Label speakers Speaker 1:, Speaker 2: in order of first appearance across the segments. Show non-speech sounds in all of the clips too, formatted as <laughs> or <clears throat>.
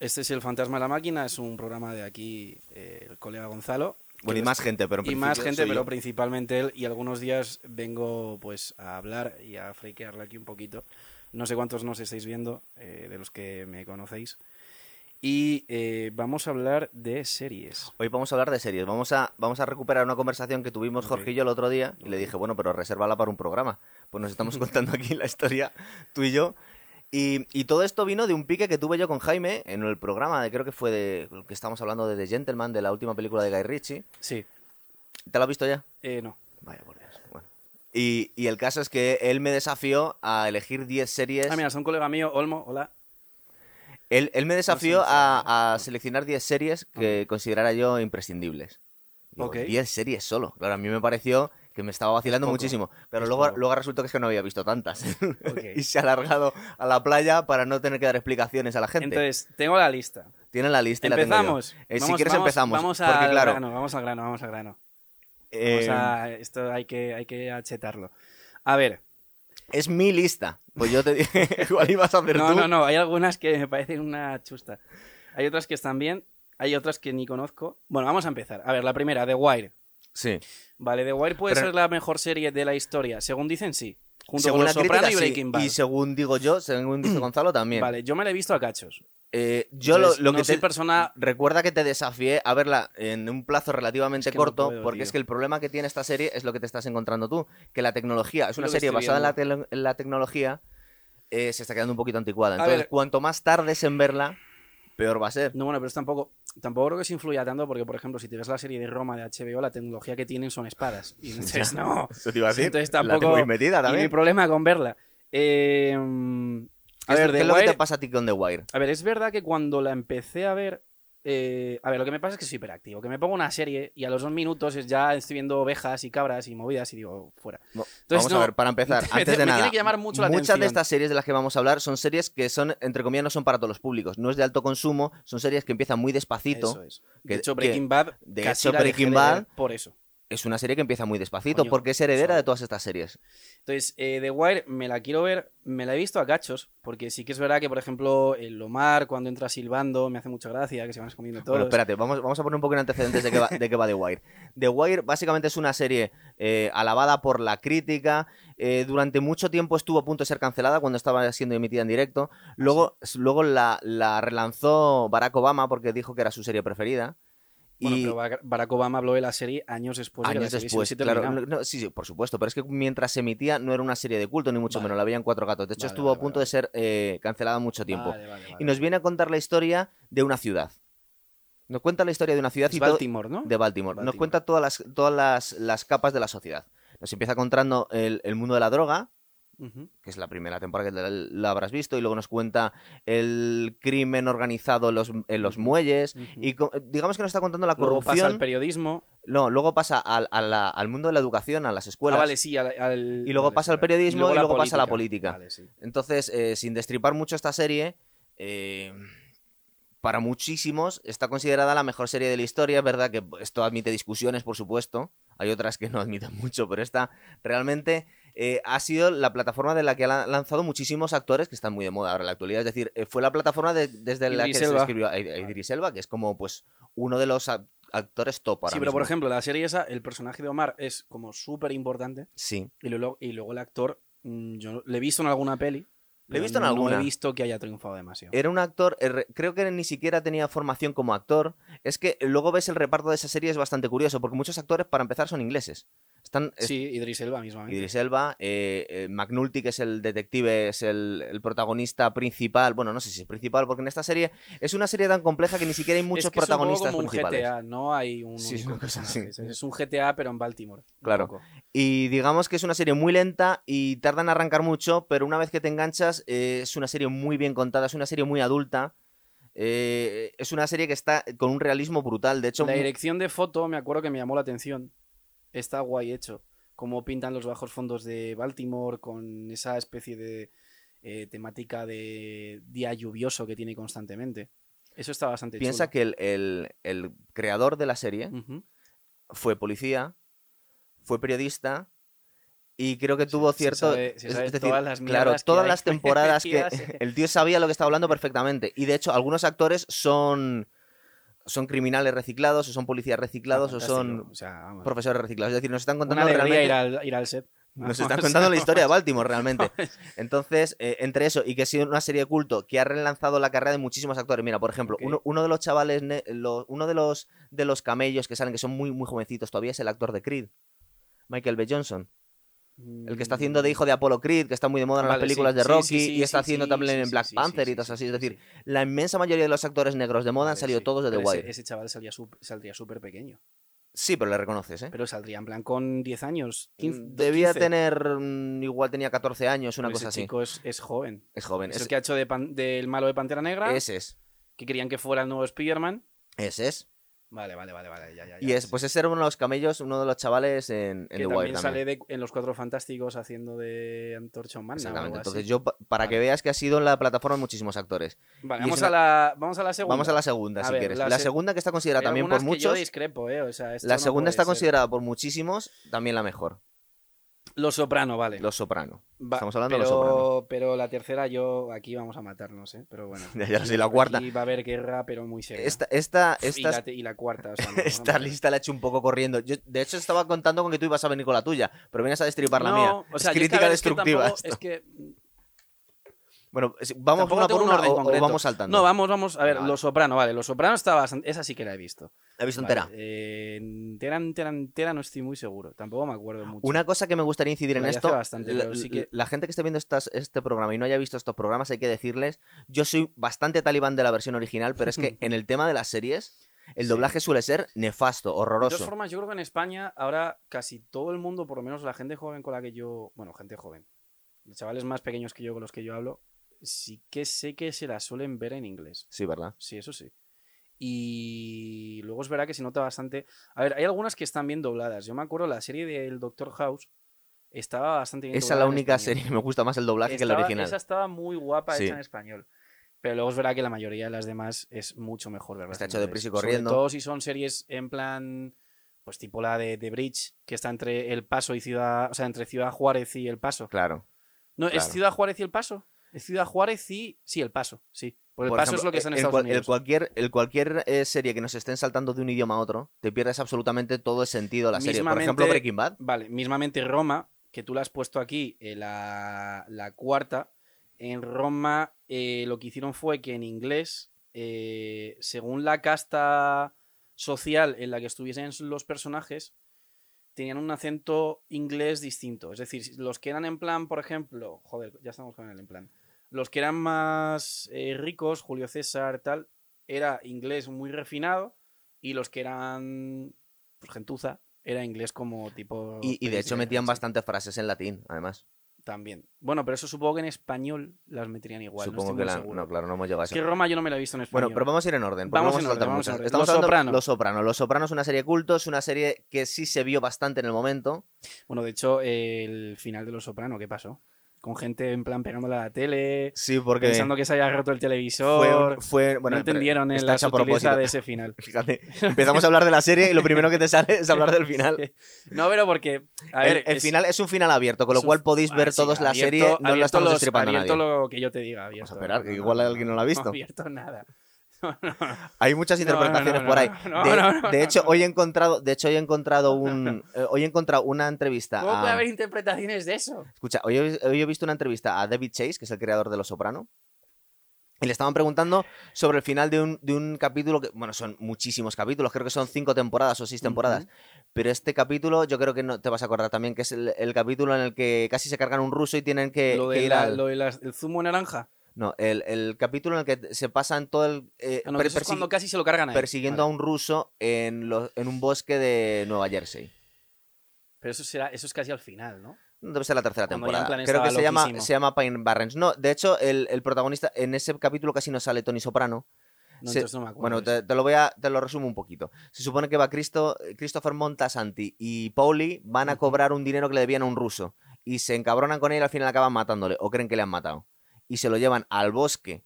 Speaker 1: Este es El Fantasma de la Máquina, es un programa de aquí, eh, el colega Gonzalo.
Speaker 2: Bueno, y
Speaker 1: que
Speaker 2: más gente, pero en
Speaker 1: y más
Speaker 2: principio
Speaker 1: gente,
Speaker 2: soy
Speaker 1: pero
Speaker 2: yo.
Speaker 1: principalmente él. Y algunos días vengo pues a hablar y a friquearle aquí un poquito. No sé cuántos nos estáis viendo, eh, de los que me conocéis. Y eh, vamos a hablar de series.
Speaker 2: Hoy vamos a hablar de series. Vamos a, vamos a recuperar una conversación que tuvimos
Speaker 1: Ok.
Speaker 2: Jorge y yo el otro día. Y le dije, bueno, pero resérvala para un programa. Pues
Speaker 1: <laughs>
Speaker 2: nos estamos contando aquí la historia, tú y yo. Y, y todo esto vino de un pique que tuve yo con Jaime en el programa, de- creo que fue de que estábamos hablando de The Gentleman, de la última película de Guy Ritchie.
Speaker 1: Sí,
Speaker 2: ¿Te la has visto ya?
Speaker 1: eh, no.
Speaker 2: Vaya, por Dios. Bueno. Y, y el caso es que él me desafió a elegir 10 series.
Speaker 1: Ah, mira, es un colega mío, Olmo, hola.
Speaker 2: Él, él me desafió
Speaker 1: no sé.
Speaker 2: a, a seleccionar 10 series que considerara yo imprescindibles. Digo,
Speaker 1: Ok.
Speaker 2: 10 series solo. Claro, a mí me pareció que me estaba vacilando
Speaker 1: poco.
Speaker 2: muchísimo. Pero
Speaker 1: Es
Speaker 2: luego,
Speaker 1: poco.
Speaker 2: luego resultó que es que no había visto tantas.
Speaker 1: Ok.
Speaker 2: <laughs> y se ha alargado a la playa para no tener que dar explicaciones a la gente.
Speaker 1: Entonces, tengo la lista.
Speaker 2: Tiene la lista y la tengo yo.
Speaker 1: Empezamos.
Speaker 2: Eh, si
Speaker 1: Vamos-
Speaker 2: quieres
Speaker 1: vamos-
Speaker 2: empezamos.
Speaker 1: Vamos
Speaker 2: porque,
Speaker 1: al
Speaker 2: claro,
Speaker 1: grano, vamos al grano, vamos al grano.
Speaker 2: eh,
Speaker 1: Vamos a- esto hay que, hay que achetarlo. A ver,
Speaker 2: es mi lista. Pues yo
Speaker 1: <laughs>
Speaker 2: te dije, <laughs> igual ibas a hacer
Speaker 1: no,
Speaker 2: tú.
Speaker 1: no, no, hay algunas que me parecen una chusta. Hay otras que están bien, hay otras que ni conozco. Bueno, vamos a empezar. A ver, la primera, The Wire.
Speaker 2: Sí.
Speaker 1: Vale, The Wire puede
Speaker 2: Pero-
Speaker 1: ser la mejor serie de la historia, según dicen sí. Junto
Speaker 2: según
Speaker 1: con
Speaker 2: la
Speaker 1: Los Soprano
Speaker 2: crítica,
Speaker 1: y
Speaker 2: sí.
Speaker 1: Breaking Bad.
Speaker 2: Y según digo yo,
Speaker 1: <clears throat>
Speaker 2: según dice Gonzalo también.
Speaker 1: Vale, yo me la he visto a cachos.
Speaker 2: Eh, yo
Speaker 1: Entonces,
Speaker 2: lo, lo que
Speaker 1: no soy
Speaker 2: te-
Speaker 1: persona-
Speaker 2: recuerda que te desafié a verla en un plazo relativamente
Speaker 1: Es que no
Speaker 2: corto,
Speaker 1: puedo,
Speaker 2: porque
Speaker 1: tío.
Speaker 2: es que el problema que tiene esta serie es lo que te estás encontrando tú, que la tecnología es
Speaker 1: Lo
Speaker 2: una
Speaker 1: que
Speaker 2: serie
Speaker 1: estoy
Speaker 2: basada en la, tele- en la tecnología, eh, se está quedando un poquito anticuada. Entonces,
Speaker 1: ver.
Speaker 2: cuanto más tardes en verla, peor va a ser.
Speaker 1: No, bueno, pero es tampoco, tampoco creo que se influya tanto porque, por ejemplo, si te ves la serie de Roma de HBO, la tecnología que tienen son espadas.
Speaker 2: <laughs>
Speaker 1: Y entonces, no.
Speaker 2: Eso te iba a decir.
Speaker 1: Entonces
Speaker 2: La
Speaker 1: tampoco...
Speaker 2: tengo bien metida
Speaker 1: Y mi
Speaker 2: también.
Speaker 1: problema con verla. Eh, a
Speaker 2: ¿Qué es-
Speaker 1: ver,
Speaker 2: qué
Speaker 1: The
Speaker 2: es lo que
Speaker 1: Wire-
Speaker 2: te pasa a ti con The Wire?
Speaker 1: A ver, es verdad que cuando la empecé a ver. eh, a ver, lo que me pasa es que soy hiperactivo. Que me pongo una serie y a los dos minutos es- ya estoy viendo ovejas y cabras y movidas y digo, fuera.
Speaker 2: No,
Speaker 1: Entonces,
Speaker 2: vamos
Speaker 1: no.
Speaker 2: a ver, para empezar,
Speaker 1: <laughs> Me-
Speaker 2: antes de
Speaker 1: me
Speaker 2: nada,
Speaker 1: tiene que llamar mucho la
Speaker 2: muchas de
Speaker 1: atención.
Speaker 2: estas series de las que vamos a hablar son series que son, entre comillas, no son para todos los públicos, no es de alto consumo, son series que empiezan muy despacito.
Speaker 1: Eso es. De
Speaker 2: Que-
Speaker 1: hecho,
Speaker 2: que-
Speaker 1: Breaking Bad.
Speaker 2: de
Speaker 1: casi
Speaker 2: hecho,
Speaker 1: la dejé
Speaker 2: Breaking
Speaker 1: de ver
Speaker 2: Bad-
Speaker 1: Por eso.
Speaker 2: es una serie que empieza muy despacito
Speaker 1: Coño,
Speaker 2: porque es heredera
Speaker 1: sabe.
Speaker 2: de todas estas series.
Speaker 1: Entonces, eh, The Wire me la quiero ver, me la he visto a cachos, porque sí que es verdad que, por ejemplo, el Omar cuando entra silbando me hace mucha gracia, que se van escondiendo todos.
Speaker 2: Bueno, espérate, vamos, vamos a poner un poco en antecedentes de qué,
Speaker 1: <laughs>
Speaker 2: va, de qué va The Wire. The Wire básicamente es una serie eh, alabada por la crítica. eh, durante mucho tiempo estuvo a punto de ser cancelada cuando estaba siendo emitida en directo.
Speaker 1: Ah,
Speaker 2: Luego, luego la, la relanzó Barack Obama porque dijo que era su serie preferida.
Speaker 1: Bueno,
Speaker 2: y
Speaker 1: pero Bar- Barack Obama habló de la serie años después de que
Speaker 2: años
Speaker 1: la serie se
Speaker 2: después,
Speaker 1: hubiese
Speaker 2: claro,
Speaker 1: terminado.
Speaker 2: no- no, sí, sí, por supuesto, pero es que mientras se emitía no era una serie de culto, ni mucho
Speaker 1: Vale.
Speaker 2: menos, la veían cuatro gatos. De hecho,
Speaker 1: Vale,
Speaker 2: estuvo
Speaker 1: vale,
Speaker 2: a punto
Speaker 1: vale,
Speaker 2: de ser eh, cancelada mucho tiempo.
Speaker 1: Vale, vale,
Speaker 2: y
Speaker 1: vale.
Speaker 2: nos viene a contar la historia de una ciudad. Nos cuenta la historia de una ciudad
Speaker 1: Es
Speaker 2: y todo-
Speaker 1: Baltimore, ¿no?
Speaker 2: de Baltimore. Nos
Speaker 1: Baltimore.
Speaker 2: cuenta todas las, todas las, las capas de la sociedad. Nos empieza contando el, el mundo de la droga,
Speaker 1: Ujú.
Speaker 2: que es la primera temporada que la, la habrás visto, y luego nos cuenta el crimen organizado en los, en los muelles.
Speaker 1: Ujú.
Speaker 2: Y co- digamos que nos está contando la
Speaker 1: Luego pasa
Speaker 2: corrupción.
Speaker 1: al periodismo.
Speaker 2: no, luego pasa al, a la- al mundo de la educación, a las escuelas.
Speaker 1: Ah, vale, sí, al- al-
Speaker 2: Y luego
Speaker 1: vale,
Speaker 2: pasa al
Speaker 1: vale.
Speaker 2: periodismo y
Speaker 1: la
Speaker 2: luego pasa a la política.
Speaker 1: Vale, sí.
Speaker 2: Entonces, eh, sin destripar mucho esta serie, eh, para muchísimos está considerada la mejor serie de la historia. Es verdad que esto admite discusiones, por supuesto. Hay otras que no admiten <laughs> mucho, pero esta realmente eh, ha sido la plataforma de la que han lanzado muchísimos actores que están muy de moda ahora en la actualidad. Es decir, eh, fue la plataforma de- desde la
Speaker 1: Idris
Speaker 2: que se
Speaker 1: Elba.
Speaker 2: escribió a Idris Elba, que es como pues uno de los ac- actores top ahora
Speaker 1: Sí, pero por
Speaker 2: mismo.
Speaker 1: ejemplo, la serie esa, el personaje de Omar es como súper importante.
Speaker 2: Sí.
Speaker 1: Y luego, y luego el actor, mm, yo le he visto en alguna peli.
Speaker 2: Le he
Speaker 1: pero
Speaker 2: visto en
Speaker 1: no
Speaker 2: alguna.
Speaker 1: he visto que haya triunfado demasiado.
Speaker 2: Era un actor, eh, re- creo que ni siquiera tenía formación como actor. Es que luego ves el reparto de esa serie, es bastante curioso, porque muchos actores, para empezar, son ingleses. Están es-
Speaker 1: Sí, Idris Elba misma.
Speaker 2: Idris Elba, eh, eh, McNulty, que es el detective, es el, el protagonista principal. Bueno, no sé si es principal, porque en esta serie es una serie tan compleja que ni siquiera hay muchos
Speaker 1: es que
Speaker 2: protagonistas
Speaker 1: es un poco como un
Speaker 2: principales.
Speaker 1: GTA, no hay un
Speaker 2: Sí, es
Speaker 1: único
Speaker 2: una cosa
Speaker 1: personaje.
Speaker 2: así.
Speaker 1: Es un GTA, pero en Baltimore. un
Speaker 2: Claro.
Speaker 1: poco.
Speaker 2: Y digamos que es una serie muy lenta y tarda en arrancar mucho, pero una vez que te enganchas, eh, es una serie muy bien contada, es una serie muy adulta. eh, es una serie que está con un realismo brutal. De hecho,
Speaker 1: La
Speaker 2: mu-
Speaker 1: dirección de foto, me acuerdo que me llamó la atención. Está guay hecho. Cómo pintan los bajos fondos de Baltimore con esa especie de eh, temática de día lluvioso que tiene constantemente. Eso está bastante
Speaker 2: Piensa
Speaker 1: chulo.
Speaker 2: que el, el- el creador de la serie
Speaker 1: Ujú.
Speaker 2: fue policía, fue periodista Y creo que tuvo
Speaker 1: Se
Speaker 2: cierto.
Speaker 1: sabe- se
Speaker 2: es-
Speaker 1: sabe
Speaker 2: es decir,
Speaker 1: todas las
Speaker 2: claro,
Speaker 1: mierdas que
Speaker 2: todas
Speaker 1: hay <laughs>
Speaker 2: las temporadas que
Speaker 1: metidas.
Speaker 2: <laughs> el tío sabía lo que estaba hablando perfectamente. Y de hecho, algunos actores son, son criminales reciclados, o son policías reciclados, o son
Speaker 1: Fantástico, o sea, vamos.
Speaker 2: profesores reciclados. Es decir, nos están
Speaker 1: Una
Speaker 2: contando
Speaker 1: alegría
Speaker 2: realmente.
Speaker 1: ir al, ir al set. <laughs>
Speaker 2: Nos están
Speaker 1: Vamos,
Speaker 2: contando la
Speaker 1: vamos.
Speaker 2: historia de
Speaker 1: <laughs>
Speaker 2: Baltimore realmente. Entonces, eh, entre eso y que ha sido una serie de culto que ha relanzado la carrera de muchísimos actores. Mira, por ejemplo,
Speaker 1: Ok.
Speaker 2: uno, uno de los chavales, ne- lo- uno de los de los camellos que salen, que son muy, muy jovencitos todavía, es el actor de Creed, Michael B. Johnson. El que está haciendo de hijo de Apollo Creed, que está muy de moda en las
Speaker 1: mm, Ah, Vale, sí,
Speaker 2: películas de
Speaker 1: sí,
Speaker 2: Rocky,
Speaker 1: sí, sí,
Speaker 2: y está
Speaker 1: sí,
Speaker 2: haciendo
Speaker 1: sí,
Speaker 2: también
Speaker 1: sí,
Speaker 2: en
Speaker 1: sí,
Speaker 2: Black
Speaker 1: sí,
Speaker 2: Panther
Speaker 1: sí,
Speaker 2: y cosas
Speaker 1: sí,
Speaker 2: así. Es
Speaker 1: sí,
Speaker 2: decir,
Speaker 1: sí.
Speaker 2: la inmensa mayoría de los actores negros de moda han
Speaker 1: Vale,
Speaker 2: salido
Speaker 1: sí.
Speaker 2: todos de The
Speaker 1: Pero ese-
Speaker 2: Wire.
Speaker 1: Ese, chaval salía su- saldría súper pequeño.
Speaker 2: Sí, pero le reconoces, ¿eh?
Speaker 1: Pero saldría en plan con 10 años. 15,
Speaker 2: Mm, Debía
Speaker 1: 15.
Speaker 2: tener, mm, igual tenía 14 años, una
Speaker 1: Pero
Speaker 2: cosa
Speaker 1: ese
Speaker 2: así.
Speaker 1: chico es, es joven.
Speaker 2: Es joven.
Speaker 1: Es,
Speaker 2: Es,
Speaker 1: el que ha hecho de pan- del malo de Pantera Negra.
Speaker 2: ese es.
Speaker 1: Que querían que fuera el nuevo Spider-Man.
Speaker 2: Ese es.
Speaker 1: Vale, vale, vale, vale. Ya, Ah, ya, ya,
Speaker 2: Y es,
Speaker 1: sí.
Speaker 2: pues ese era uno de los camellos, uno de los chavales en, en
Speaker 1: que
Speaker 2: The
Speaker 1: también
Speaker 2: Wire también.
Speaker 1: sale de- en Los Cuatro Fantásticos haciendo de Antorcha Humana. o algo
Speaker 2: Exactamente.
Speaker 1: así.
Speaker 2: Entonces, yo, pa- para que
Speaker 1: Vale.
Speaker 2: veas que ha sido en la plataforma de muchísimos actores.
Speaker 1: Vale,
Speaker 2: y
Speaker 1: vamos,
Speaker 2: es una-
Speaker 1: a la, vamos a la segunda.
Speaker 2: Vamos a la segunda,
Speaker 1: A
Speaker 2: si
Speaker 1: ver,
Speaker 2: quieres. La,
Speaker 1: la se-
Speaker 2: segunda que está considerada
Speaker 1: Hay
Speaker 2: también por
Speaker 1: algunas que yo
Speaker 2: muchos.
Speaker 1: discrepo, ¿eh? O sea, esto
Speaker 2: La
Speaker 1: no
Speaker 2: segunda
Speaker 1: puede
Speaker 2: está
Speaker 1: ser.
Speaker 2: considerada por muchísimos también la mejor.
Speaker 1: Los Soprano, vale.
Speaker 2: Los Soprano.
Speaker 1: Va,
Speaker 2: estamos hablando de
Speaker 1: pero,
Speaker 2: Los
Speaker 1: Pero la tercera, yo. Aquí vamos a matarnos, ¿eh? Pero bueno.
Speaker 2: <laughs> Ya, ya lo sé, la cuarta.
Speaker 1: Aquí va a haber guerra, pero muy seria.
Speaker 2: Esta, esta,
Speaker 1: y, la,
Speaker 2: esta,
Speaker 1: te- y la cuarta, o
Speaker 2: <laughs>
Speaker 1: sea, no, no,
Speaker 2: esta
Speaker 1: no.
Speaker 2: lista la he hecho un poco corriendo. Yo, de hecho, estaba contando con que tú ibas a venir con la tuya, pero vienes a destripar la
Speaker 1: No,
Speaker 2: mía.
Speaker 1: o sea,
Speaker 2: es
Speaker 1: yo
Speaker 2: crítica
Speaker 1: cada vez que
Speaker 2: destructiva.
Speaker 1: tampoco-
Speaker 2: esto.
Speaker 1: es que
Speaker 2: Bueno, si- vamos
Speaker 1: tampoco
Speaker 2: una
Speaker 1: tengo
Speaker 2: por
Speaker 1: un
Speaker 2: una
Speaker 1: orden
Speaker 2: o- o,
Speaker 1: concreto.
Speaker 2: vamos saltando.
Speaker 1: No, vamos, vamos. A ver,
Speaker 2: Vale.
Speaker 1: Los Soprano, vale. Los Soprano está bastante. Esa sí que la he visto.
Speaker 2: La he visto
Speaker 1: Vale,
Speaker 2: entera.
Speaker 1: eh, entera, entera, entera, no estoy muy seguro. Tampoco me acuerdo mucho.
Speaker 2: Ah, Una cosa que me gustaría incidir en
Speaker 1: Lo vi hace
Speaker 2: esto,
Speaker 1: bastante,
Speaker 2: la,
Speaker 1: pero sí que-
Speaker 2: la gente que esté viendo estas, este programa y no haya visto estos programas, hay que decirles, yo soy bastante talibán de la versión original, pero es
Speaker 1: <laughs>
Speaker 2: que en el tema de las series, el
Speaker 1: Sí.
Speaker 2: doblaje suele ser nefasto,
Speaker 1: De todas
Speaker 2: horroroso.
Speaker 1: formas, yo creo que en España ahora casi todo el mundo, por lo menos la gente joven con la que yo. Bueno, gente joven. Los chavales más pequeños que yo con los que yo hablo, sí que sé que se la suelen ver en inglés.
Speaker 2: Sí, ¿verdad?
Speaker 1: Sí, eso sí. Y luego es verdad que se nota bastante. A ver, hay algunas que están bien dobladas. Yo me acuerdo la serie del Doctor House estaba bastante bien
Speaker 2: Esa es la
Speaker 1: doblada en
Speaker 2: única
Speaker 1: español.
Speaker 2: serie que me gusta más el doblaje que la
Speaker 1: Estaba-
Speaker 2: original.
Speaker 1: Esa estaba muy guapa
Speaker 2: Sí.
Speaker 1: hecha en español. Pero luego es verdad que la mayoría de las demás es mucho mejor verlas.
Speaker 2: Está
Speaker 1: en
Speaker 2: hecho de
Speaker 1: inglés.
Speaker 2: prisa y
Speaker 1: Sobre
Speaker 2: corriendo.
Speaker 1: todo si son series en plan, pues tipo la de, de Bridge, que está entre El Paso y Ciudad, o sea, entre Ciudad Juárez y El Paso.
Speaker 2: Claro.
Speaker 1: No, es
Speaker 2: claro.
Speaker 1: Ciudad Juárez y El Paso. Es Ciudad Juárez y, sí, El Paso, sí. Porque El
Speaker 2: Por
Speaker 1: Paso es
Speaker 2: ejemplo,
Speaker 1: lo que está en
Speaker 2: el
Speaker 1: Estados
Speaker 2: cual- el
Speaker 1: Unidos.
Speaker 2: cualquier, el cualquier eh, serie que nos estén saltando de un idioma a otro, te pierdes absolutamente todo el sentido de la serie. Por ejemplo,
Speaker 1: Mismamente-
Speaker 2: Breaking Bad.
Speaker 1: Vale, mismamente Roma, que tú la has puesto aquí, eh, la, la cuarta. En Roma eh, lo que hicieron fue que en inglés, eh, según la casta social en la que estuviesen los personajes, tenían un acento inglés distinto. Es decir, los que eran en plan, por ejemplo, joder, ya estamos con el en plan. Los que eran más eh, ricos, Julio César, tal, era inglés muy refinado. Y los que eran pues, gentuza, era inglés como tipo.
Speaker 2: Y, y de hecho
Speaker 1: Príncipe
Speaker 2: metían
Speaker 1: Hans,
Speaker 2: bastantes frases en latín, además.
Speaker 1: También. Bueno, pero eso supongo que en español las meterían igual. no
Speaker 2: Supongo
Speaker 1: estoy
Speaker 2: que
Speaker 1: muy
Speaker 2: la...
Speaker 1: seguro.
Speaker 2: No, claro, no hemos llegado a
Speaker 1: Es
Speaker 2: eso.
Speaker 1: que Roma yo no me la he visto en español.
Speaker 2: Bueno, pero vamos a ir en orden. porque
Speaker 1: Vamos en
Speaker 2: vamos a saltar
Speaker 1: orden, vamos
Speaker 2: muchas.
Speaker 1: en orden.
Speaker 2: Estamos
Speaker 1: Los
Speaker 2: hablando-
Speaker 1: Soprano.
Speaker 2: Los Soprano. Los Soprano es una serie culto, es una serie que sí se vio bastante en el momento.
Speaker 1: Bueno, de hecho, el final de Los Soprano, ¿qué pasó? Con gente en plan pegándole a la tele,
Speaker 2: Sí, porque
Speaker 1: pensando que se haya roto el
Speaker 2: fue,
Speaker 1: televisor.
Speaker 2: un- fue- bueno,
Speaker 1: no entendieron
Speaker 2: está
Speaker 1: la
Speaker 2: hecho a
Speaker 1: sutileza
Speaker 2: propósito.
Speaker 1: de ese final.
Speaker 2: <laughs> Fíjate, <laughs> empezamos a hablar de la serie y lo primero que te sale es hablar del final.
Speaker 1: <laughs> No, pero porque. A
Speaker 2: El-
Speaker 1: ver,
Speaker 2: el, final es un final abierto, con lo
Speaker 1: es un-
Speaker 2: cual podéis ver
Speaker 1: Ah, sí,
Speaker 2: todos la
Speaker 1: abierto-
Speaker 2: serie, no la
Speaker 1: abierto
Speaker 2: estamos
Speaker 1: los-
Speaker 2: destripando a
Speaker 1: abierto
Speaker 2: nadie.
Speaker 1: lo que yo te diga, abierto.
Speaker 2: esperar, que igual alguien no lo ha visto.
Speaker 1: No, <laughs> abierto nada.
Speaker 2: Hay muchas
Speaker 1: No, no,
Speaker 2: interpretaciones
Speaker 1: no,
Speaker 2: por
Speaker 1: no,
Speaker 2: ahí.
Speaker 1: no,
Speaker 2: de,
Speaker 1: no, no,
Speaker 2: de hecho,
Speaker 1: no.
Speaker 2: hoy he encontrado, de hecho, hoy he encontrado <laughs> un, eh, hoy he encontrado una entrevista.
Speaker 1: ¿Cómo puede
Speaker 2: a-
Speaker 1: haber interpretaciones de eso?
Speaker 2: Escucha, hoy he, hoy he visto una entrevista a David Chase, que es el creador de Los Soprano, y le estaban preguntando sobre el final de un, de un capítulo que, bueno, son muchísimos capítulos, creo que son cinco temporadas o seis temporadas, pero este capítulo yo creo que no te vas a acordar también, que es el, el capítulo en el que casi se cargan un ruso y tienen que,
Speaker 1: lo
Speaker 2: Eh, que Eh,
Speaker 1: del
Speaker 2: ir al...
Speaker 1: el zumo naranja.
Speaker 2: No, el, el capítulo en el que se pasan todo el... eh,
Speaker 1: Ah, no,
Speaker 2: per-
Speaker 1: eso es
Speaker 2: persegui-
Speaker 1: cuando casi se lo cargan a él.
Speaker 2: persiguiendo
Speaker 1: Vale.
Speaker 2: a un ruso en, lo- en un bosque de Nueva Jersey.
Speaker 1: Pero eso, será, eso es casi al final, ¿no?
Speaker 2: Debe ser la tercera
Speaker 1: Cuando ya en
Speaker 2: temporada.
Speaker 1: plan
Speaker 2: Creo que
Speaker 1: estaba
Speaker 2: se llama,
Speaker 1: loquísimo.
Speaker 2: se llama Pine Barrens. No, de hecho, el, el protagonista en ese capítulo casi no sale Tony Soprano.
Speaker 1: No,
Speaker 2: Se-
Speaker 1: entonces no me acuerdo.
Speaker 2: Bueno,
Speaker 1: de eso.
Speaker 2: te, te lo voy a, te lo resumo un poquito. Se supone que va Cristo, Christopher Montasanti y Pauli van a
Speaker 1: Ujú.
Speaker 2: cobrar un dinero que le debían a un ruso y se encabronan con él y al final acaban matándole o creen que le han matado y se lo llevan al bosque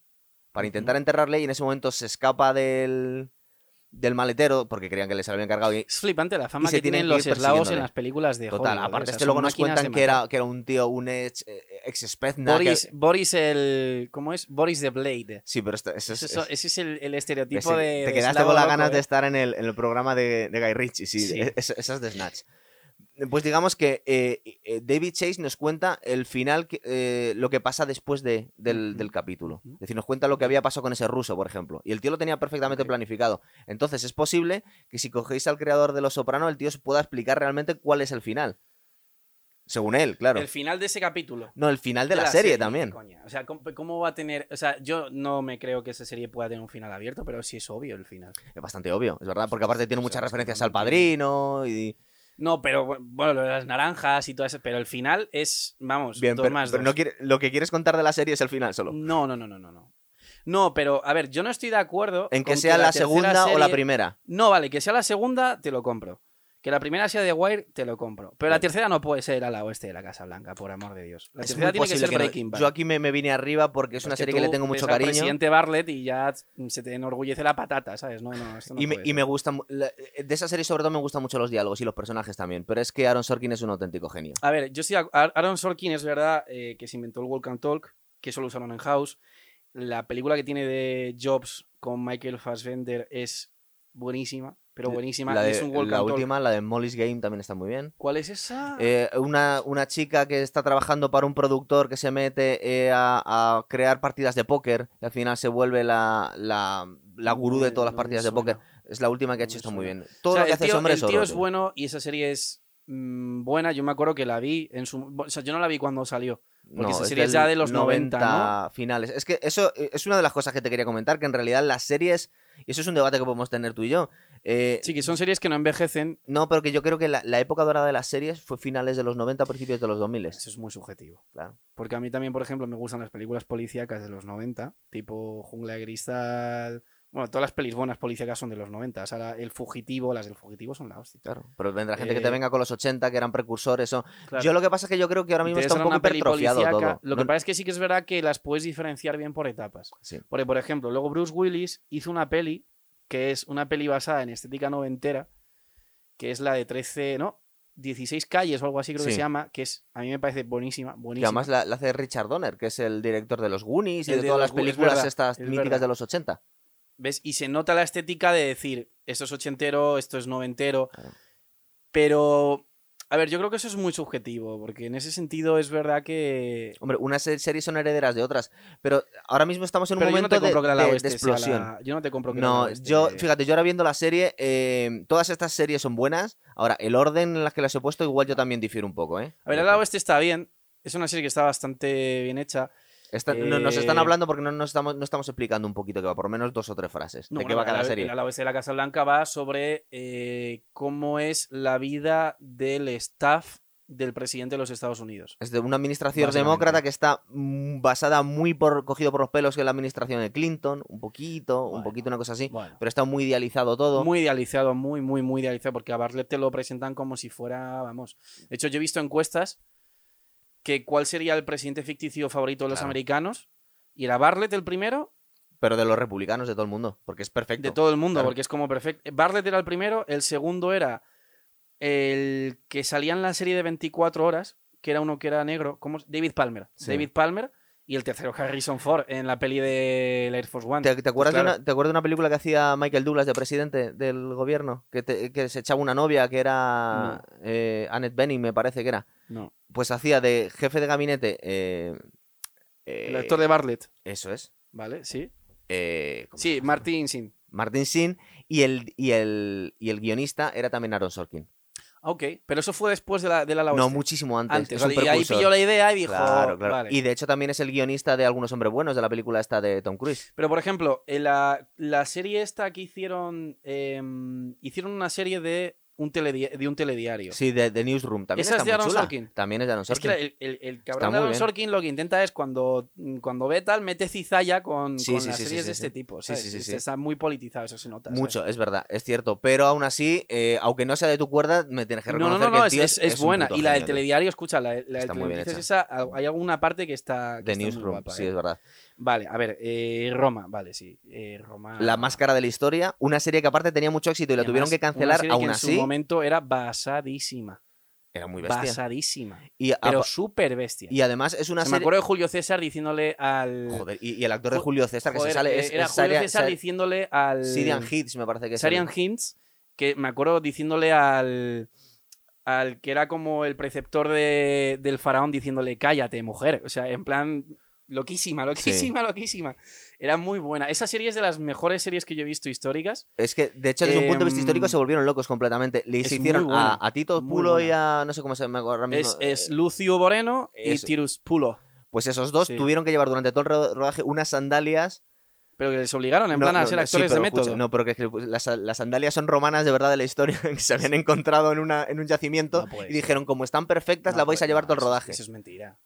Speaker 2: para
Speaker 1: Ujú.
Speaker 2: intentar enterrarle y en ese momento se escapa del del maletero porque creían que les habían cargado y
Speaker 1: Es flipante la
Speaker 2: Y
Speaker 1: fama
Speaker 2: se
Speaker 1: que tienen
Speaker 2: tienen que ir
Speaker 1: los eslavos en
Speaker 2: persiguiéndole.
Speaker 1: las películas de
Speaker 2: total.
Speaker 1: Hollywood, ¿eh?
Speaker 2: Aparte
Speaker 1: o sea,
Speaker 2: es que luego
Speaker 1: son
Speaker 2: nos
Speaker 1: máquinas
Speaker 2: cuentan
Speaker 1: de
Speaker 2: que era,
Speaker 1: matar.
Speaker 2: que era un tío, un ex, eh, ex Spetsnaz, que-
Speaker 1: Boris, Boris el... ¿Cómo es? Boris the Blade.
Speaker 2: Sí, pero esto- eso es-
Speaker 1: Ese, es-
Speaker 2: es-
Speaker 1: ese es el, el
Speaker 2: ese-
Speaker 1: estereotipo de...
Speaker 2: te
Speaker 1: de
Speaker 2: quedaste
Speaker 1: eslavo
Speaker 2: con las
Speaker 1: loco,
Speaker 2: ganas
Speaker 1: ¿eh?
Speaker 2: de estar en el, en el programa de, de Guy Ritchie, sí,
Speaker 1: Sí.
Speaker 2: es- es- esas de Snatch. Pues digamos que eh, eh, David Chase nos cuenta el final, que- eh, lo que pasa después de- del,
Speaker 1: Ujú.
Speaker 2: del capítulo.
Speaker 1: Ujú.
Speaker 2: Es decir, nos cuenta lo que había pasado con ese ruso, por ejemplo. Y el tío lo tenía perfectamente
Speaker 1: Ok.
Speaker 2: planificado. Entonces es posible que si cogéis al creador de Los Soprano, el tío os pueda explicar realmente cuál es el final. Según él, claro.
Speaker 1: El final de ese capítulo.
Speaker 2: No, el final de, la, serie, también.
Speaker 1: coña. O sea, ¿cómo, cómo va a tener...? O sea, yo no me creo que esa serie pueda tener un final abierto, pero sí es obvio el final.
Speaker 2: Es bastante obvio, es verdad, porque aparte tiene
Speaker 1: O sea,
Speaker 2: muchas
Speaker 1: es que
Speaker 2: referencias
Speaker 1: no
Speaker 2: al
Speaker 1: tiene-
Speaker 2: padrino y...
Speaker 1: No, pero bu- bueno, lo de las naranjas y todo eso, pero el final es, vamos,
Speaker 2: Bien,
Speaker 1: Pues dos
Speaker 2: pero,
Speaker 1: más
Speaker 2: pero
Speaker 1: dos.
Speaker 2: no quiere- lo que quieres contar de la serie es el final solo.
Speaker 1: No, no, no, no, no, no. No, pero a ver, yo no estoy de acuerdo
Speaker 2: En que
Speaker 1: con
Speaker 2: sea la,
Speaker 1: tercera
Speaker 2: segunda o la
Speaker 1: serie-
Speaker 2: primera.
Speaker 1: No, vale, que sea la segunda, te lo compro. Que la primera sea de Wire, te lo compro. Pero la
Speaker 2: Vale.
Speaker 1: tercera no puede ser al oeste de la Casa Blanca, por amor de Dios. La
Speaker 2: Es
Speaker 1: tercera
Speaker 2: muy
Speaker 1: tiene que
Speaker 2: posible
Speaker 1: ser
Speaker 2: que no.
Speaker 1: Breaking Bad.
Speaker 2: Yo aquí me, me vine arriba porque es
Speaker 1: Pero
Speaker 2: una
Speaker 1: Pues que
Speaker 2: serie que le
Speaker 1: tú
Speaker 2: tengo mucho
Speaker 1: ves al
Speaker 2: cariño.
Speaker 1: presidente Bartlett y ya se te enorgullece la patata, ¿sabes? No, no, esto no
Speaker 2: Y me,
Speaker 1: puede
Speaker 2: y
Speaker 1: ser.
Speaker 2: me gusta. mu- la- eh, De esa serie, sobre todo, me gustan mucho los diálogos y los personajes también. Pero es que Aaron Sorkin es un auténtico genio.
Speaker 1: A ver, yo sí. Aaron Sorkin es verdad eh, que se inventó el Walk and Talk, que solo usaron en House. La película que tiene de Jobs con Michael Fassbender es buenísima, pero buenísima.
Speaker 2: Eh, La,
Speaker 1: y
Speaker 2: de-
Speaker 1: es un Walk
Speaker 2: la
Speaker 1: and Talk.
Speaker 2: última, la de Molly's Game, también está muy bien.
Speaker 1: ¿Cuál es esa?
Speaker 2: Eh, una, una chica que está trabajando para un productor que se mete eh, a, a crear partidas de póker y al final se vuelve la, la, la gurú de
Speaker 1: No,
Speaker 2: todas las
Speaker 1: no me
Speaker 2: partidas de
Speaker 1: suena.
Speaker 2: póker. Es la última que ha
Speaker 1: No
Speaker 2: hecho,
Speaker 1: me
Speaker 2: está muy
Speaker 1: suena.
Speaker 2: bien. Todo
Speaker 1: O sea,
Speaker 2: lo que
Speaker 1: el
Speaker 2: hace
Speaker 1: tío,
Speaker 2: ese hombre
Speaker 1: el
Speaker 2: es
Speaker 1: tío
Speaker 2: oro,
Speaker 1: es
Speaker 2: tío.
Speaker 1: bueno y esa serie es mm, buena. Yo me acuerdo que la vi en su. O sea, yo no la vi cuando salió. porque esa serie es
Speaker 2: del
Speaker 1: ya de los 90,
Speaker 2: finales. Es que eso eh, es una de las cosas que te quería comentar, que en realidad las series, y eso es un debate que podemos tener tú y yo, eh,
Speaker 1: Sí, que son series que no envejecen.
Speaker 2: no, pero que yo creo que la, la época dorada de las series fue finales de los 90, principios de los 2000.
Speaker 1: Eso es muy subjetivo.
Speaker 2: Claro.
Speaker 1: Porque a mí también, por ejemplo, me gustan las películas policíacas de los 90, tipo Jungla de Cristal. Bueno, todas las pelis buenas policíacas son de los 90. O sea, la- El Fugitivo, las del Fugitivo son la hostia.
Speaker 2: Claro, pero vendrá gente que te
Speaker 1: Eh,
Speaker 2: venga con los 80, que eran precursores. o- Yo lo que pasa es que yo creo que ahora mismo
Speaker 1: Entonces
Speaker 2: está un
Speaker 1: era
Speaker 2: poco
Speaker 1: una peli
Speaker 2: hipertrofiado
Speaker 1: policíaca.
Speaker 2: todo.
Speaker 1: Lo que
Speaker 2: No-
Speaker 1: pasa es que sí que es verdad que las puedes diferenciar bien por etapas.
Speaker 2: sí.
Speaker 1: Porque, por ejemplo, luego Bruce Willis hizo una peli que es una peli basada en estética noventera, que es la de 13, ¿no? 16 calles o algo así creo que
Speaker 2: Sí.
Speaker 1: se llama, que es, a mí me parece buenísima,
Speaker 2: Que
Speaker 1: buenísima.
Speaker 2: además la, la hace Richard Donner, que es el director de los Goonies y
Speaker 1: El
Speaker 2: de,
Speaker 1: de
Speaker 2: todas
Speaker 1: los
Speaker 2: las
Speaker 1: Goonies, es
Speaker 2: películas
Speaker 1: verdad,
Speaker 2: estas
Speaker 1: es
Speaker 2: míticas
Speaker 1: verdad.
Speaker 2: de los 80.
Speaker 1: ¿Ves? Y se nota la estética de decir, esto es ochentero, esto es noventero.
Speaker 2: Claro.
Speaker 1: Pero, a ver, yo creo que eso es muy subjetivo, porque en ese sentido es verdad que...
Speaker 2: Hombre, unas se- series son herederas de otras, pero ahora mismo estamos en un
Speaker 1: Pero yo no
Speaker 2: momento
Speaker 1: te compro
Speaker 2: de,
Speaker 1: que la
Speaker 2: de- de
Speaker 1: oeste sea la-
Speaker 2: explosión.
Speaker 1: Yo no te compro que la este
Speaker 2: No,
Speaker 1: oeste-
Speaker 2: yo, fíjate, yo ahora viendo la serie, eh, todas estas series son buenas. Ahora, el orden en las que las he puesto, igual yo también difiero un poco, ¿eh?
Speaker 1: A ver, el lado este está bien. Es una serie que está bastante bien hecha.
Speaker 2: Está- no- Nos están
Speaker 1: eh,
Speaker 2: hablando porque no, nos estamos, no estamos explicando un poquito que va, por lo menos dos o tres frases.
Speaker 1: No,
Speaker 2: ¿De qué
Speaker 1: bueno,
Speaker 2: va cada
Speaker 1: el-
Speaker 2: serie?
Speaker 1: El Alavés de la Casa Blanca va sobre eh, cómo es la vida del staff del presidente de los Estados Unidos.
Speaker 2: Es de una administración
Speaker 1: Básicamente.
Speaker 2: demócrata que está mm, basada muy por cogido por los pelos que es la administración de Clinton, un poquito, un
Speaker 1: Bueno.
Speaker 2: poquito, una cosa así.
Speaker 1: Bueno,
Speaker 2: Pero está muy idealizado todo.
Speaker 1: muy idealizado, muy, muy, muy idealizado, porque a Bartlett te lo presentan como si fuera, vamos. De hecho, yo he visto encuestas que cuál sería el presidente ficticio favorito de los
Speaker 2: Claro.
Speaker 1: americanos. Y era Bartlett el primero
Speaker 2: Pero de los republicanos, de todo el mundo. Porque es perfecto.
Speaker 1: de todo el mundo,
Speaker 2: Claro.
Speaker 1: porque es como perfecto. Bartlett era el primero, el segundo era el que salía en la serie de 24 horas, que era uno que era negro, ¿cómo? es? David Palmer.
Speaker 2: Sí.
Speaker 1: David Palmer y el tercero Harrison Ford en la peli de la Air Force One.
Speaker 2: ¿Te, te acuerdas
Speaker 1: Pues
Speaker 2: de
Speaker 1: claro.
Speaker 2: una, ¿Te acuerdas de una película que hacía Michael Douglas de presidente del gobierno? Que, te- que se echaba una novia que era eh, Annette Bening, me parece que era.
Speaker 1: No,
Speaker 2: Pues hacía de jefe de gabinete. eh, eh,
Speaker 1: el actor de Bartlett,
Speaker 2: Eso es.
Speaker 1: ¿vale? Sí.
Speaker 2: eh, ¿cómo se
Speaker 1: Sí,
Speaker 2: llama?
Speaker 1: Martin Sin.
Speaker 2: Martin Sheen y el, y, el, y el guionista era también Aaron Sorkin.
Speaker 1: Ok, pero eso fue después de la de la, la
Speaker 2: No,
Speaker 1: Oeste.
Speaker 2: muchísimo antes.
Speaker 1: antes.
Speaker 2: es
Speaker 1: vale,
Speaker 2: un
Speaker 1: y ahí
Speaker 2: precursor.
Speaker 1: pilló la idea y dijo,
Speaker 2: Claro, claro.
Speaker 1: vale.
Speaker 2: Y de hecho también es el guionista de Algunos Hombres Buenos, de la película esta de Tom Cruise.
Speaker 1: Pero, por ejemplo, en la, la serie esta que hicieron. em, hicieron una serie de un teledi- de un telediario.
Speaker 2: Sí, de, de Newsroom. También
Speaker 1: Esa
Speaker 2: está
Speaker 1: es de
Speaker 2: muy
Speaker 1: Aaron
Speaker 2: chula.
Speaker 1: Sorkin.
Speaker 2: También es de Aaron
Speaker 1: Es que
Speaker 2: Sorkin.
Speaker 1: el, el- el cabrón
Speaker 2: muy
Speaker 1: de Aaron
Speaker 2: bien.
Speaker 1: Sorkin lo que intenta es cuando, cuando ve tal, mete cizalla con,
Speaker 2: Sí,
Speaker 1: con
Speaker 2: sí,
Speaker 1: las
Speaker 2: sí, sí,
Speaker 1: series
Speaker 2: sí,
Speaker 1: de
Speaker 2: sí.
Speaker 1: este tipo.
Speaker 2: Sí,
Speaker 1: ¿sabes?
Speaker 2: sí, sí,
Speaker 1: Este
Speaker 2: sí.
Speaker 1: Está muy politizado, eso se nota. ¿sabes?
Speaker 2: Mucho, es verdad, es cierto. Pero aún así, eh, aunque no sea de tu cuerda, me tienes que
Speaker 1: No, no,
Speaker 2: reconocer
Speaker 1: no, no,
Speaker 2: que el
Speaker 1: es,
Speaker 2: tío
Speaker 1: es- es
Speaker 2: un
Speaker 1: buena.
Speaker 2: puto
Speaker 1: Y la del
Speaker 2: genio, tío.
Speaker 1: telediario, escucha, la, la del
Speaker 2: Está muy bien
Speaker 1: telediario es
Speaker 2: hecha.
Speaker 1: esa, hay alguna parte que está. que
Speaker 2: De
Speaker 1: está muy
Speaker 2: Newsroom,
Speaker 1: guapa,
Speaker 2: sí,
Speaker 1: ¿eh?
Speaker 2: es verdad.
Speaker 1: Vale, a ver, eh, Roma, vale, sí. eh, Roma.
Speaker 2: La máscara de la historia, una serie que aparte tenía mucho éxito y la
Speaker 1: Y
Speaker 2: tuvieron
Speaker 1: además,
Speaker 2: que
Speaker 1: una
Speaker 2: cancelar,
Speaker 1: serie que
Speaker 2: aún
Speaker 1: En
Speaker 2: así,
Speaker 1: su momento era basadísima.
Speaker 2: era muy bestia.
Speaker 1: Basadísima.
Speaker 2: Y, a-
Speaker 1: Pero súper bestia.
Speaker 2: y además es una
Speaker 1: Se me
Speaker 2: serie...
Speaker 1: acuerdo de Julio César diciéndole al.
Speaker 2: Joder, y, y el actor de
Speaker 1: Ju-
Speaker 2: Julio César que
Speaker 1: Joder,
Speaker 2: se sale
Speaker 1: eh,
Speaker 2: es,
Speaker 1: era
Speaker 2: es
Speaker 1: Julio
Speaker 2: Saria-
Speaker 1: César
Speaker 2: Sa-
Speaker 1: diciéndole al.
Speaker 2: Sirian Hits, me parece que es.
Speaker 1: Sarian
Speaker 2: el-
Speaker 1: Hinds, que me acuerdo diciéndole al. Al que era como el preceptor de- del faraón diciéndole, cállate, mujer. O sea, en plan, loquísima, loquísima, loquísima. Era muy buena. Esa serie es de las mejores series que yo he visto históricas.
Speaker 2: Es que, de hecho, desde un punto de vista
Speaker 1: Em,
Speaker 2: histórico se volvieron locos completamente. Le
Speaker 1: es muy
Speaker 2: hicieron
Speaker 1: buena,
Speaker 2: a, a Tito
Speaker 1: muy
Speaker 2: Pulo y
Speaker 1: buena.
Speaker 2: a... no sé cómo se llama ahora mismo.
Speaker 1: Es, es
Speaker 2: eh,
Speaker 1: Lucio Boreno y
Speaker 2: eso.
Speaker 1: Tirus Pulo.
Speaker 2: Pues esos dos
Speaker 1: sí.
Speaker 2: tuvieron que llevar durante todo el ro- rodaje unas sandalias
Speaker 1: Pero que les obligaron, en plan, a ser
Speaker 2: sí,
Speaker 1: actores de
Speaker 2: pero
Speaker 1: método.
Speaker 2: escucha, no, pero que, es que las, las sandalias son romanas de verdad de la historia <laughs> que se habían encontrado en, una, en un yacimiento
Speaker 1: No puede ser.
Speaker 2: y dijeron, como están perfectas,
Speaker 1: No,
Speaker 2: las vais a
Speaker 1: pues,
Speaker 2: llevar
Speaker 1: no,
Speaker 2: todo el
Speaker 1: eso-
Speaker 2: rodaje.
Speaker 1: Eso, es mentira.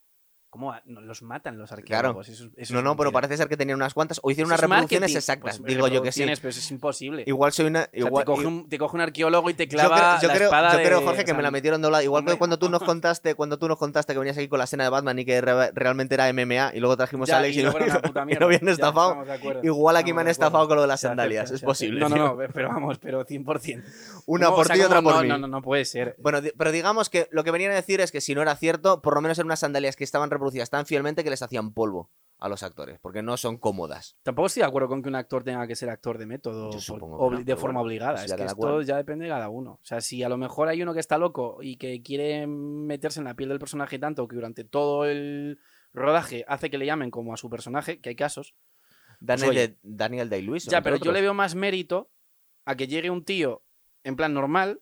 Speaker 1: ¿Cómo a- no, los matan los arqueólogos? Eso es- eso
Speaker 2: no,
Speaker 1: es
Speaker 2: no, pero
Speaker 1: mentira.
Speaker 2: parece ser que tenían unas cuantas o hicieron
Speaker 1: Eso
Speaker 2: unas
Speaker 1: es
Speaker 2: reproducciones
Speaker 1: marketing.
Speaker 2: exactas.
Speaker 1: Pues,
Speaker 2: Digo yo que sí.
Speaker 1: reproducciones, Pero eso es imposible.
Speaker 2: Igual soy una.
Speaker 1: O sea,
Speaker 2: Igual,
Speaker 1: te, coge un, te coge un arqueólogo y te
Speaker 2: yo creo-
Speaker 1: clava
Speaker 2: yo
Speaker 1: la
Speaker 2: creo,
Speaker 1: espada
Speaker 2: yo creo,
Speaker 1: de-
Speaker 2: Jorge,
Speaker 1: o
Speaker 2: que
Speaker 1: sea,
Speaker 2: me la metieron doblada. Igual
Speaker 1: hombre,
Speaker 2: que cuando tú nos contaste, cuando tú nos contaste que venías aquí con la escena de Batman y que re- realmente era MMA y luego trajimos
Speaker 1: ya,
Speaker 2: a Alex y,
Speaker 1: y
Speaker 2: no,
Speaker 1: luego era una puta
Speaker 2: y no
Speaker 1: mierda.
Speaker 2: habían
Speaker 1: Ya,
Speaker 2: estafado.
Speaker 1: estamos de acuerdo.
Speaker 2: <laughs> Igual aquí
Speaker 1: Estamos
Speaker 2: me han
Speaker 1: de acuerdo.
Speaker 2: estafado con lo de las
Speaker 1: Se acepta,
Speaker 2: sandalias.
Speaker 1: se
Speaker 2: Es
Speaker 1: acepta.
Speaker 2: posible.
Speaker 1: No,
Speaker 2: tío.
Speaker 1: no, no, pero vamos, pero 100%.
Speaker 2: Una
Speaker 1: No, o
Speaker 2: por
Speaker 1: sea,
Speaker 2: ti y otra
Speaker 1: como-
Speaker 2: por
Speaker 1: no,
Speaker 2: mí.
Speaker 1: No, no, no puede ser.
Speaker 2: Bueno, di- pero digamos que lo que venían a decir es que si no era cierto, por lo menos eran unas sandalias que estaban reproducidas tan fielmente que les hacían polvo a los actores, porque no son cómodas.
Speaker 1: Tampoco estoy de acuerdo con que un actor tenga que ser actor de método
Speaker 2: Yo
Speaker 1: por-
Speaker 2: supongo que
Speaker 1: obli-
Speaker 2: no,
Speaker 1: de
Speaker 2: pero
Speaker 1: forma
Speaker 2: bueno,
Speaker 1: obligada.
Speaker 2: eso
Speaker 1: Es
Speaker 2: ya
Speaker 1: que
Speaker 2: cada
Speaker 1: esto
Speaker 2: cual.
Speaker 1: ya depende de cada uno. O sea, si a lo mejor hay uno que está loco y que quiere meterse en la piel del personaje tanto que durante todo el rodaje hace que le llamen como a su personaje, que hay casos.
Speaker 2: Daniel,
Speaker 1: oye.
Speaker 2: de- Daniel Day-Lewis.
Speaker 1: Ya,
Speaker 2: entre
Speaker 1: pero yo
Speaker 2: otros.
Speaker 1: le veo más mérito a que llegue un tío en plan normal,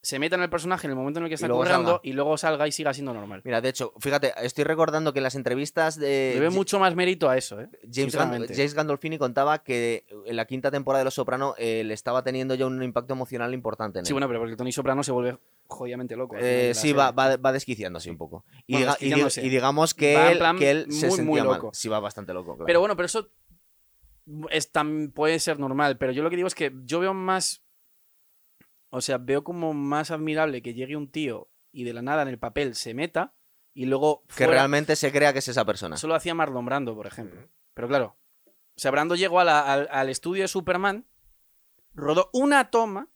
Speaker 1: se meta en el personaje en el momento en el que está
Speaker 2: luego
Speaker 1: currando
Speaker 2: salga.
Speaker 1: y luego salga y siga siendo normal.
Speaker 2: Mira, de hecho, fíjate, estoy recordando que en las entrevistas de
Speaker 1: Le veo
Speaker 2: Ja-
Speaker 1: mucho más mérito a eso, ¿eh?
Speaker 2: James, Gan-
Speaker 1: sinceramente.
Speaker 2: James Gandolfini contaba que en la quinta temporada de Los Soprano eh, le estaba teniendo ya un impacto emocional importante en él.
Speaker 1: Sí, bueno, pero porque Tony Soprano se vuelve jodidamente loco. al final de
Speaker 2: Eh,
Speaker 1: la
Speaker 2: sí,
Speaker 1: serie.
Speaker 2: va, va, va desquiciándose un poco. Y,
Speaker 1: Bueno,
Speaker 2: diga- y diga-
Speaker 1: desquiciándose.
Speaker 2: y digamos que
Speaker 1: Va en
Speaker 2: él,
Speaker 1: plan
Speaker 2: que él se
Speaker 1: muy, muy
Speaker 2: sentía mal.
Speaker 1: loco.
Speaker 2: Sí, va bastante loco, claro.
Speaker 1: Pero bueno, pero eso es tan, puede ser normal. Pero yo lo que digo es que yo veo más. O sea, veo como más admirable que llegue un tío y de la nada en el papel se meta y luego.
Speaker 2: que
Speaker 1: fuera-
Speaker 2: realmente se crea que es esa persona.
Speaker 1: Eso lo hacía Marlon Brando, por ejemplo. Pero claro, o sea, Brando llegó a la- al, al estudio de Superman, rodó una toma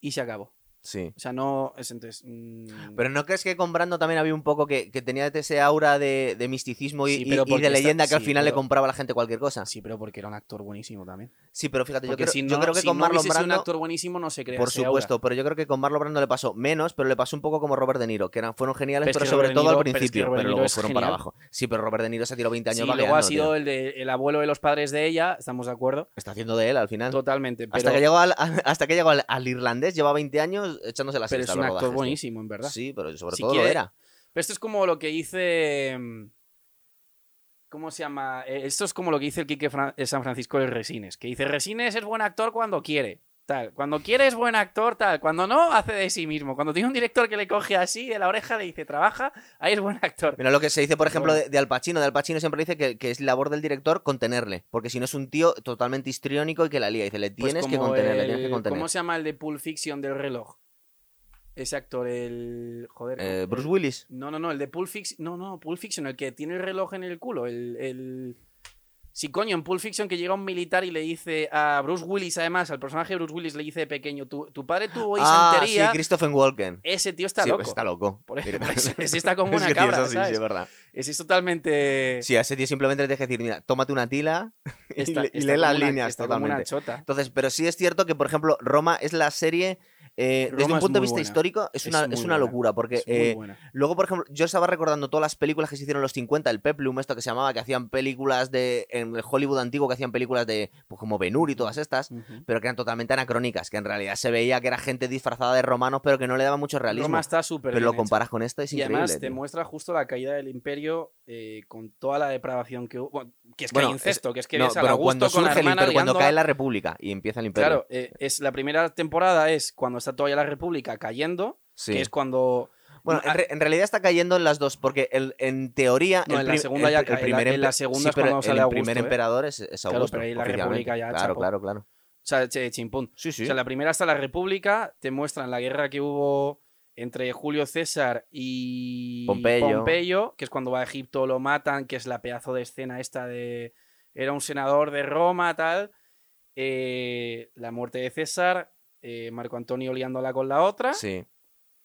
Speaker 1: y se acabó.
Speaker 2: Sí.
Speaker 1: O sea, no. Es entonces. mm,
Speaker 2: Pero ¿no crees que con Brando también había un poco que, que tenía ese aura de, de misticismo y,
Speaker 1: Sí,
Speaker 2: y-
Speaker 1: pero
Speaker 2: y
Speaker 1: porque
Speaker 2: de
Speaker 1: está-
Speaker 2: leyenda que al
Speaker 1: sí,
Speaker 2: final le
Speaker 1: pero-
Speaker 2: compraba a la gente cualquier cosa?
Speaker 1: Sí, pero porque era un actor buenísimo también.
Speaker 2: Sí, pero fíjate, yo
Speaker 1: Porque
Speaker 2: creo,
Speaker 1: si no,
Speaker 2: yo creo que
Speaker 1: si
Speaker 2: con
Speaker 1: no
Speaker 2: Marlon
Speaker 1: hubiese sido
Speaker 2: Brando...
Speaker 1: un actor buenísimo, no se crea.
Speaker 2: Por
Speaker 1: ese aura.
Speaker 2: supuesto, pero yo creo que con Marlon Brando le pasó menos, pero le pasó un poco como Robert De Niro, que eran, fueron geniales,
Speaker 1: Pero es
Speaker 2: pero
Speaker 1: que
Speaker 2: sobre
Speaker 1: Robert De
Speaker 2: todo al
Speaker 1: Niro- pero es que
Speaker 2: principio, pero,
Speaker 1: Robert De Niro
Speaker 2: luego
Speaker 1: es
Speaker 2: fueron para
Speaker 1: genial.
Speaker 2: abajo. Sí, pero Robert De Niro se tiró 20 años
Speaker 1: Sí,
Speaker 2: bagueando,
Speaker 1: luego ha
Speaker 2: tío.
Speaker 1: sido el, de- el abuelo de los padres de ella, estamos de acuerdo.
Speaker 2: Está haciendo de él al final.
Speaker 1: Totalmente. Pero,
Speaker 2: Hasta que llegó, al, <laughs> hasta que llegó al, al irlandés, lleva 20 años echándose la
Speaker 1: pero es
Speaker 2: siesta a
Speaker 1: un
Speaker 2: los
Speaker 1: actor
Speaker 2: rodajes, tío.
Speaker 1: buenísimo, en verdad.
Speaker 2: Sí, pero sobre
Speaker 1: Si
Speaker 2: todo lo
Speaker 1: quiere-
Speaker 2: era.
Speaker 1: Pero esto es como lo que hice. mm, ¿Cómo se llama? Eh, Esto es como lo que dice el Quique Fran- eh, San Francisco de Resines. Que dice: Resines es buen actor cuando quiere. Tal. Cuando quiere es buen actor, tal. Cuando no, hace de sí mismo. Cuando tiene un director que le coge así de la oreja, le dice: Trabaja, ahí es buen actor.
Speaker 2: Mira lo que se dice, por
Speaker 1: Pero
Speaker 2: ejemplo,
Speaker 1: bueno.
Speaker 2: de, de Al Pacino. De Al Pacino siempre dice que, que es labor del director contenerle. Porque si no es un tío totalmente histriónico y que la lía. Dice, le
Speaker 1: Pues
Speaker 2: tienes que
Speaker 1: como
Speaker 2: contener, le tienes
Speaker 1: el-
Speaker 2: que contener.
Speaker 1: ¿Cómo se llama el de Pulp Fiction del reloj? Ese actor, el. Joder.
Speaker 2: Eh,
Speaker 1: el-
Speaker 2: Bruce Willis.
Speaker 1: No, no, no, el de Pulp Fiction. No, no, Pulp Fiction, el que tiene el reloj en el culo. El. el... Sí, coño, en Pulp Fiction que llega un militar y le dice a Bruce Willis, además, al personaje de Bruce Willis le dice de pequeño, tu, tu padre tuvo
Speaker 2: Ah, sí,
Speaker 1: disentería,
Speaker 2: Christopher Walken.
Speaker 1: ese tío está
Speaker 2: Sí, pues
Speaker 1: loco.
Speaker 2: Está loco.
Speaker 1: <laughs> Por
Speaker 2: Mira.
Speaker 1: ejemplo,
Speaker 2: <laughs>
Speaker 1: ese- ese está como
Speaker 2: Es
Speaker 1: una
Speaker 2: que, tío,
Speaker 1: cabra,
Speaker 2: eso sí,
Speaker 1: ¿sabes?
Speaker 2: sí, es verdad.
Speaker 1: Ese es totalmente...
Speaker 2: <laughs> Sí, a ese tío simplemente le tienes que decir, mira, tómate una tila y,
Speaker 1: está-
Speaker 2: le- y
Speaker 1: está
Speaker 2: lee las
Speaker 1: como una-
Speaker 2: líneas
Speaker 1: está como
Speaker 2: totalmente.
Speaker 1: una chota.
Speaker 2: Entonces, pero sí es cierto que, por ejemplo, Roma es la serie, eh,
Speaker 1: Roma
Speaker 2: desde un
Speaker 1: es
Speaker 2: punto de
Speaker 1: muy
Speaker 2: vista
Speaker 1: buena.
Speaker 2: histórico, es
Speaker 1: Es
Speaker 2: una,
Speaker 1: muy
Speaker 2: es una
Speaker 1: buena.
Speaker 2: locura. Porque
Speaker 1: Es muy
Speaker 2: eh,
Speaker 1: buena.
Speaker 2: Luego, por ejemplo, yo estaba recordando todas las películas que se hicieron en los 50, el Peplum, esto que se llamaba, que hacían películas de. en el Hollywood antiguo, que hacían películas de. pues como Benur y todas estas,
Speaker 1: Ujú.
Speaker 2: pero que eran totalmente anacrónicas, que en realidad se veía que era gente disfrazada de romanos, pero que no le daba mucho realismo.
Speaker 1: Roma está súper
Speaker 2: pero lo
Speaker 1: bien hecha.
Speaker 2: comparas con esto, es
Speaker 1: Y
Speaker 2: increíble.
Speaker 1: además te
Speaker 2: tío.
Speaker 1: muestra justo la caída del imperio eh, con toda la depravación que hubo. bueno, que es que
Speaker 2: Bueno,
Speaker 1: hay incesto, que es que
Speaker 2: No,
Speaker 1: eres a la
Speaker 2: pero
Speaker 1: gusto
Speaker 2: cuando
Speaker 1: con la
Speaker 2: surge el
Speaker 1: hermana
Speaker 2: imperio, cuando
Speaker 1: ligándola.
Speaker 2: cae la república y empieza el imperio.
Speaker 1: Claro, eh, es, la primera temporada es cuando está todavía la República cayendo,
Speaker 2: Sí.
Speaker 1: que es cuando.
Speaker 2: Bueno, en, re- en realidad está cayendo en las dos, porque el- en teoría.
Speaker 1: No, en la
Speaker 2: prim-
Speaker 1: segunda ya
Speaker 2: pr-
Speaker 1: cae, la- en la
Speaker 2: empe-
Speaker 1: segunda
Speaker 2: sí,
Speaker 1: es
Speaker 2: pero
Speaker 1: cuando sale
Speaker 2: El
Speaker 1: Augusto,
Speaker 2: primer
Speaker 1: ¿eh?
Speaker 2: emperador es, es
Speaker 1: Claro,
Speaker 2: Augusto.
Speaker 1: pero ahí la
Speaker 2: oficialmente.
Speaker 1: República ya,
Speaker 2: Claro,
Speaker 1: chapo.
Speaker 2: claro, claro.
Speaker 1: O sea, che- chimpún.
Speaker 2: Sí, sí.
Speaker 1: O sea, la primera hasta la República, te muestran la guerra que hubo entre Julio César y
Speaker 2: Pompeyo.
Speaker 1: que es cuando va a Egipto, lo matan, que es la pedazo de escena esta de... Era un senador de Roma, tal. Eh, la muerte de César, eh, Marco Antonio liándola con la otra.
Speaker 2: Sí.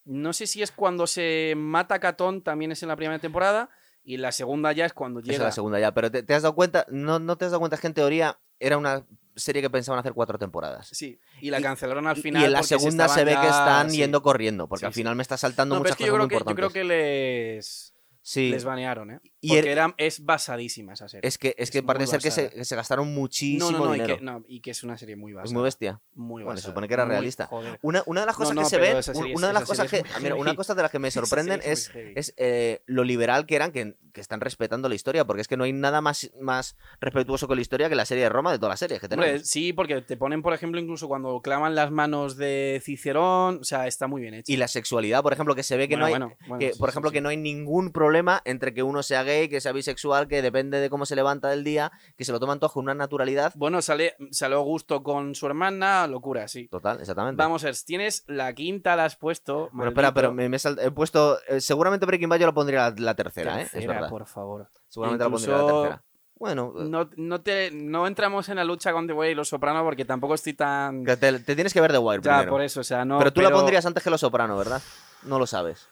Speaker 1: No sé si es cuando se mata a Catón, también es en la primera temporada. Y la segunda ya es cuando
Speaker 2: Esa es
Speaker 1: llega...
Speaker 2: la segunda ya. Pero te, te has dado cuenta, no, no te has dado cuenta, es que en teoría era una serie que pensaban hacer cuatro temporadas.
Speaker 1: Sí, y la
Speaker 2: Y-
Speaker 1: cancelaron al
Speaker 2: Y-
Speaker 1: final.
Speaker 2: y en la
Speaker 1: porque se
Speaker 2: segunda se,
Speaker 1: estaban
Speaker 2: ve que
Speaker 1: ya-
Speaker 2: están
Speaker 1: sí.
Speaker 2: yendo corriendo, porque
Speaker 1: Sí,
Speaker 2: al
Speaker 1: sí.
Speaker 2: final me está saltando
Speaker 1: No, pero
Speaker 2: muchas
Speaker 1: es que yo, creo
Speaker 2: cosas muy
Speaker 1: que yo creo
Speaker 2: importantes.
Speaker 1: que les,
Speaker 2: Sí.
Speaker 1: les banearon, ¿eh?
Speaker 2: Y
Speaker 1: Porque
Speaker 2: er-
Speaker 1: era, es basadísima esa serie.
Speaker 2: Es que, es
Speaker 1: es
Speaker 2: que
Speaker 1: muy
Speaker 2: parece ser que se,
Speaker 1: basada.
Speaker 2: que se gastaron muchísimo
Speaker 1: no, no, no, y
Speaker 2: dinero.
Speaker 1: que, no, y que es una serie muy basada.
Speaker 2: es muy bestia.
Speaker 1: muy
Speaker 2: Bueno, se
Speaker 1: basada,
Speaker 2: supone que era
Speaker 1: muy-
Speaker 2: realista.
Speaker 1: joder.
Speaker 2: Una, una de las
Speaker 1: No,
Speaker 2: cosas
Speaker 1: no,
Speaker 2: que se
Speaker 1: pero
Speaker 2: ven,
Speaker 1: esa serie
Speaker 2: una de
Speaker 1: es-
Speaker 2: las
Speaker 1: esa
Speaker 2: cosas
Speaker 1: serie
Speaker 2: que,
Speaker 1: es
Speaker 2: ah,
Speaker 1: muy
Speaker 2: mira, una
Speaker 1: <laughs> heavy.
Speaker 2: cosa de las que me
Speaker 1: Esa
Speaker 2: sorprenden
Speaker 1: serie
Speaker 2: es,
Speaker 1: es muy heavy.
Speaker 2: es eh, lo liberal que eran, que, que están respetando la historia, porque es que no hay nada más, más respetuoso con la historia que la serie de Roma de todas las series que tenemos.
Speaker 1: Hombre, sí, porque te ponen, por ejemplo, incluso cuando claman las manos de Cicerón, o sea, está muy bien hecho.
Speaker 2: y la sexualidad, por ejemplo, que se ve que no hay, que, por ejemplo, que no hay ningún problema entre que uno sea gay, que sea bisexual, que depende de cómo se levanta del día, que se lo toman todos con una naturalidad
Speaker 1: Bueno, sale, sale Augusto con su hermana, locura, sí.
Speaker 2: total, exactamente.
Speaker 1: Vamos a ver, tienes la quinta, la has puesto.
Speaker 2: bueno, espera,
Speaker 1: maldito.
Speaker 2: pero me, me he sal- he puesto. eh, seguramente Breaking Bad yo lo pondría la, la tercera, ¿eh? Es
Speaker 1: Tercera,
Speaker 2: verdad.
Speaker 1: por favor.
Speaker 2: Seguramente la pondría
Speaker 1: incluso-
Speaker 2: la tercera. Bueno, eh,
Speaker 1: No, no, te, no entramos en la lucha con The Way y Los Soprano porque tampoco estoy tan...
Speaker 2: que te, te tienes que ver The Wire
Speaker 1: Ya,
Speaker 2: primero.
Speaker 1: por eso, o sea, no...
Speaker 2: pero tú la pondrías antes que Los Soprano, ¿verdad? No lo sabes.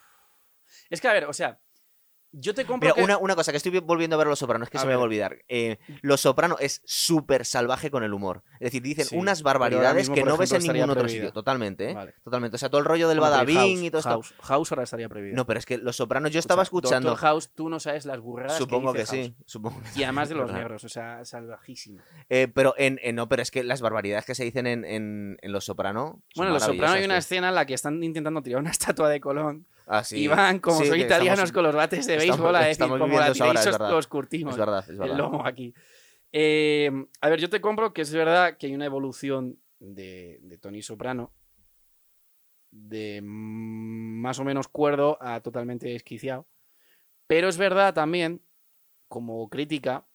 Speaker 1: Es que, a ver, o sea, yo te compro
Speaker 2: Mira,
Speaker 1: que-
Speaker 2: una, una cosa, que estoy volviendo a ver a Los Sopranos, es que
Speaker 1: A
Speaker 2: se me va a
Speaker 1: ver.
Speaker 2: olvidar. Eh, Los Sopranos es súper salvaje con el humor. Es decir, dicen
Speaker 1: Sí,
Speaker 2: unas
Speaker 1: pero ahora
Speaker 2: barbaridades
Speaker 1: mismo,
Speaker 2: que
Speaker 1: por
Speaker 2: no ves
Speaker 1: ejemplo,
Speaker 2: en
Speaker 1: estaría
Speaker 2: ningún otro
Speaker 1: prohibido.
Speaker 2: sitio. Totalmente, ¿eh?
Speaker 1: Vale.
Speaker 2: Totalmente. O sea, todo el rollo del
Speaker 1: Bueno, pero
Speaker 2: badabing
Speaker 1: House,
Speaker 2: y todo esto.
Speaker 1: House, House ahora estaría prohibido.
Speaker 2: No, pero es que Los Sopranos, yo estaba
Speaker 1: O sea,
Speaker 2: escuchando.
Speaker 1: Doctor House, tú no sabes las burradas
Speaker 2: Supongo que,
Speaker 1: que, dice
Speaker 2: sí. Supongo que
Speaker 1: House. <laughs> Y
Speaker 2: <laughs>
Speaker 1: además de los
Speaker 2: Verdad.
Speaker 1: negros, o sea, salvajísimo.
Speaker 2: Eh, pero en, en- no, pero es que las barbaridades que se dicen en, en- en Los Soprano. son
Speaker 1: Bueno, en Los Soprano hay una
Speaker 2: maravillosas,
Speaker 1: escena en la que están intentando tirar una <laughs> estatua de Colón.
Speaker 2: tío. Ah, sí.
Speaker 1: Y van, como
Speaker 2: Sí,
Speaker 1: son
Speaker 2: que
Speaker 1: italianos,
Speaker 2: estamos-
Speaker 1: con los bates de
Speaker 2: estamos-
Speaker 1: béisbol a decir, como
Speaker 2: estamos
Speaker 1: la
Speaker 2: viviendo eso ahora,
Speaker 1: tiréis,
Speaker 2: es
Speaker 1: os-
Speaker 2: verdad.
Speaker 1: os curtimos.
Speaker 2: Es verdad, es
Speaker 1: el
Speaker 2: verdad.
Speaker 1: lomo aquí. Eh, a ver, yo te compro que es verdad que hay una evolución de, de Tony Soprano de mm, más o menos cuerdo a totalmente desquiciado. Pero es verdad también, como crítica,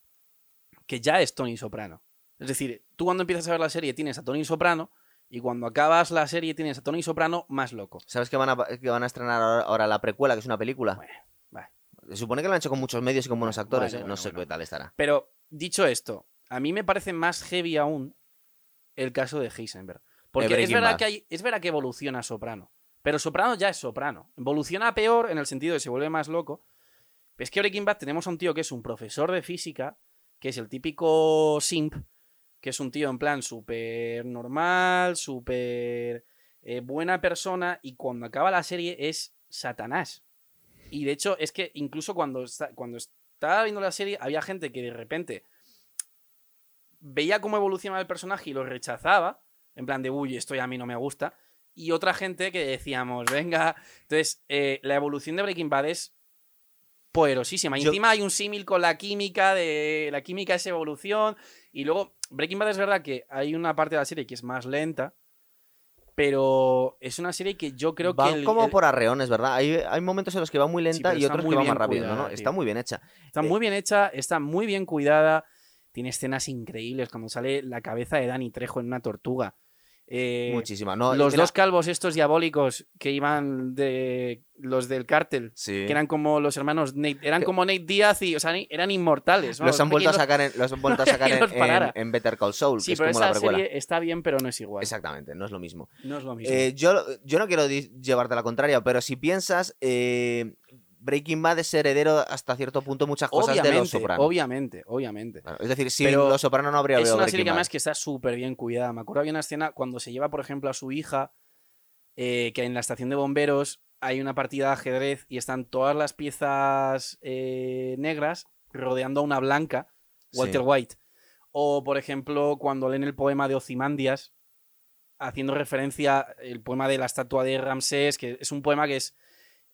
Speaker 1: que ya es Tony Soprano. Es decir, tú cuando empiezas a ver la serie tienes a Tony Soprano y cuando acabas la serie tienes a Tony Soprano más loco.
Speaker 2: ¿Sabes que van a, que van a estrenar ahora, ahora la precuela, que es una película?
Speaker 1: Bueno, vale.
Speaker 2: Se supone que la han hecho con muchos medios y con buenos actores,
Speaker 1: Bueno,
Speaker 2: ¿eh?
Speaker 1: bueno,
Speaker 2: no sé
Speaker 1: bueno.
Speaker 2: qué tal estará.
Speaker 1: Pero dicho esto, a mí me parece más heavy aún el caso de Heisenberg.
Speaker 2: De
Speaker 1: Porque es
Speaker 2: Breaking
Speaker 1: verdad,
Speaker 2: Bad.
Speaker 1: que hay- es verdad que evoluciona Soprano. Pero Soprano ya es Soprano. Evoluciona a peor en el sentido de se vuelve más loco. Pero es que Breaking Bad tenemos a un tío que es un profesor de física, que es el típico simp, que es un tío en plan súper normal, súper eh, buena persona, y cuando acaba la serie es Satanás. Y de hecho es que incluso cuando, está- cuando estaba viendo la serie había gente que de repente veía cómo evolucionaba el personaje y lo rechazaba, en plan de, uy, esto ya a mí no me gusta, y otra gente que decíamos, venga, entonces eh, la evolución de Breaking Bad es poderosísima. Y
Speaker 2: Yo-
Speaker 1: encima hay un símil con la química, de la química es evolución, y luego Breaking Bad es verdad que hay una parte de la serie que es más lenta, pero es una serie que yo creo
Speaker 2: Van
Speaker 1: que... el-
Speaker 2: como
Speaker 1: el-
Speaker 2: por arreones, ¿verdad? Hay, hay momentos en los que va muy lenta
Speaker 1: pero
Speaker 2: y
Speaker 1: está
Speaker 2: otros
Speaker 1: muy
Speaker 2: que va
Speaker 1: bien
Speaker 2: más rápido, ¿no?
Speaker 1: cuidada, tío.
Speaker 2: Está muy bien hecha.
Speaker 1: Está
Speaker 2: Eh,
Speaker 1: muy bien hecha, está muy bien cuidada. Tiene escenas increíbles cuando sale la cabeza de Dani Trejo en una tortuga. Eh,
Speaker 2: Muchísima. No,
Speaker 1: los
Speaker 2: mira-
Speaker 1: dos calvos estos diabólicos que iban de los del cártel,
Speaker 2: Sí.
Speaker 1: que eran como los hermanos Nate, eran
Speaker 2: Que-
Speaker 1: como Nate Díaz y o sea, ni- eran inmortales. vamos,
Speaker 2: los han vuelto a
Speaker 1: no-
Speaker 2: sacar en, los han vuelto a sacar
Speaker 1: <laughs> que
Speaker 2: en,
Speaker 1: los parara.
Speaker 2: en- en Better Call Saul,
Speaker 1: Sí,
Speaker 2: que es
Speaker 1: pero
Speaker 2: como la
Speaker 1: esa
Speaker 2: precuela.
Speaker 1: serie está bien, pero no es igual.
Speaker 2: Exactamente, no es lo mismo.
Speaker 1: No es lo mismo.
Speaker 2: Eh, yo, yo no quiero di- llevarte a la contraria, pero si piensas, eh, Breaking Bad es heredero hasta cierto punto muchas cosas de Los
Speaker 1: obviamente,
Speaker 2: Sopranos.
Speaker 1: obviamente, obviamente.
Speaker 2: Es decir, sin
Speaker 1: Pero
Speaker 2: Los Soprano no habría
Speaker 1: es
Speaker 2: habido
Speaker 1: una
Speaker 2: Breaking
Speaker 1: serie que
Speaker 2: Bad.
Speaker 1: además que está súper bien cuidada. Me acuerdo había una escena cuando se lleva, por ejemplo, a su hija, eh, que en la estación de bomberos hay una partida de ajedrez y están todas las piezas eh, negras rodeando a una blanca, Walter
Speaker 2: Sí.
Speaker 1: White. O, por ejemplo, cuando leen el poema de Ocimandias, haciendo referencia el poema de la estatua de Ramsés, que es un poema que es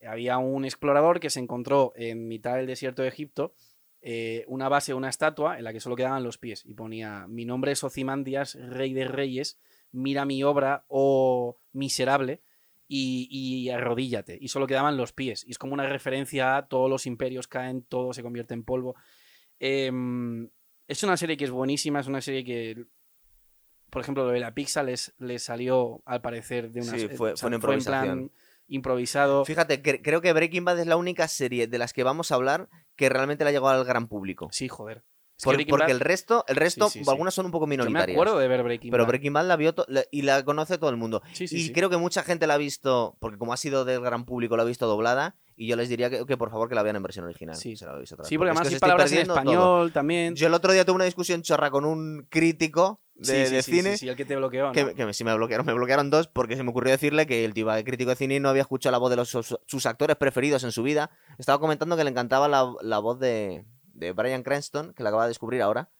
Speaker 1: Había un explorador que se encontró en mitad del desierto de Egipto eh, una base, una estatua en la que solo quedaban los pies y ponía mi nombre es Ozymandias, rey de reyes, mira mi obra, oh miserable, y, y arrodíllate. Y solo quedaban los pies. Y es como una referencia a todos los imperios caen, todo se convierte en polvo. Eh, es una serie que es buenísima, es una serie que por ejemplo, lo de la Pixar les, les salió al parecer de una
Speaker 2: Sí, fue-
Speaker 1: o sea,
Speaker 2: fue una
Speaker 1: en plan
Speaker 2: improvisación.
Speaker 1: improvisado.
Speaker 2: Fíjate, cre- creo que Breaking Bad es la única serie de las que vamos a hablar que realmente le ha llegado al gran público.
Speaker 1: Sí, joder. Es que
Speaker 2: Por-
Speaker 1: Breaking
Speaker 2: porque
Speaker 1: Bad-
Speaker 2: el resto, el resto
Speaker 1: Sí, sí, sí.
Speaker 2: algunas son un poco
Speaker 1: yo me
Speaker 2: minoritarias.
Speaker 1: acuerdo de ver Breaking
Speaker 2: pero
Speaker 1: Bad.
Speaker 2: Breaking Bad la vio to- la- y la conoce todo el mundo.
Speaker 1: Sí, sí,
Speaker 2: y
Speaker 1: sí.
Speaker 2: creo que mucha gente la ha visto, porque como ha sido del gran público, la ha visto doblada. Y yo les diría que, que por favor que la vean en versión original.
Speaker 1: Sí.
Speaker 2: se la veis otra vez,
Speaker 1: Sí, porque
Speaker 2: es que
Speaker 1: además
Speaker 2: os
Speaker 1: hay
Speaker 2: estoy
Speaker 1: palabras en
Speaker 2: perdiendo todo.
Speaker 1: español también.
Speaker 2: Yo el otro día tuve una discusión chorra con un crítico
Speaker 1: Sí,
Speaker 2: de,
Speaker 1: sí,
Speaker 2: de
Speaker 1: sí,
Speaker 2: cine.
Speaker 1: sí, sí, el que te bloqueó. ¿no?
Speaker 2: Que, me- que me- si me bloquearon, me bloquearon dos porque se me ocurrió decirle que el tío el crítico de cine y no había escuchado la voz de los, sus, sus actores preferidos en su vida. Estaba comentando que le encantaba la, la voz de, de Brian Cranston, que la acaba de descubrir ahora.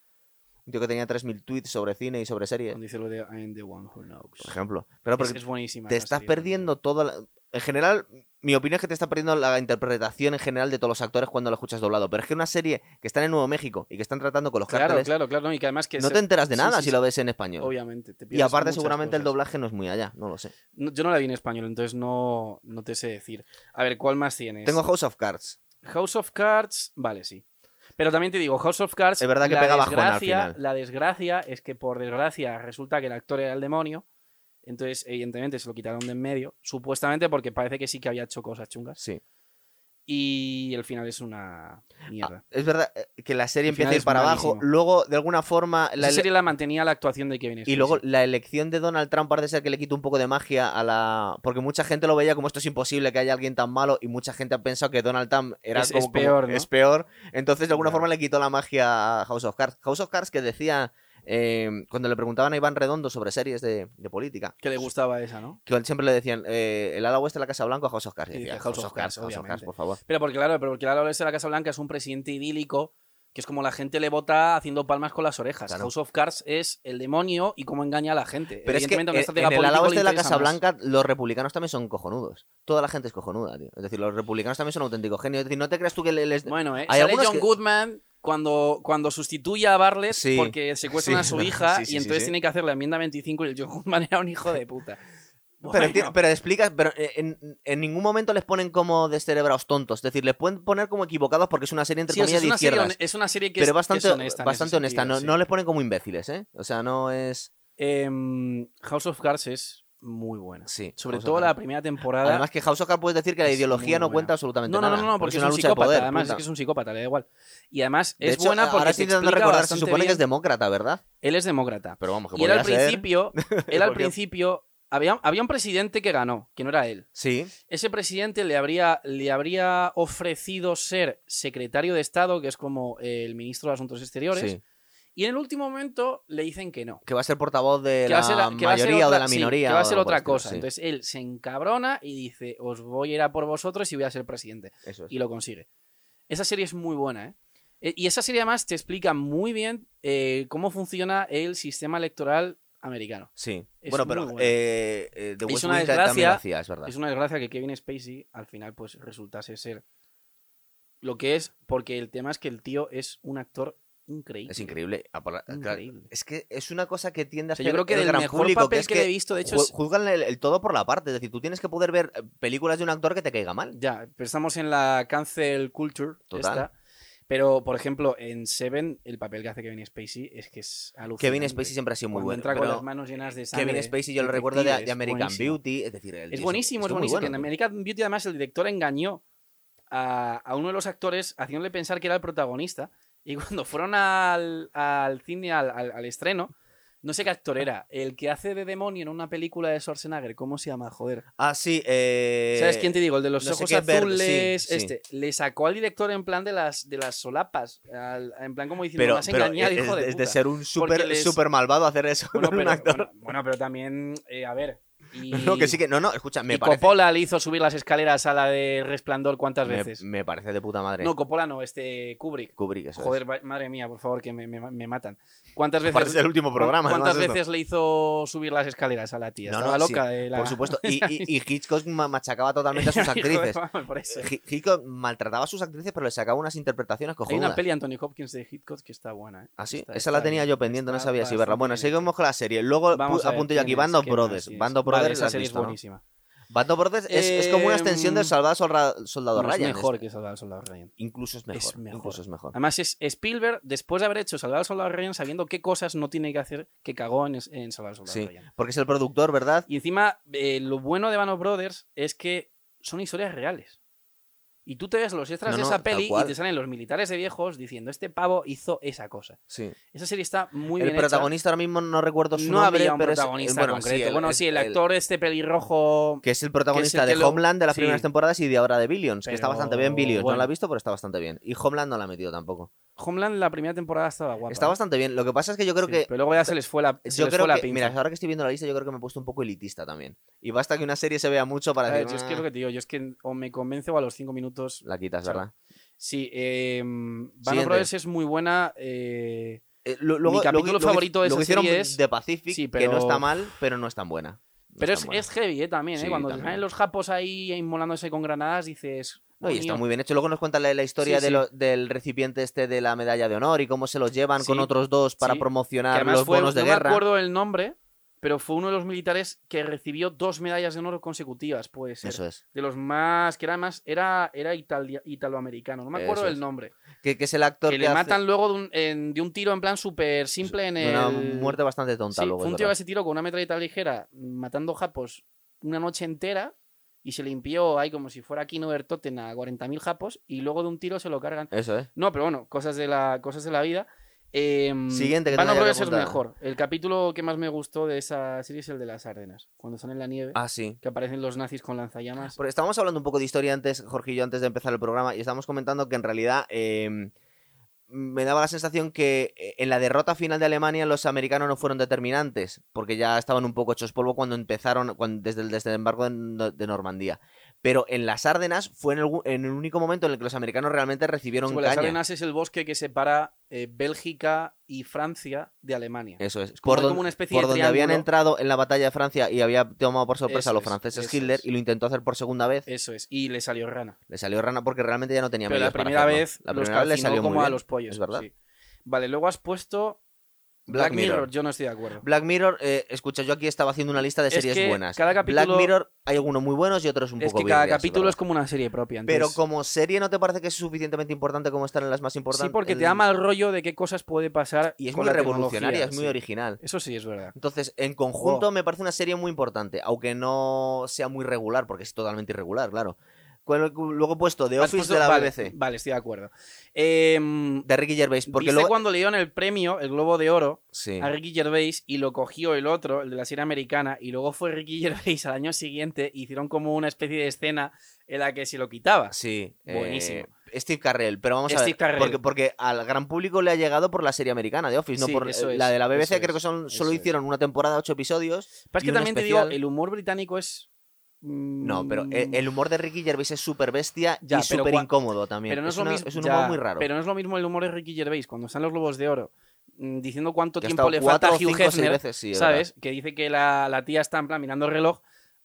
Speaker 2: Un tío que tenía 3.000 tweets sobre cine y sobre series,
Speaker 1: Cuando dice lo de I'm the one who knows.
Speaker 2: por ejemplo. Claro,
Speaker 1: Es,
Speaker 2: porque
Speaker 1: es buenísima.
Speaker 2: te
Speaker 1: esa
Speaker 2: estás
Speaker 1: serie también.
Speaker 2: perdiendo todo... En general, mi opinión es que te estás perdiendo la interpretación en general de todos los actores cuando la escuchas doblado. Pero es que una serie que está en Nuevo México y que están tratando con los
Speaker 1: Claro,
Speaker 2: cárteles,
Speaker 1: claro, claro. Y que además que
Speaker 2: no
Speaker 1: se-
Speaker 2: te enteras de
Speaker 1: sí,
Speaker 2: nada
Speaker 1: sí,
Speaker 2: si
Speaker 1: sí.
Speaker 2: lo ves en español.
Speaker 1: Obviamente. te
Speaker 2: Y
Speaker 1: pierdes
Speaker 2: aparte
Speaker 1: muchas
Speaker 2: seguramente el
Speaker 1: cosas.
Speaker 2: doblaje no es muy allá, no lo sé.
Speaker 1: No, yo no la vi en español, entonces no, no te sé decir. A ver, ¿cuál más tienes?
Speaker 2: Tengo House of Cards.
Speaker 1: House of Cards, vale, sí. Pero también te digo, House of Cards.
Speaker 2: Es verdad que
Speaker 1: la
Speaker 2: pega bajón al
Speaker 1: desgracia,
Speaker 2: final.
Speaker 1: La desgracia es que, por desgracia, resulta que el actor era el demonio. Entonces, evidentemente, se lo quitaron de en medio. Supuestamente porque parece que sí que había hecho cosas chungas.
Speaker 2: Sí.
Speaker 1: Y el final es una mierda.
Speaker 2: Es verdad eh, que la serie
Speaker 1: El final
Speaker 2: empieza a ir
Speaker 1: es
Speaker 2: para abajo,
Speaker 1: malísimo.
Speaker 2: luego de alguna forma la
Speaker 1: La
Speaker 2: ele-
Speaker 1: serie la mantenía la actuación de Kevin
Speaker 2: y
Speaker 1: Spacey.
Speaker 2: luego la elección de Donald Trump parece ser que le quita un poco de magia a la porque mucha gente lo veía como esto es imposible que haya alguien tan malo y mucha gente ha pensado que Donald Trump era
Speaker 1: Es-
Speaker 2: como,
Speaker 1: es peor,
Speaker 2: como-
Speaker 1: ¿no?
Speaker 2: es peor. Entonces de alguna
Speaker 1: Claro.
Speaker 2: forma le quitó la magia a House of Cards. House of Cards que decía eh, cuando le preguntaban a Iván Redondo sobre series de, de política,
Speaker 1: Que le gustaba esa, ¿no?
Speaker 2: que siempre le decían eh, el ala oeste de la Casa Blanca o House of Cards.
Speaker 1: Sí,
Speaker 2: Y decía,
Speaker 1: House of Cards,
Speaker 2: House of Cards,
Speaker 1: obviamente.
Speaker 2: por favor.
Speaker 1: Pero porque, claro, pero porque la de la Casa Blanca es un presidente idílico, que es como la gente le vota haciendo palmas con las orejas.
Speaker 2: Claro.
Speaker 1: House of Cards es el demonio y cómo engaña a la gente.
Speaker 2: Pero es que en,
Speaker 1: Evidentemente, una
Speaker 2: en
Speaker 1: estrategia
Speaker 2: el ala
Speaker 1: política le
Speaker 2: oeste de la
Speaker 1: interesa
Speaker 2: Casa
Speaker 1: más.
Speaker 2: Blanca los republicanos también son cojonudos. Toda la gente es cojonuda, tío. Es decir, los republicanos también son auténticos genios. Es decir, no te creas tú que les...
Speaker 1: Bueno, ¿eh?
Speaker 2: Hay
Speaker 1: Sale
Speaker 2: algunos
Speaker 1: John
Speaker 2: que-
Speaker 1: Goodman cuando, cuando sustituye a Bartlett
Speaker 2: Sí,
Speaker 1: porque secuestran
Speaker 2: sí,
Speaker 1: a su
Speaker 2: es verdad.
Speaker 1: hija
Speaker 2: Sí, sí,
Speaker 1: y
Speaker 2: sí,
Speaker 1: entonces
Speaker 2: sí.
Speaker 1: tiene que hacer la enmienda 25 y el John Goodman era un hijo de puta.
Speaker 2: Pero,
Speaker 1: Bueno,
Speaker 2: tío, pero explicas, pero eh, en, en ningún momento les ponen como descerebrados tontos. Es decir, les pueden poner como equivocados porque es una serie entre
Speaker 1: sí, o sea,
Speaker 2: comillas
Speaker 1: es, una
Speaker 2: de
Speaker 1: serie,
Speaker 2: izquierdas.
Speaker 1: hon- es una serie que es,
Speaker 2: pero
Speaker 1: que
Speaker 2: bastante,
Speaker 1: es honesta. en
Speaker 2: bastante
Speaker 1: ese
Speaker 2: honesta.
Speaker 1: sentido,
Speaker 2: No,
Speaker 1: sí.
Speaker 2: no les ponen como imbéciles, ¿eh? O sea, no es.
Speaker 1: Em, House of Cards es muy buena.
Speaker 2: Sí.
Speaker 1: Sobre
Speaker 2: House of
Speaker 1: todo la
Speaker 2: Cards.
Speaker 1: primera temporada.
Speaker 2: Además, que House of Cards puedes decir que la
Speaker 1: es muy
Speaker 2: ideología no
Speaker 1: buena.
Speaker 2: cuenta absolutamente
Speaker 1: No, no,
Speaker 2: nada.
Speaker 1: no, no, porque
Speaker 2: es
Speaker 1: es
Speaker 2: una
Speaker 1: un
Speaker 2: lucha de
Speaker 1: psicópata.
Speaker 2: poder.
Speaker 1: además,
Speaker 2: punta.
Speaker 1: es que es un psicópata, le da igual. Y además
Speaker 2: De
Speaker 1: es
Speaker 2: hecho,
Speaker 1: buena
Speaker 2: ahora
Speaker 1: porque
Speaker 2: estoy
Speaker 1: te
Speaker 2: intentando
Speaker 1: explica
Speaker 2: recordar, se
Speaker 1: bastante
Speaker 2: supone que es
Speaker 1: bien-
Speaker 2: demócrata, ¿verdad?
Speaker 1: Él es demócrata.
Speaker 2: Pero vamos, que
Speaker 1: Y él al
Speaker 2: podría ser. <laughs>
Speaker 1: principio, él al
Speaker 2: Porque-
Speaker 1: principio, había, había un presidente que ganó, que no era él.
Speaker 2: Sí.
Speaker 1: Ese presidente le habría, le habría ofrecido ser secretario de Estado, que es como eh, el ministro de Asuntos Exteriores,
Speaker 2: sí.
Speaker 1: y en el último momento le dicen que no.
Speaker 2: Que va a ser portavoz de
Speaker 1: Que va
Speaker 2: la
Speaker 1: a ser, que va a ser
Speaker 2: mayoría o de
Speaker 1: otra-
Speaker 2: la
Speaker 1: sí,
Speaker 2: minoría.
Speaker 1: que va a
Speaker 2: o
Speaker 1: ser
Speaker 2: algo por
Speaker 1: otra
Speaker 2: el estilo,
Speaker 1: cosa.
Speaker 2: sí.
Speaker 1: Entonces él se encabrona y dice, os voy a ir a por vosotros y voy a ser presidente.
Speaker 2: Eso es.
Speaker 1: y lo consigue. Esa serie es muy buena, ¿eh? E- Y esa serie además te explica muy bien eh, cómo funciona el sistema electoral americano.
Speaker 2: Sí.
Speaker 1: Es
Speaker 2: bueno,
Speaker 1: muy
Speaker 2: pero
Speaker 1: bueno.
Speaker 2: eh, eh, The
Speaker 1: Es
Speaker 2: West
Speaker 1: una
Speaker 2: Wing ta- también
Speaker 1: desgracia.
Speaker 2: lo hacía, es verdad.
Speaker 1: Es una desgracia que Kevin Spacey al final pues resultase ser lo que es, porque el tema es que el tío es un actor increíble.
Speaker 2: Es increíble. Ah, por la- claro,
Speaker 1: Increíble.
Speaker 2: Es que es una cosa que tiende a
Speaker 1: O sea,
Speaker 2: ser
Speaker 1: yo creo que
Speaker 2: el
Speaker 1: del
Speaker 2: gran
Speaker 1: mejor
Speaker 2: público,
Speaker 1: papel
Speaker 2: que es
Speaker 1: que,
Speaker 2: que
Speaker 1: he visto, de hecho,
Speaker 2: ju-
Speaker 1: es-
Speaker 2: juzgan el, el todo por la parte. Es decir, tú tienes que poder ver eh, películas de un actor que te caiga mal.
Speaker 1: Ya, pensamos en la cancel culture.
Speaker 2: Total.
Speaker 1: esta, pero, por ejemplo, en Seven, el papel que hace Kevin Spacey es que es alucinante.
Speaker 2: Kevin Spacey siempre ha sido muy
Speaker 1: Cuando
Speaker 2: bueno.
Speaker 1: entra con
Speaker 2: pero
Speaker 1: las manos llenas de sangre.
Speaker 2: Kevin Spacey yo lo
Speaker 1: detective,
Speaker 2: recuerdo de, de
Speaker 1: es
Speaker 2: American
Speaker 1: buenísimo.
Speaker 2: Beauty. Es decir, el tío
Speaker 1: Es buenísimo, es
Speaker 2: muy
Speaker 1: buenísimo. que en
Speaker 2: bueno, tío.
Speaker 1: American Beauty, además, el director engañó a, a uno de los actores haciéndole pensar que era el protagonista. Y cuando fueron al, al cine, al, al- al estreno, no sé qué actor era. El que hace de demonio en una película de Schwarzenegger, ¿cómo se llama? Joder.
Speaker 2: Ah, sí. eh,
Speaker 1: ¿Sabes quién te digo? El de los
Speaker 2: no sé
Speaker 1: ojos
Speaker 2: qué Berg, sí,
Speaker 1: azules.
Speaker 2: sí.
Speaker 1: Este. Le sacó al director en plan de las, de las solapas. al- en plan, como diciendo,
Speaker 2: Pero,
Speaker 1: más
Speaker 2: pero eh,
Speaker 1: engañar,
Speaker 2: es,
Speaker 1: hijo de
Speaker 2: es
Speaker 1: puta".
Speaker 2: ser un súper
Speaker 1: les-
Speaker 2: súper malvado hacer eso
Speaker 1: Bueno,
Speaker 2: con un
Speaker 1: pero,
Speaker 2: actor.
Speaker 1: bueno, bueno, pero también, eh, a ver, Y,
Speaker 2: <laughs> No, que sí que. No, no, escucha, me
Speaker 1: y
Speaker 2: parece.
Speaker 1: Coppola le hizo subir las escaleras a la de Resplandor cuántas
Speaker 2: me-
Speaker 1: veces.
Speaker 2: Me, parece de puta madre.
Speaker 1: No, Coppola no, este Kubrick.
Speaker 2: Kubrick, eso es.
Speaker 1: Joder, va- madre mía, por favor, que me, me- me matan. ¿Cuántas veces,
Speaker 2: Parece el último programa.
Speaker 1: ¿cuántas
Speaker 2: además, esto.
Speaker 1: veces le hizo subir las escaleras a la tía?
Speaker 2: No, no,
Speaker 1: Estaba
Speaker 2: sí,
Speaker 1: loca. de la-
Speaker 2: Por supuesto. Y, y- y Hitchcock ma- machacaba totalmente a sus
Speaker 1: <laughs> Hijo de-
Speaker 2: actrices.
Speaker 1: vamos, por eso.
Speaker 2: Hi- Hitchcock maltrataba a sus actrices, pero le sacaba unas interpretaciones
Speaker 1: Hay
Speaker 2: cojonudas.
Speaker 1: una peli de Anthony Hopkins de Hitchcock que está buena. ¿eh?
Speaker 2: ¿Ah, sí?
Speaker 1: Está-
Speaker 2: Esa la
Speaker 1: está
Speaker 2: tenía
Speaker 1: bien.
Speaker 2: yo pendiente, no
Speaker 1: Está
Speaker 2: sabía si verla.
Speaker 1: bastante
Speaker 2: Bueno,
Speaker 1: bien
Speaker 2: seguimos con la serie. Luego
Speaker 1: Vamos
Speaker 2: pu-
Speaker 1: a ver,
Speaker 2: apunto yo aquí
Speaker 1: ¿quién es?
Speaker 2: Band of
Speaker 1: ¿Quién
Speaker 2: Brothers.
Speaker 1: más es?
Speaker 2: Band of
Speaker 1: Vale,
Speaker 2: Brothers,
Speaker 1: esa
Speaker 2: la has
Speaker 1: serie es
Speaker 2: visto, ¿no?
Speaker 1: buenísima.
Speaker 2: Band of Brothers es, es como una extensión
Speaker 1: Em,
Speaker 2: del Salvador Solra- Soldado
Speaker 1: No, es
Speaker 2: Ryan.
Speaker 1: mejor
Speaker 2: este.
Speaker 1: que Soldado al Soldado Ryan.
Speaker 2: Incluso es mejor.
Speaker 1: Es mejor.
Speaker 2: Incluso es mejor.
Speaker 1: Además, es Spielberg, después de haber hecho Salvador Soldado Ryan, sabiendo qué cosas no tiene que hacer, que cagó en, es- en Salvador Soldado
Speaker 2: Sí.
Speaker 1: Ryan.
Speaker 2: Porque es el productor, ¿verdad?
Speaker 1: Y encima, eh, lo bueno de Band of Brothers es que son historias reales. Y tú te ves los extras
Speaker 2: No,
Speaker 1: de
Speaker 2: no,
Speaker 1: esa
Speaker 2: tal
Speaker 1: peli y
Speaker 2: cual.
Speaker 1: te salen los militares de viejos diciendo: Este pavo hizo esa cosa.
Speaker 2: Sí.
Speaker 1: Esa serie está muy
Speaker 2: el
Speaker 1: bien hecha.
Speaker 2: protagonista ahora mismo no recuerdo su
Speaker 1: no
Speaker 2: nombre,
Speaker 1: había un
Speaker 2: pero es-
Speaker 1: protagonista
Speaker 2: bueno, sí,
Speaker 1: concreto.
Speaker 2: el-
Speaker 1: bueno,
Speaker 2: es-
Speaker 1: sí, el
Speaker 2: el-
Speaker 1: actor este pelirrojo.
Speaker 2: que es el protagonista
Speaker 1: que
Speaker 2: de
Speaker 1: lo-
Speaker 2: Homeland de las
Speaker 1: sí.
Speaker 2: primeras temporadas y de ahora de Billions, que está
Speaker 1: Pero,
Speaker 2: bastante bien Billions.
Speaker 1: bueno.
Speaker 2: No la he visto, pero está bastante bien. Y Homeland no la ha metido tampoco.
Speaker 1: Homeland la primera temporada estaba guapa.
Speaker 2: Está
Speaker 1: ¿eh?
Speaker 2: bastante bien. Lo que pasa es que yo creo
Speaker 1: Sí,
Speaker 2: que
Speaker 1: Pero luego ya se les fue la, se
Speaker 2: yo
Speaker 1: les
Speaker 2: creo
Speaker 1: fue la
Speaker 2: que,
Speaker 1: pinza.
Speaker 2: mira, ahora que estoy viendo la lista, yo creo que me he puesto un poco elitista también. Y basta que una serie se vea mucho para
Speaker 1: ¿Sabes?
Speaker 2: decir,
Speaker 1: Eh, Yo es que es
Speaker 2: "Ah,
Speaker 1: lo que te digo, yo es que o me convence o a los cinco minutos.
Speaker 2: la quitas,
Speaker 1: Chao.
Speaker 2: ¿verdad?
Speaker 1: Sí, eh, Band of
Speaker 2: Siguiente.
Speaker 1: Brothers es muy buena. eh,
Speaker 2: Eh, lo- luego-
Speaker 1: Mi
Speaker 2: lo que-
Speaker 1: capítulo
Speaker 2: lo que-
Speaker 1: favorito de
Speaker 2: lo
Speaker 1: esa
Speaker 2: que hicieron
Speaker 1: serie es-
Speaker 2: The Pacific,
Speaker 1: Sí,
Speaker 2: que
Speaker 1: pero-
Speaker 2: no está mal, pero no es tan buena. No
Speaker 1: pero
Speaker 2: es
Speaker 1: es,
Speaker 2: tan buena.
Speaker 1: es heavy, eh, También, ¿eh?
Speaker 2: Sí,
Speaker 1: Cuando te
Speaker 2: también.
Speaker 1: salen los japos ahí inmolándose con granadas, dices.
Speaker 2: No, y está
Speaker 1: "Coño".
Speaker 2: muy bien hecho. Luego nos cuentan la, la historia
Speaker 1: Sí,
Speaker 2: de
Speaker 1: sí.
Speaker 2: lo- del recipiente este de la medalla de honor y cómo se los llevan con
Speaker 1: Sí,
Speaker 2: otros dos para
Speaker 1: sí. Que
Speaker 2: promocionar
Speaker 1: además
Speaker 2: los
Speaker 1: fue,
Speaker 2: bonos de
Speaker 1: no me
Speaker 2: guerra.
Speaker 1: acuerdo el nombre, pero fue uno de los militares que recibió dos medallas de honor consecutivas, puede ser.
Speaker 2: Eso es.
Speaker 1: De los más, que era más, era, era italia- italoamericano, no me acuerdo
Speaker 2: Eso
Speaker 1: del
Speaker 2: es.
Speaker 1: nombre.
Speaker 2: Que, que es el actor
Speaker 1: Que
Speaker 2: que,
Speaker 1: le
Speaker 2: hace
Speaker 1: matan luego de un, en- de un tiro en plan súper simple en el...
Speaker 2: una muerte bastante tonta.
Speaker 1: Sí,
Speaker 2: luego,
Speaker 1: fue
Speaker 2: es
Speaker 1: un tío que
Speaker 2: verdad.
Speaker 1: se tiró con una metralleta ligera matando japos una noche entera y se limpió ahí como si fuera Kino Bertoten a 40.000 japos y luego de un tiro se lo cargan.
Speaker 2: Eso, ¿eh?
Speaker 1: No, pero bueno, cosas de la, cosas de la vida. Eh,
Speaker 2: Siguiente que
Speaker 1: Band
Speaker 2: tenga
Speaker 1: of
Speaker 2: yo que
Speaker 1: Brothers es
Speaker 2: apuntar.
Speaker 1: mejor. El capítulo que más me gustó de esa serie es el de las Ardenas, cuando están en la nieve,
Speaker 2: Ah, sí.
Speaker 1: que aparecen los nazis con lanzallamas.
Speaker 2: Pero estábamos hablando un poco de historia antes, Jorge y yo, antes de empezar el programa, y estábamos comentando que en realidad eh, me daba la sensación que eh, en la derrota final de Alemania los americanos no fueron determinantes, porque ya estaban un poco hechos polvo cuando empezaron, cuando- desde, el, desde el embargo de, No- de Normandía. Pero en las Ardenas fue en el, gu- en el único momento en el que los americanos realmente recibieron
Speaker 1: Sí, bueno,
Speaker 2: caña.
Speaker 1: las Ardenas es el bosque que separa eh, Bélgica y Francia de Alemania.
Speaker 2: Eso es.
Speaker 1: como-
Speaker 2: Eh, Por, don-
Speaker 1: como una especie
Speaker 2: por
Speaker 1: de
Speaker 2: donde habían
Speaker 1: triángulo.
Speaker 2: entrado en la batalla de Francia y había tomado por sorpresa
Speaker 1: Eso
Speaker 2: a los
Speaker 1: es,
Speaker 2: franceses
Speaker 1: eso
Speaker 2: Hitler
Speaker 1: es.
Speaker 2: y lo intentó hacer por segunda vez.
Speaker 1: Eso es, y le salió rana.
Speaker 2: Le salió rana porque realmente ya no tenía
Speaker 1: Pero la
Speaker 2: medios para
Speaker 1: primera
Speaker 2: hacerlo.
Speaker 1: vez
Speaker 2: La
Speaker 1: los
Speaker 2: primera vez le
Speaker 1: calcinó
Speaker 2: salió muy
Speaker 1: como a
Speaker 2: bien.
Speaker 1: los pollos.
Speaker 2: es verdad.
Speaker 1: sí. Vale, luego has puesto Black,
Speaker 2: Black
Speaker 1: Mirror.
Speaker 2: Mirror.
Speaker 1: Yo no estoy de acuerdo.
Speaker 2: Black Mirror, eh, escucha, yo aquí estaba haciendo una lista de
Speaker 1: Es
Speaker 2: series
Speaker 1: que
Speaker 2: buenas.
Speaker 1: cada capítulo-
Speaker 2: Black Mirror hay algunos muy buenos y otros un
Speaker 1: es
Speaker 2: poco
Speaker 1: que cada
Speaker 2: birrias, es
Speaker 1: capítulo
Speaker 2: verdad.
Speaker 1: es como una serie propia.
Speaker 2: Pero
Speaker 1: entonces-
Speaker 2: como serie no te parece que es suficientemente importante como están en las más importantes.
Speaker 1: Sí, porque te
Speaker 2: En-
Speaker 1: da mal rollo de qué cosas puede pasar.
Speaker 2: Y es
Speaker 1: con
Speaker 2: muy
Speaker 1: la
Speaker 2: revolucionaria,
Speaker 1: tecnología,
Speaker 2: es muy
Speaker 1: sí.
Speaker 2: original.
Speaker 1: Eso sí es verdad.
Speaker 2: Entonces, en conjunto
Speaker 1: Wow.
Speaker 2: me parece una serie muy importante, aunque no sea muy regular, porque es totalmente irregular, claro. Cual- Luego he puesto The
Speaker 1: Has
Speaker 2: Office
Speaker 1: puesto-
Speaker 2: de la
Speaker 1: vale,
Speaker 2: BBC,
Speaker 1: Vale, estoy de acuerdo. Eh,
Speaker 2: de Ricky Gervais, porque
Speaker 1: ¿viste
Speaker 2: luego...
Speaker 1: cuando le dieron el premio, el Globo de Oro,
Speaker 2: Sí.
Speaker 1: a Ricky Gervais y lo cogió el otro, el de la serie americana, y luego fue Ricky <laughs> Gervais al año siguiente e hicieron como una especie de escena en la que se lo quitaba.
Speaker 2: Sí.
Speaker 1: Buenísimo.
Speaker 2: eh, Steve Carrell, pero vamos
Speaker 1: Steve
Speaker 2: a ver.
Speaker 1: Carrell.
Speaker 2: Porque, porque al gran público le ha llegado por la serie americana de Office,
Speaker 1: Sí,
Speaker 2: no por
Speaker 1: eso es,
Speaker 2: la de la
Speaker 1: eso
Speaker 2: BBC, creo que
Speaker 1: es,
Speaker 2: son,
Speaker 1: eso
Speaker 2: solo
Speaker 1: es.
Speaker 2: hicieron una temporada, ocho episodios.
Speaker 1: Pero es
Speaker 2: y
Speaker 1: que
Speaker 2: un
Speaker 1: también te
Speaker 2: especial-
Speaker 1: digo, el humor británico es. mm,
Speaker 2: No, pero e-, el, el humor de Ricky Gervais es súper bestia
Speaker 1: Ya,
Speaker 2: y
Speaker 1: pero
Speaker 2: súper
Speaker 1: cua-
Speaker 2: incómodo también.
Speaker 1: pero no es,
Speaker 2: es,
Speaker 1: lo
Speaker 2: una-
Speaker 1: mismo,
Speaker 2: es un
Speaker 1: ya,
Speaker 2: humor muy raro.
Speaker 1: Pero no es lo mismo el humor de Ricky Gervais cuando están los globos de oro, mm, diciendo cuánto
Speaker 2: Que ha
Speaker 1: tiempo
Speaker 2: estado
Speaker 1: le
Speaker 2: cuatro,
Speaker 1: falta a
Speaker 2: cinco,
Speaker 1: Hugh
Speaker 2: seis
Speaker 1: Hefner,
Speaker 2: veces, sí, es
Speaker 1: ¿sabes? Que dice que la, la tía está en plan mirando el reloj,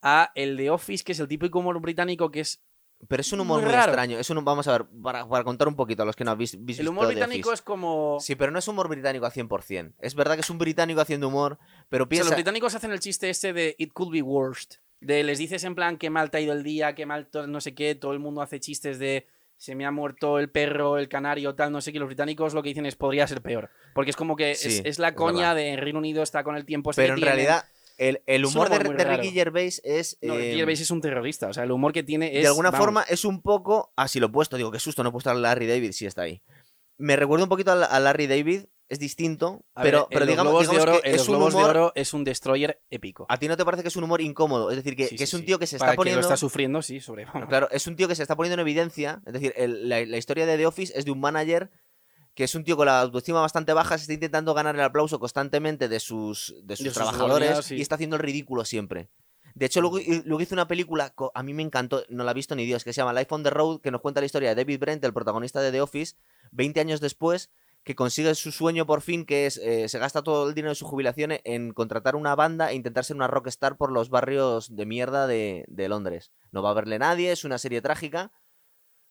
Speaker 1: a el de Office, que es el típico humor británico que es.
Speaker 2: verdad. Pero es un humor
Speaker 1: muy
Speaker 2: muy,
Speaker 1: raro.
Speaker 2: extraño. Es un, vamos a ver, para, para contar un poquito a los que no habéis visto.
Speaker 1: el humor
Speaker 2: The
Speaker 1: británico es
Speaker 2: Office.
Speaker 1: como.
Speaker 2: Sí, pero no es humor británico al 100%. Es verdad que es un británico haciendo humor, pero
Speaker 1: O sea,
Speaker 2: piensa...
Speaker 1: los británicos hacen el chiste este de it could be worst. De les dices en plan que mal te ha ido el día, que mal to- no sé qué, todo el mundo hace chistes de se me ha muerto el perro, el canario, tal, no sé qué. Los británicos lo que dicen es podría ser peor. Porque es como que
Speaker 2: Sí,
Speaker 1: es, es la
Speaker 2: es
Speaker 1: coña de Reino Unido está con el tiempo. este
Speaker 2: pero
Speaker 1: que
Speaker 2: en
Speaker 1: tiene".
Speaker 2: realidad, el, el
Speaker 1: Es un
Speaker 2: humor de,
Speaker 1: humor muy
Speaker 2: de
Speaker 1: raro.
Speaker 2: Ricky Gervais es...
Speaker 1: No,
Speaker 2: eh,
Speaker 1: Ricky veis es un terrorista. O sea, el humor que tiene es.
Speaker 2: de alguna
Speaker 1: vamos,
Speaker 2: forma es un poco así lo he puesto digo qué susto no he puesto a Larry David si está ahí me recuerda un poquito a, a Larry David es distinto
Speaker 1: a ver,
Speaker 2: pero,
Speaker 1: en
Speaker 2: pero
Speaker 1: los
Speaker 2: digamos,
Speaker 1: Globos de
Speaker 2: digamos
Speaker 1: Oro-
Speaker 2: que
Speaker 1: en
Speaker 2: es
Speaker 1: los
Speaker 2: un
Speaker 1: Globos de
Speaker 2: humor
Speaker 1: Oro es un destroyer épico.
Speaker 2: a ti no te parece que es un humor incómodo es decir que,
Speaker 1: Sí,
Speaker 2: que es
Speaker 1: sí,
Speaker 2: un
Speaker 1: sí.
Speaker 2: tío que se está
Speaker 1: Para quien
Speaker 2: poniendo
Speaker 1: lo está sufriendo, sí, sobre. vamos.
Speaker 2: claro es un tío que se está poniendo en evidencia es decir el- la, la historia de The Office es de un manager que es un tío con la autoestima bastante baja, se está intentando ganar el aplauso constantemente de sus, de sus
Speaker 1: sus
Speaker 2: trabajadores
Speaker 1: subordinados, sí.
Speaker 2: y está haciendo el ridículo siempre. De hecho, luego, luego hizo una película, co- a mí me encantó, no la he visto ni Dios, que se llama Life on the Road, que nos cuenta la historia de David Brent, el protagonista de The Office, 20 años después, que consigue su sueño por fin, que es, eh, se gasta todo el dinero de su jubilación en contratar una banda e intentar ser una rockstar por los barrios de mierda de, de Londres. No va a verle nadie, es una serie trágica.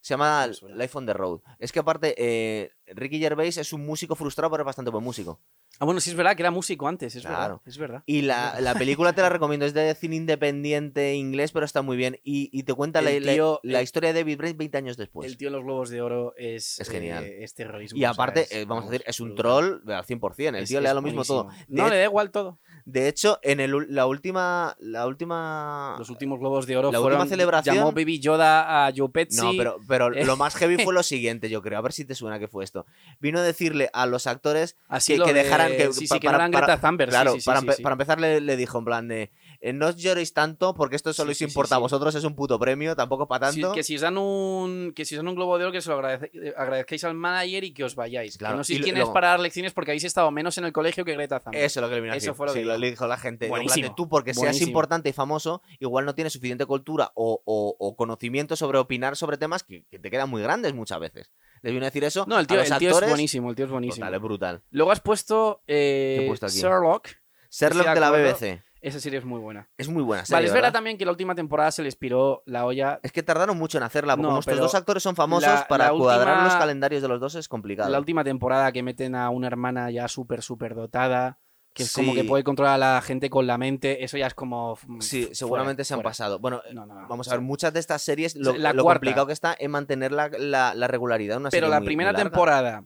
Speaker 2: Se llama
Speaker 1: Me suena.
Speaker 2: Life on the Road. Es que aparte, eh, Ricky Gervais es un músico frustrado, pero es bastante buen músico.
Speaker 1: Ah, bueno, sí es verdad que era músico antes, es
Speaker 2: Claro.
Speaker 1: verdad. Es verdad.
Speaker 2: Y la, la película
Speaker 1: <laughs>
Speaker 2: te la recomiendo, es de cine independiente inglés, pero está muy bien. Y, y te cuenta la,
Speaker 1: El
Speaker 2: la-
Speaker 1: tío-
Speaker 2: la
Speaker 1: el-
Speaker 2: historia de David Brent 20 años
Speaker 1: el
Speaker 2: después.
Speaker 1: tío en los globos de oro es,
Speaker 2: Pues Es genial.
Speaker 1: eh, es terrorismo.
Speaker 2: Y
Speaker 1: o sea,
Speaker 2: aparte,
Speaker 1: es-
Speaker 2: eh, vamos a decir, es un
Speaker 1: brutal.
Speaker 2: troll al 100%. El
Speaker 1: Es-
Speaker 2: tío le
Speaker 1: es
Speaker 2: da lo mismo todo.
Speaker 1: buenísimo.
Speaker 2: De-
Speaker 1: No, le da igual todo.
Speaker 2: De hecho, en el ul- la última. La última.
Speaker 1: Los últimos globos de oro
Speaker 2: ah, la última
Speaker 1: fueron.
Speaker 2: celebración-
Speaker 1: Llamó Baby Yoda a Joe Pesci.
Speaker 2: No, pero, pero
Speaker 1: Eh.
Speaker 2: lo más heavy
Speaker 1: <laughs>
Speaker 2: fue lo siguiente, yo creo. A ver si te suena que fue esto. Vino a decirle a los actores
Speaker 1: Así
Speaker 2: que-
Speaker 1: lo
Speaker 2: que
Speaker 1: de-
Speaker 2: dejaran que-
Speaker 1: sí, sí,
Speaker 2: pa-
Speaker 1: que
Speaker 2: para-
Speaker 1: no eran
Speaker 2: para-
Speaker 1: Greta Thunberg, sí,
Speaker 2: Claro,
Speaker 1: sí, sí,
Speaker 2: para,
Speaker 1: sí,
Speaker 2: empe-
Speaker 1: sí.
Speaker 2: para empezar le, le dijo en plan de eh, no os lloréis tanto porque esto solo
Speaker 1: Sí,
Speaker 2: os
Speaker 1: sí, sí,
Speaker 2: importa a
Speaker 1: sí.
Speaker 2: vosotros, es un puto premio, tampoco para
Speaker 1: Sí,
Speaker 2: tanto.
Speaker 1: que si os dan un que si os dan un globo de oro que se lo agradece- eh, agradezcáis al manager y que os vayáis.
Speaker 2: Claro,
Speaker 1: Que no
Speaker 2: y
Speaker 1: sois
Speaker 2: lo-
Speaker 1: quiénes
Speaker 2: luego-
Speaker 1: para dar lecciones porque habéis estado menos en el colegio que Greta Thunberg.
Speaker 2: Eso es lo que le vino a
Speaker 1: Eso
Speaker 2: decir.
Speaker 1: fue lo que
Speaker 2: Sí,
Speaker 1: digo.
Speaker 2: lo dijo la gente. Digo, en plan de,
Speaker 1: Buenísimo.
Speaker 2: Tú, porque seas
Speaker 1: Buenísimo.
Speaker 2: importante y famoso, igual no tienes suficiente cultura o, o- o conocimiento sobre opinar sobre temas que, que te quedan muy grandes muchas veces. Les vino a decir eso.
Speaker 1: No, el tío,
Speaker 2: a los
Speaker 1: el tío es
Speaker 2: actores,
Speaker 1: buenísimo, el tío es buenísimo.
Speaker 2: Total, es brutal.
Speaker 1: Luego has puesto, eh,
Speaker 2: ¿Qué he puesto aquí?
Speaker 1: Sherlock.
Speaker 2: Sherlock
Speaker 1: de
Speaker 2: de la
Speaker 1: acuerdo.
Speaker 2: BBC.
Speaker 1: Esa serie es muy buena.
Speaker 2: Es muy buena serie,
Speaker 1: vale, es verdad,
Speaker 2: ¿verdad?
Speaker 1: también que la última temporada se les piró la olla.
Speaker 2: Es que tardaron mucho en hacerla, porque
Speaker 1: No,
Speaker 2: como estos
Speaker 1: pero
Speaker 2: dos actores son famosos,
Speaker 1: la-
Speaker 2: para
Speaker 1: la
Speaker 2: cuadrar
Speaker 1: última-
Speaker 2: los calendarios de los dos es complicado.
Speaker 1: La última temporada que meten a una hermana ya súper, súper dotada, que es como
Speaker 2: Sí.
Speaker 1: que puede controlar a la gente con la mente. Eso ya es como. mm,
Speaker 2: Sí,
Speaker 1: fuera,
Speaker 2: seguramente se han
Speaker 1: fuera.
Speaker 2: pasado. Bueno, eh,
Speaker 1: No, no, no.
Speaker 2: vamos a ver, muchas de estas series, lo,
Speaker 1: La
Speaker 2: lo
Speaker 1: cuarta.
Speaker 2: complicado que está es mantener la, la- la regularidad. de Una
Speaker 1: Pero
Speaker 2: serie
Speaker 1: la
Speaker 2: muy- muy
Speaker 1: primera
Speaker 2: larga.
Speaker 1: temporada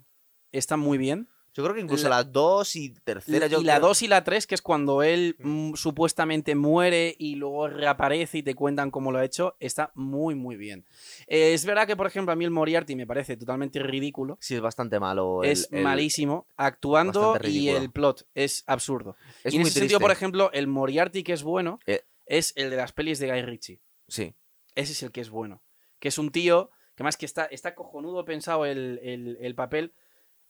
Speaker 1: está muy bien.
Speaker 2: Yo creo que incluso
Speaker 1: La-
Speaker 2: las dos y tercera. yo
Speaker 1: y la
Speaker 2: creo-
Speaker 1: 2 y la 3, que es cuando él mm, supuestamente muere y luego reaparece y te cuentan cómo lo ha hecho, está muy, muy bien. Eh, es verdad que, por ejemplo, a mí el Moriarty me parece totalmente ridículo.
Speaker 2: Sí, es bastante malo. el-
Speaker 1: es
Speaker 2: el-
Speaker 1: malísimo, actuando
Speaker 2: bastante
Speaker 1: y
Speaker 2: ridículo.
Speaker 1: el plot es absurdo.
Speaker 2: Es
Speaker 1: y en
Speaker 2: muy
Speaker 1: ese sentido,
Speaker 2: triste.
Speaker 1: por ejemplo, el Moriarty que es bueno
Speaker 2: Eh.
Speaker 1: es el de las pelis de Guy Ritchie.
Speaker 2: Sí.
Speaker 1: Ese es el que es bueno. Que es un tío que más que está, está cojonudo pensado el, el- el papel,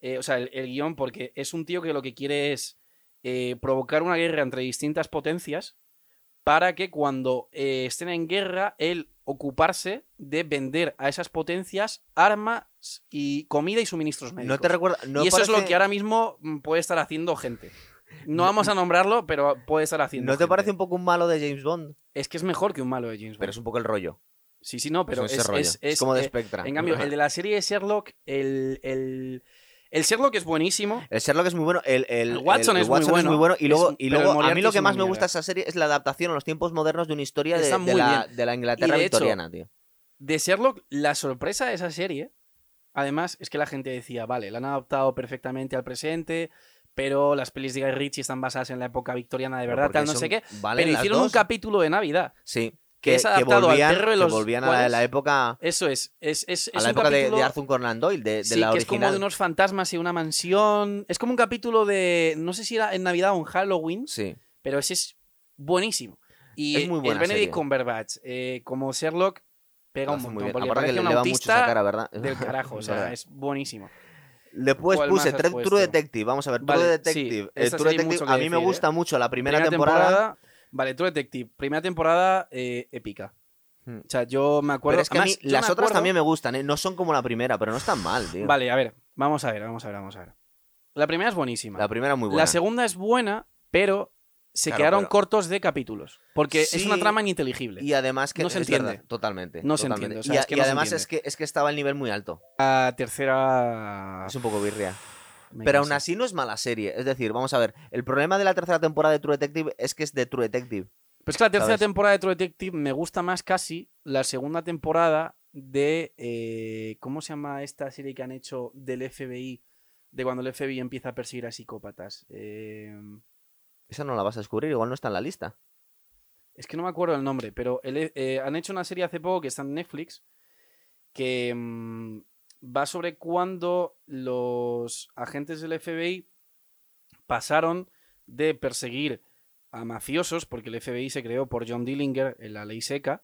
Speaker 1: eh, o sea, el, el guión, porque es un tío que lo que quiere es eh, provocar una guerra entre distintas potencias para que cuando eh, estén en guerra, él ocuparse de vender a esas potencias armas y comida y suministros médicos.
Speaker 2: No te recuerda. No
Speaker 1: y eso es lo
Speaker 2: parece-
Speaker 1: que ahora mismo mm, puede estar haciendo gente. No vamos a nombrarlo, pero puede estar haciendo.
Speaker 2: ¿No te
Speaker 1: gente.
Speaker 2: parece un poco un malo de James Bond?
Speaker 1: Es que es mejor que un malo de James Bond.
Speaker 2: Pero pues es un poco el rollo.
Speaker 1: Sí, sí, no, pero
Speaker 2: es,
Speaker 1: es,
Speaker 2: ese rollo.
Speaker 1: es- es-
Speaker 2: como de
Speaker 1: eh,
Speaker 2: Spectra.
Speaker 1: En
Speaker 2: <laughs>
Speaker 1: cambio, el de la serie de Sherlock, el, el, el Sherlock es buenísimo.
Speaker 2: El Sherlock es muy bueno, el, el-
Speaker 1: El Watson
Speaker 2: el
Speaker 1: es muy bueno.
Speaker 2: y luego,
Speaker 1: Es-
Speaker 2: y
Speaker 1: pero el
Speaker 2: luego a mí
Speaker 1: Moriarty
Speaker 2: lo
Speaker 1: es
Speaker 2: que
Speaker 1: una
Speaker 2: más me gusta
Speaker 1: mierda.
Speaker 2: de esa serie es la adaptación a los tiempos modernos de una historia de,
Speaker 1: Está
Speaker 2: de
Speaker 1: muy
Speaker 2: la, de la Inglaterra
Speaker 1: Y de hecho-
Speaker 2: victoriana, tío.
Speaker 1: De Sherlock, la sorpresa de esa serie, además, es que la gente decía, vale, la han adaptado perfectamente al presente, pero las pelis de Guy Ritchie están basadas en la época victoriana de
Speaker 2: Pero
Speaker 1: verdad,
Speaker 2: porque
Speaker 1: tal, no
Speaker 2: son-
Speaker 1: sé qué.
Speaker 2: valen
Speaker 1: Pero
Speaker 2: las
Speaker 1: hicieron un
Speaker 2: dos.
Speaker 1: capítulo de Navidad.
Speaker 2: Sí.
Speaker 1: que
Speaker 2: Que,
Speaker 1: es
Speaker 2: que
Speaker 1: adaptado al
Speaker 2: volvían,
Speaker 1: perro de
Speaker 2: que
Speaker 1: los-
Speaker 2: volvían a
Speaker 1: ¿cuál
Speaker 2: la,
Speaker 1: es?
Speaker 2: la época,
Speaker 1: Eso es. Es, es,
Speaker 2: a
Speaker 1: es un
Speaker 2: la época de-
Speaker 1: capítulo...
Speaker 2: de, Arthur Conan Doyle, de, de
Speaker 1: sí,
Speaker 2: la
Speaker 1: que
Speaker 2: original.
Speaker 1: es como de unos fantasmas y una mansión. Es como un capítulo de. No sé si era en Navidad o en Halloween.
Speaker 2: Sí.
Speaker 1: pero ese es buenísimo. Y
Speaker 2: Es muy buena
Speaker 1: el Benedict
Speaker 2: serie.
Speaker 1: Cumberbatch, eh, como Sherlock, pega
Speaker 2: lo
Speaker 1: un
Speaker 2: hace muy
Speaker 1: montón, porque
Speaker 2: bien. Aparte
Speaker 1: parece
Speaker 2: que le
Speaker 1: un
Speaker 2: le va mucho esa
Speaker 1: autista
Speaker 2: cara,
Speaker 1: <laughs>
Speaker 2: ¿verdad?
Speaker 1: del
Speaker 2: <laughs>
Speaker 1: carajo, o
Speaker 2: Es verdad.
Speaker 1: sea, es buenísimo.
Speaker 2: Después
Speaker 1: ¿Cuál
Speaker 2: puse
Speaker 1: más has
Speaker 2: Tre-
Speaker 1: puesto?
Speaker 2: True Detective. Vamos a ver,
Speaker 1: Vale,
Speaker 2: True
Speaker 1: sí,
Speaker 2: Detective. eh,
Speaker 1: esa serie
Speaker 2: True
Speaker 1: hay
Speaker 2: Detective,
Speaker 1: mucho que
Speaker 2: a mí me
Speaker 1: decir,
Speaker 2: gusta mucho la primera, temporada.
Speaker 1: Vale, True Detective, primera temporada eh, épica.
Speaker 2: Hmm.
Speaker 1: O sea, yo me acuerdo...
Speaker 2: Pero es que a mí
Speaker 1: además, yo
Speaker 2: las
Speaker 1: me
Speaker 2: otras
Speaker 1: acuerdo-
Speaker 2: también me gustan, ¿eh? No son como la primera, pero no están mal, tío.
Speaker 1: Vale, a ver, vamos a ver, vamos a ver, vamos a ver. La primera es buenísima.
Speaker 2: La primera es muy buena.
Speaker 1: La segunda es buena, pero se
Speaker 2: Claro,
Speaker 1: quedaron
Speaker 2: pero-
Speaker 1: cortos de capítulos, porque es
Speaker 2: Sí,
Speaker 1: una trama ininteligible.
Speaker 2: Y además que
Speaker 1: No se
Speaker 2: es
Speaker 1: entiende.
Speaker 2: verdad, totalmente.
Speaker 1: No se
Speaker 2: totalmente.
Speaker 1: entiende, o sea,
Speaker 2: y
Speaker 1: es que
Speaker 2: y
Speaker 1: no se
Speaker 2: además
Speaker 1: entiende.
Speaker 2: es que, es que estaba el nivel muy alto.
Speaker 1: La tercera...
Speaker 2: Es un poco birria.
Speaker 1: Ah. me
Speaker 2: Pero aún
Speaker 1: cansa.
Speaker 2: así no es mala serie. Es decir, vamos a ver, el problema de la tercera temporada de True Detective es que es de True Detective.
Speaker 1: Pero es que la tercera
Speaker 2: ¿Sabes?
Speaker 1: temporada de True Detective me gusta más casi la segunda temporada de. eh, ¿Cómo se llama esta serie que han hecho del FBI? De cuando el FBI empieza a perseguir a psicópatas. Eh,
Speaker 2: Esa no la vas a descubrir, igual no está en la lista.
Speaker 1: es que no me acuerdo el nombre, pero el- eh, han hecho una serie hace poco que está en Netflix que mm, va sobre cuando los agentes del FBI pasaron de perseguir a mafiosos, porque el FBI se creó por John Dillinger en la ley seca,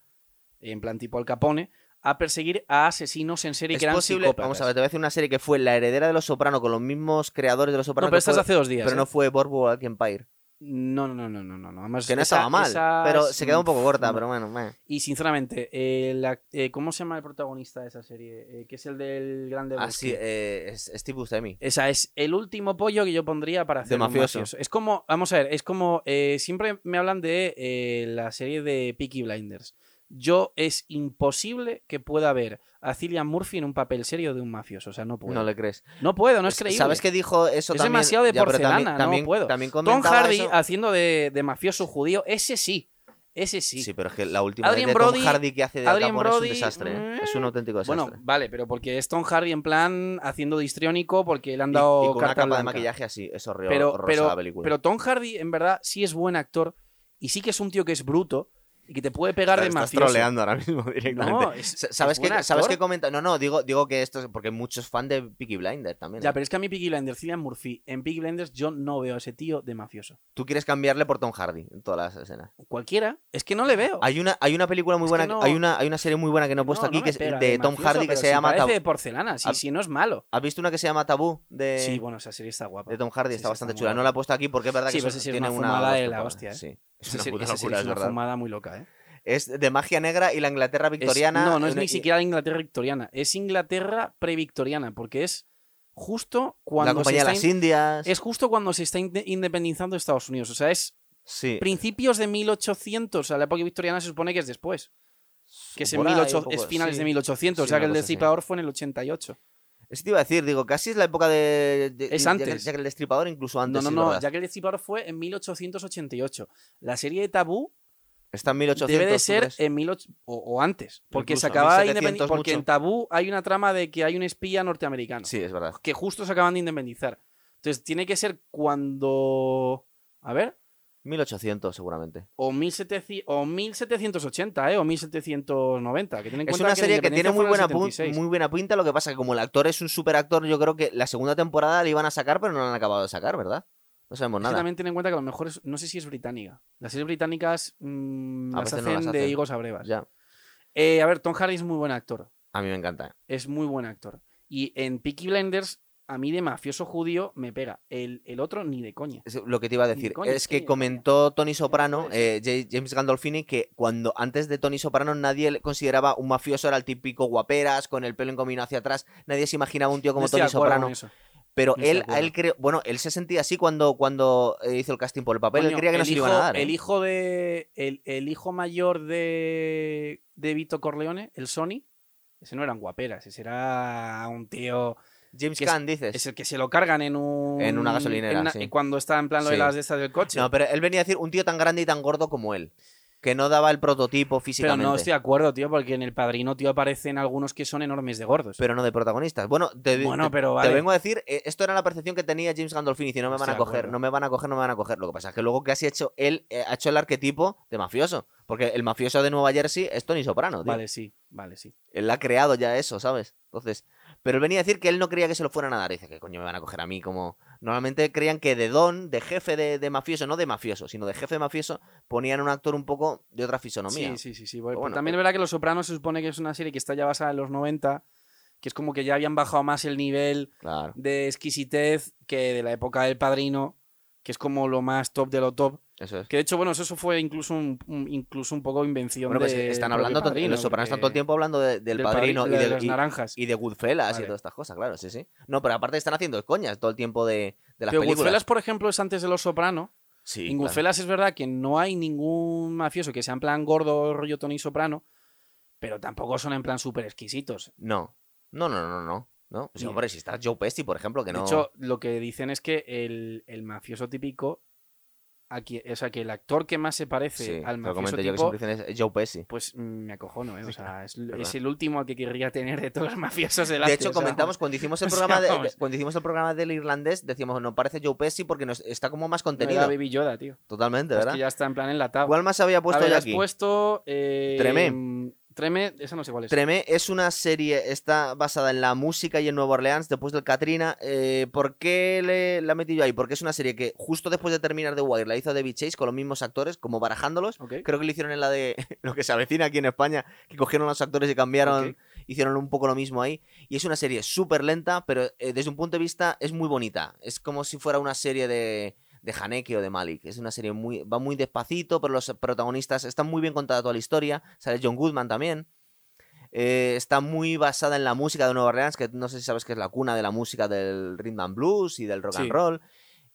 Speaker 1: en plan tipo Al Capone, a perseguir a asesinos en serie
Speaker 2: es
Speaker 1: que eran
Speaker 2: posible,
Speaker 1: psicópatas.
Speaker 2: vamos a ver, te voy a decir una serie que fue La heredera de los Soprano con los mismos creadores de los
Speaker 1: no,
Speaker 2: Soprano.
Speaker 1: pero
Speaker 2: que
Speaker 1: esta es de
Speaker 2: fue-
Speaker 1: hace dos días.
Speaker 2: pero
Speaker 1: ¿eh?
Speaker 2: no fue Boardwalk Empire.
Speaker 1: No, no, no, no, no, no. no. Además,
Speaker 2: Que no
Speaker 1: Pues esa-
Speaker 2: estaba mal,
Speaker 1: esa
Speaker 2: pero
Speaker 1: es-
Speaker 2: se queda un poco corta,
Speaker 1: no.
Speaker 2: pero bueno. meh.
Speaker 1: Y sinceramente, eh, la- eh, ¿cómo se llama el protagonista de esa serie? Eh, que es el del grande
Speaker 2: Así,
Speaker 1: Lebowski.
Speaker 2: eh, es Steve Buscemi.
Speaker 1: Esa es el último pollo que yo pondría para hacer
Speaker 2: De
Speaker 1: un
Speaker 2: mafioso.
Speaker 1: Es como, vamos a ver, es como, eh, siempre me hablan de eh, la serie de Peaky Blinders. Yo es imposible que pueda ver a Cillian Murphy en un papel serio de un mafioso, o sea, no puedo.
Speaker 2: No
Speaker 1: No,
Speaker 2: le crees.
Speaker 1: puedo, no es creíble.
Speaker 2: ¿Sabes qué dijo eso
Speaker 1: Es
Speaker 2: también?
Speaker 1: demasiado de
Speaker 2: Ya, pero
Speaker 1: porcelana,
Speaker 2: también-
Speaker 1: no
Speaker 2: también-
Speaker 1: puedo.
Speaker 2: También
Speaker 1: Tom
Speaker 2: comentaba
Speaker 1: Hardy ah,
Speaker 2: eso.
Speaker 1: haciendo de, de mafioso judío, ese sí, ese sí.
Speaker 2: Sí, pero es que la última
Speaker 1: Adrien
Speaker 2: de Tom
Speaker 1: Brody-
Speaker 2: Hardy que hace de Al
Speaker 1: Adrien
Speaker 2: Capone
Speaker 1: Brody, mm.
Speaker 2: es un desastre. ¿eh? Es un auténtico desastre.
Speaker 1: Bueno, vale, pero porque es Tom Hardy en plan haciendo histriónico porque le
Speaker 2: Y-
Speaker 1: han
Speaker 2: y
Speaker 1: dado
Speaker 2: con una
Speaker 1: carta
Speaker 2: capa de
Speaker 1: blanca.
Speaker 2: maquillaje así, es horrible,
Speaker 1: pero,
Speaker 2: horrorosa
Speaker 1: pero,
Speaker 2: la película.
Speaker 1: pero Tom Hardy, en verdad, sí es buen actor y sí que es un tío que es bruto y que te puede pegar
Speaker 2: Claro,
Speaker 1: de
Speaker 2: estás
Speaker 1: mafioso.
Speaker 2: troleando ahora mismo <laughs> directamente.
Speaker 1: No, es-
Speaker 2: Sa- ¿Sabes,
Speaker 1: es
Speaker 2: qué,
Speaker 1: buen actor.
Speaker 2: ¿Sabes qué comenta? No, no, digo, digo que esto es porque muchos fan de Peaky Blinder también. ¿eh?
Speaker 1: Ya, pero es que a mí Peaky Blinders, Cillian Murphy, en Peaky Blinders yo no veo a ese tío de mafioso.
Speaker 2: Tú quieres cambiarle por Tom Hardy en todas las escenas.
Speaker 1: Cualquiera, es que no le veo.
Speaker 2: Hay una, hay una película muy
Speaker 1: Oh. Es
Speaker 2: buena,
Speaker 1: que no-
Speaker 2: hay, una, hay una serie muy buena que no he puesto
Speaker 1: No,
Speaker 2: aquí
Speaker 1: no
Speaker 2: que
Speaker 1: me
Speaker 2: es
Speaker 1: pega ¿eh?
Speaker 2: de Tom
Speaker 1: mafioso,
Speaker 2: Hardy que
Speaker 1: pero
Speaker 2: se
Speaker 1: si
Speaker 2: llama
Speaker 1: Parece
Speaker 2: Tabú.
Speaker 1: de porcelana, si
Speaker 2: Ah.
Speaker 1: no es malo.
Speaker 2: ¿Has visto una que se llama Tabú de,
Speaker 1: Sí, bueno, esa serie está guapa.
Speaker 2: Eh, de Tom Hardy?
Speaker 1: Sí,
Speaker 2: está
Speaker 1: sí,
Speaker 2: bastante
Speaker 1: muy
Speaker 2: chula. No
Speaker 1: guapa.
Speaker 2: la he puesto aquí porque es verdad
Speaker 1: Sí,
Speaker 2: que
Speaker 1: pero
Speaker 2: eso
Speaker 1: esa sí es
Speaker 2: tiene
Speaker 1: una
Speaker 2: una o
Speaker 1: fumada
Speaker 2: dos
Speaker 1: de la
Speaker 2: temporadas.
Speaker 1: hostia, ¿eh?
Speaker 2: Sí. Es
Speaker 1: Esa
Speaker 2: una
Speaker 1: serie-
Speaker 2: puta
Speaker 1: esa serie
Speaker 2: locura,
Speaker 1: es
Speaker 2: es
Speaker 1: una
Speaker 2: verdad.
Speaker 1: fumada muy loca, ¿eh?
Speaker 2: Es de magia negra y la Inglaterra
Speaker 1: Es-
Speaker 2: victoriana.
Speaker 1: no, no es
Speaker 2: en-
Speaker 1: ni
Speaker 2: y-
Speaker 1: siquiera la Inglaterra victoriana. Es Inglaterra previctoriana, porque es justo
Speaker 2: La
Speaker 1: cuando se
Speaker 2: compañía de
Speaker 1: está
Speaker 2: las Indias.
Speaker 1: Es justo cuando se está inde- independizando Estados Unidos. O sea, es
Speaker 2: Sí.
Speaker 1: principios de 1800. O sea, la época victoriana se supone que es después. Que es, en
Speaker 2: Por ahí,
Speaker 1: 1800
Speaker 2: un poco,
Speaker 1: es finales
Speaker 2: sí.
Speaker 1: de 1800. o
Speaker 2: Sí,
Speaker 1: sea, que
Speaker 2: una
Speaker 1: el
Speaker 2: cosa así.
Speaker 1: destripador fue en el 88.
Speaker 2: Eso te iba a decir, digo, casi es la época de. de-
Speaker 1: Es
Speaker 2: de-
Speaker 1: antes.
Speaker 2: Jack- Jack el Destripador, incluso antes.
Speaker 1: no,
Speaker 2: sí,
Speaker 1: no, no.
Speaker 2: ¿verdad?
Speaker 1: Ya que el destripador fue en 1888. La serie de Tabú
Speaker 2: Está en 1800.
Speaker 1: debe de
Speaker 2: ¿tú
Speaker 1: ser
Speaker 2: crees?
Speaker 1: en 1800 o, o antes. Porque
Speaker 2: Incluso,
Speaker 1: se acaba de
Speaker 2: 1700
Speaker 1: independizar. Porque en
Speaker 2: mucho.
Speaker 1: Tabú hay una trama de que hay un espía norteamericano.
Speaker 2: Sí, es verdad.
Speaker 1: Que justo se acaban de independizar. Entonces, tiene que ser cuando. A ver.
Speaker 2: 1800, seguramente.
Speaker 1: o, 1700, o 1780, ¿eh? O 1790. Que tienen en
Speaker 2: Es
Speaker 1: cuenta
Speaker 2: una
Speaker 1: que la
Speaker 2: serie que tiene
Speaker 1: independencia
Speaker 2: muy buena,
Speaker 1: fue en el
Speaker 2: pun-
Speaker 1: 76.
Speaker 2: muy buena pinta. Lo que pasa que, como el actor es un super actor, yo creo que la segunda temporada la iban a sacar, pero no la han acabado de sacar, ¿verdad? No sabemos
Speaker 1: Es que
Speaker 2: nada.
Speaker 1: también tienen en cuenta que a lo mejor es- no sé si es británica. Las series británicas mm,
Speaker 2: A
Speaker 1: las,
Speaker 2: veces
Speaker 1: hacen
Speaker 2: no las
Speaker 1: de
Speaker 2: hacen.
Speaker 1: higos a brevas.
Speaker 2: Ya.
Speaker 1: Eh, a ver, Tom Hardy es muy buen actor.
Speaker 2: A mí me encanta.
Speaker 1: Es muy buen actor. Y en Peaky Blinders, a mí de mafioso judío me pega. El, el otro ni de coña.
Speaker 2: Es lo que te iba a decir.
Speaker 1: coño,
Speaker 2: es
Speaker 1: sí,
Speaker 2: que
Speaker 1: no,
Speaker 2: comentó Tony Soprano,
Speaker 1: puede
Speaker 2: eh, J- James Gandolfini, que cuando antes de Tony Soprano nadie le consideraba un mafioso, era el típico guaperas, con el pelo encominado hacia atrás. Nadie se imaginaba un tío como
Speaker 1: No estoy de
Speaker 2: Tony
Speaker 1: acuerdo
Speaker 2: Soprano.
Speaker 1: con eso.
Speaker 2: Pero
Speaker 1: No estoy de
Speaker 2: él, a
Speaker 1: acuerdo.
Speaker 2: él creo, bueno, él se sentía así cuando, cuando eh, hizo el casting por el papel. él
Speaker 1: Coño,
Speaker 2: creía que no
Speaker 1: el
Speaker 2: se lo
Speaker 1: hijo,
Speaker 2: iban a dar. ¿eh?
Speaker 1: El hijo, de, el, el hijo mayor de, de Vito Corleone, el Sony, ese no eran guaperas, ese era un tío.
Speaker 2: James
Speaker 1: que es-
Speaker 2: Caan, dices.
Speaker 1: Es el que se lo cargan en un.
Speaker 2: En una gasolinera, sí.
Speaker 1: Cuando está en plan lo de
Speaker 2: Sí.
Speaker 1: las de estas del coche.
Speaker 2: No, pero él venía a decir un tío tan grande y tan gordo como él. Que no daba el prototipo
Speaker 1: pero
Speaker 2: físicamente.
Speaker 1: no estoy de acuerdo, tío, porque en el padrino, tío, aparecen algunos que son enormes de gordos.
Speaker 2: pero no de protagonistas. Bueno, te,
Speaker 1: bueno,
Speaker 2: te-
Speaker 1: pero
Speaker 2: te
Speaker 1: vale.
Speaker 2: vengo a decir, eh, esto era la percepción que tenía James Gandolfini, dice, no me van
Speaker 1: Estoy
Speaker 2: a
Speaker 1: de
Speaker 2: coger,
Speaker 1: acuerdo.
Speaker 2: no me van a coger, no me van a coger. Lo que pasa es que luego casi ha hecho él, eh, ha hecho el arquetipo de mafioso, porque el mafioso de Nueva Jersey es Tony Soprano, tío.
Speaker 1: Vale, sí, vale, sí.
Speaker 2: Él ha creado ya eso, ¿sabes? Entonces, pero él venía a decir que él no creía que se lo fueran a dar, dice, que coño me van a coger a mí como normalmente creían que de don, de jefe de, de mafioso, no de mafioso, sino de jefe de mafioso, ponían un actor un poco de otra fisonomía.
Speaker 1: Sí, sí, sí. sí. Bueno,
Speaker 2: Pero bueno,
Speaker 1: también
Speaker 2: pero-
Speaker 1: es verdad que Los Sopranos se supone que es una serie que está ya basada en los 90, que es como que ya habían bajado más el nivel
Speaker 2: Claro.
Speaker 1: de exquisitez que de la época del Padrino, que es como lo más top de lo top.
Speaker 2: Eso es.
Speaker 1: Que de hecho, bueno, eso eso fue incluso un, un- incluso un poco invención
Speaker 2: Bueno, pues
Speaker 1: de-
Speaker 2: están
Speaker 1: del propio
Speaker 2: hablando, todo-
Speaker 1: Padrino,
Speaker 2: los sopranos están
Speaker 1: porque-
Speaker 2: todo el tiempo hablando de- del, padrino,
Speaker 1: Padri-
Speaker 2: y
Speaker 1: de
Speaker 2: del,
Speaker 1: las
Speaker 2: y-
Speaker 1: naranjas.
Speaker 2: y de Goodfellas
Speaker 1: Vale.
Speaker 2: y todas estas cosas, claro, sí, sí. No, pero aparte están haciendo coñas todo el tiempo de, de las
Speaker 1: Pero
Speaker 2: películas.
Speaker 1: Goodfellas, por ejemplo, es antes de Los Soprano.
Speaker 2: Sí,
Speaker 1: en
Speaker 2: claro.
Speaker 1: Goodfellas es verdad que no hay ningún mafioso que sea en plan gordo, rollo Tony Soprano, pero tampoco son en plan súper exquisitos.
Speaker 2: No. No, no, no, no. no. Sí,
Speaker 1: Mira.
Speaker 2: hombre, si está Joe Pesci, por ejemplo, que
Speaker 1: De
Speaker 2: no.
Speaker 1: hecho, lo que dicen es que el, el mafioso típico, aquí, o sea, que el actor que más se parece
Speaker 2: sí, te
Speaker 1: al
Speaker 2: lo
Speaker 1: mafioso
Speaker 2: comenté yo que
Speaker 1: tipo
Speaker 2: siempre dicen es Joe Pesci.
Speaker 1: pues mm, me acojono, ¿eh? O sea, es,
Speaker 2: verdad.
Speaker 1: es el último al que querría tener de todos los mafiosos del
Speaker 2: De
Speaker 1: Asia,
Speaker 2: hecho,
Speaker 1: o sea,
Speaker 2: comentamos cuando hicimos el
Speaker 1: <laughs> o sea,
Speaker 2: programa de-
Speaker 1: vamos.
Speaker 2: de- cuando hicimos el programa del irlandés, decíamos, no parece Joe Pesci porque nos, está como más
Speaker 1: me da
Speaker 2: contenido.
Speaker 1: Baby Yoda, tío.
Speaker 2: Totalmente,
Speaker 1: Es
Speaker 2: ¿verdad?
Speaker 1: que ya está en plan enlatado.
Speaker 2: ¿Cuál más había
Speaker 1: A
Speaker 2: puesto
Speaker 1: ver,
Speaker 2: yo
Speaker 1: has
Speaker 2: aquí?
Speaker 1: puesto... eh,
Speaker 2: Tremé.
Speaker 1: Tremé, esa no sé cuál es.
Speaker 2: Tremé es una serie, está basada en la música y en Nueva Orleans después del Katrina. Eh, ¿Por qué le, la metí yo ahí? Porque es una serie que justo después de terminar The Wire la hizo David Chase con los mismos actores, como barajándolos.
Speaker 1: Ok.
Speaker 2: Creo que lo hicieron en la de <laughs> lo que se avecina aquí en España, que cogieron a los actores y cambiaron,
Speaker 1: Ok.
Speaker 2: hicieron un poco lo mismo ahí. Y es una serie súper lenta, pero eh, desde un punto de vista es muy bonita. Es como si fuera una serie de, de Haneke o de Malik. Es una serie muy. va muy despacito, pero los protagonistas están muy bien contada toda la historia. Sale John Goodman también. Eh, está muy basada en la música de Nueva Orleans, que no sé si sabes que es la cuna de la música del rhythm and blues y del rock
Speaker 1: Sí.
Speaker 2: and roll.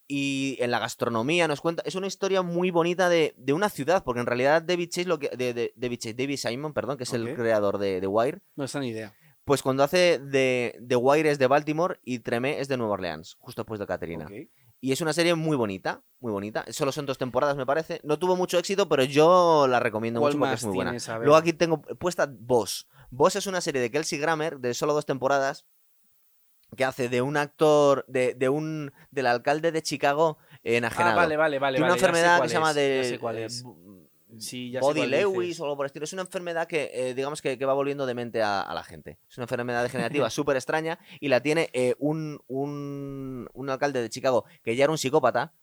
Speaker 2: Y en la gastronomía nos cuenta. Es una historia muy bonita de, de una ciudad, porque en realidad David Chase, lo que, de, de- David Chase, David Simon, perdón, que es
Speaker 1: Ok.
Speaker 2: el creador de, de Wire,
Speaker 1: No está ni idea.
Speaker 2: pues cuando hace de, de Wire es de Baltimore y Tremé es de Nueva Orleans, justo después de Caterina.
Speaker 1: Ok.
Speaker 2: Y es una serie muy bonita, muy bonita. Solo son dos temporadas, me parece. No tuvo mucho éxito, pero yo la recomiendo
Speaker 1: ¿Cuál
Speaker 2: mucho porque
Speaker 1: más
Speaker 2: es muy buena.
Speaker 1: tienes? A ver.
Speaker 2: Luego aquí tengo puesta Boss. Boss es una serie de Kelsey Grammer de solo dos temporadas que hace de un actor, de, de un del alcalde de Chicago
Speaker 1: Ah,
Speaker 2: enajenado.
Speaker 1: vale, vale, vale.
Speaker 2: Tiene
Speaker 1: vale, ya
Speaker 2: una
Speaker 1: sé
Speaker 2: enfermedad
Speaker 1: cuál
Speaker 2: que se llama
Speaker 1: es,
Speaker 2: de
Speaker 1: ya sé cuál es.
Speaker 2: eh, bu-
Speaker 1: Sí, ya sé
Speaker 2: Body
Speaker 1: cuál
Speaker 2: Lewis
Speaker 1: dices.
Speaker 2: o algo por el estilo. Es una enfermedad que, eh, digamos, que, que va volviendo demente a, a la gente. Es una
Speaker 1: <laughs>
Speaker 2: enfermedad degenerativa súper extraña y la tiene eh, un, un, un alcalde de Chicago que ya era un psicópata.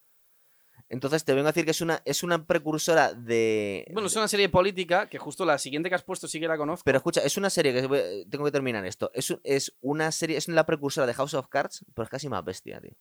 Speaker 2: Entonces te vengo a decir que es una, es una precursora de...
Speaker 1: Bueno, es
Speaker 2: de-
Speaker 1: una serie política que justo la siguiente que has puesto sí que la conozco.
Speaker 2: Pero escucha, es una serie que... voy- eh, Tengo que terminar esto. Es, un- es una serie... Es la precursora de House of Cards, pero es casi más bestia, tío.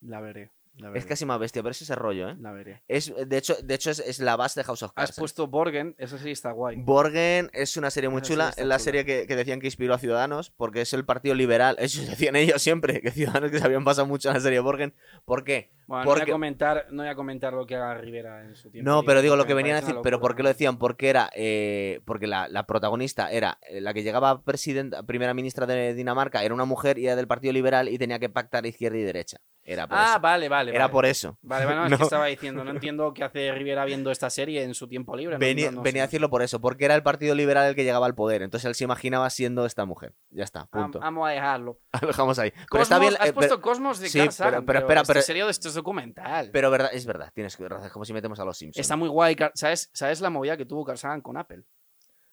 Speaker 1: La veré. La veré.
Speaker 2: Es casi más bestia, pero es ese rollo, ¿eh?
Speaker 1: La veré.
Speaker 2: Es, de hecho, de hecho es, es la base de House of Cards.
Speaker 1: Has
Speaker 2: ¿eh?
Speaker 1: puesto Borgen, esa sí está guay.
Speaker 2: Borgen es una serie muy
Speaker 1: Esa
Speaker 2: chula,
Speaker 1: serie
Speaker 2: es
Speaker 1: está
Speaker 2: la
Speaker 1: chula.
Speaker 2: serie que, que decían que inspiró a Ciudadanos, porque es el partido liberal, eso <laughs> decían ellos siempre, que Ciudadanos que se habían pasado mucho en la serie Borgen. ¿Por qué?
Speaker 1: Bueno, no, voy
Speaker 2: Porque-
Speaker 1: a comentar, no voy a comentar lo que haga Rivera en su tiempo.
Speaker 2: No, pero digo lo
Speaker 1: porque
Speaker 2: que
Speaker 1: me
Speaker 2: venían a
Speaker 1: parece
Speaker 2: decir,
Speaker 1: una
Speaker 2: pero
Speaker 1: locura.
Speaker 2: ¿por qué lo decían? Porque era, eh, porque la, la protagonista era eh, la que llegaba presidenta, primera ministra de Dinamarca, era una mujer y era del partido liberal y tenía que pactar izquierda y derecha. Era por
Speaker 1: Ah,
Speaker 2: eso.
Speaker 1: vale, vale.
Speaker 2: Era
Speaker 1: vale.
Speaker 2: por eso.
Speaker 1: Vale,
Speaker 2: <laughs>
Speaker 1: bueno, es que
Speaker 2: No.
Speaker 1: estaba diciendo, no entiendo qué hace Rivera viendo esta serie en su tiempo libre. no-
Speaker 2: Venía,
Speaker 1: no- no
Speaker 2: venía a
Speaker 1: sé.
Speaker 2: decirlo por eso, porque era el partido liberal el que llegaba al poder. Entonces él se imaginaba siendo esta mujer. Ya está,
Speaker 1: Am-
Speaker 2: punto.
Speaker 1: Vamos a dejarlo.
Speaker 2: <laughs> Lo dejamos ahí. Pero
Speaker 1: Ah, Cosmos,
Speaker 2: está bien. eh,
Speaker 1: has
Speaker 2: pero-
Speaker 1: puesto Cosmos de
Speaker 2: sí,
Speaker 1: Carl
Speaker 2: pero-
Speaker 1: Sagan,
Speaker 2: pero espera,
Speaker 1: esto
Speaker 2: pero-
Speaker 1: es serio, esto es documental.
Speaker 2: Pero verdad, es verdad, tienes que- razón, es como si metemos a los Simpsons.
Speaker 1: Está muy guay. Carl- ¿Sabes, ¿Sabes la movida que tuvo Carl Sagan con Apple?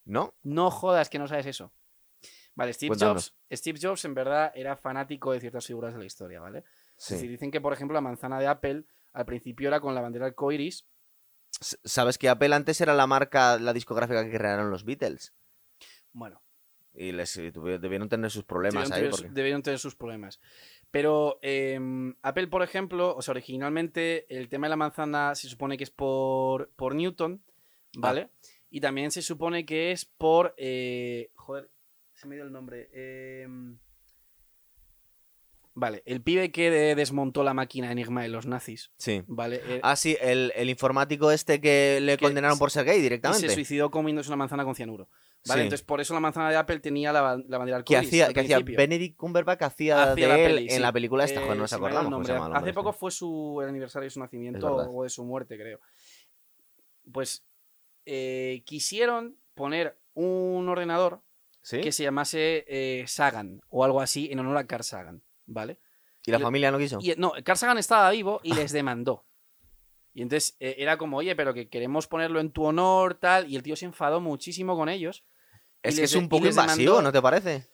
Speaker 2: ¿No?
Speaker 1: No jodas que no sabes eso. Vale, Steve
Speaker 2: Cuéntanos.
Speaker 1: Jobs. Steve Jobs en verdad era fanático de ciertas figuras de la historia, ¿vale? Es
Speaker 2: Sí.
Speaker 1: decir, dicen que, por ejemplo, la manzana de Apple al principio era con la bandera arcoiris.
Speaker 2: S- Sabes que Apple antes era la marca, la discográfica que crearon los Beatles.
Speaker 1: Bueno,
Speaker 2: Y les eh, tuvi- debieron tener sus problemas
Speaker 1: debieron tener,
Speaker 2: ahí. Porque...
Speaker 1: debieron tener sus problemas. Pero eh, Apple, por ejemplo, o sea, originalmente el tema de la manzana se supone que es por, por Newton,
Speaker 2: Ah.
Speaker 1: ¿vale? Y también se supone que es por. eh, joder, se me dio el nombre. eh, vale, el pibe que de- desmontó la máquina Enigma de los nazis,
Speaker 2: Sí.
Speaker 1: ¿vale? Eh,
Speaker 2: Ah, sí, el, el informático este que le
Speaker 1: Que
Speaker 2: condenaron
Speaker 1: se-
Speaker 2: por ser gay
Speaker 1: y se
Speaker 2: directamente.
Speaker 1: suicidó comiéndose una manzana con cianuro. ¿Vale?
Speaker 2: Sí.
Speaker 1: Entonces, por eso la manzana de Apple tenía la, ban- la bandera
Speaker 2: que
Speaker 1: arcoíris
Speaker 2: hacía,
Speaker 1: al
Speaker 2: que hacía
Speaker 1: principio.
Speaker 2: Benedict Cumberbatch hacía,
Speaker 1: Hacía
Speaker 2: de
Speaker 1: la
Speaker 2: él
Speaker 1: peli,
Speaker 2: en
Speaker 1: sí.
Speaker 2: la película esta, joder,
Speaker 1: Eh,
Speaker 2: no nos
Speaker 1: se me ha ido el
Speaker 2: acordamos. cómo se
Speaker 1: nombre.
Speaker 2: llamaba el
Speaker 1: Hace
Speaker 2: hombre
Speaker 1: poco
Speaker 2: este.
Speaker 1: fue su, el aniversario de su nacimiento
Speaker 2: verdad.
Speaker 1: o de su muerte, creo. Pues eh, quisieron poner un ordenador
Speaker 2: ¿Sí?
Speaker 1: que se llamase eh, Sagan o algo así en honor a Carl Sagan, ¿vale?
Speaker 2: ¿Y la
Speaker 1: le-
Speaker 2: familia no quiso?
Speaker 1: Y, no, Carl Sagan estaba vivo y les
Speaker 2: <laughs>
Speaker 1: demandó. Y entonces eh, era como, oye, pero que queremos ponerlo en tu honor, tal. Y el tío se enfadó muchísimo con ellos. y
Speaker 2: Es que
Speaker 1: les
Speaker 2: es
Speaker 1: de-
Speaker 2: un
Speaker 1: y
Speaker 2: poco
Speaker 1: les demandó-
Speaker 2: invasivo, ¿no
Speaker 1: <laughs>
Speaker 2: te parece?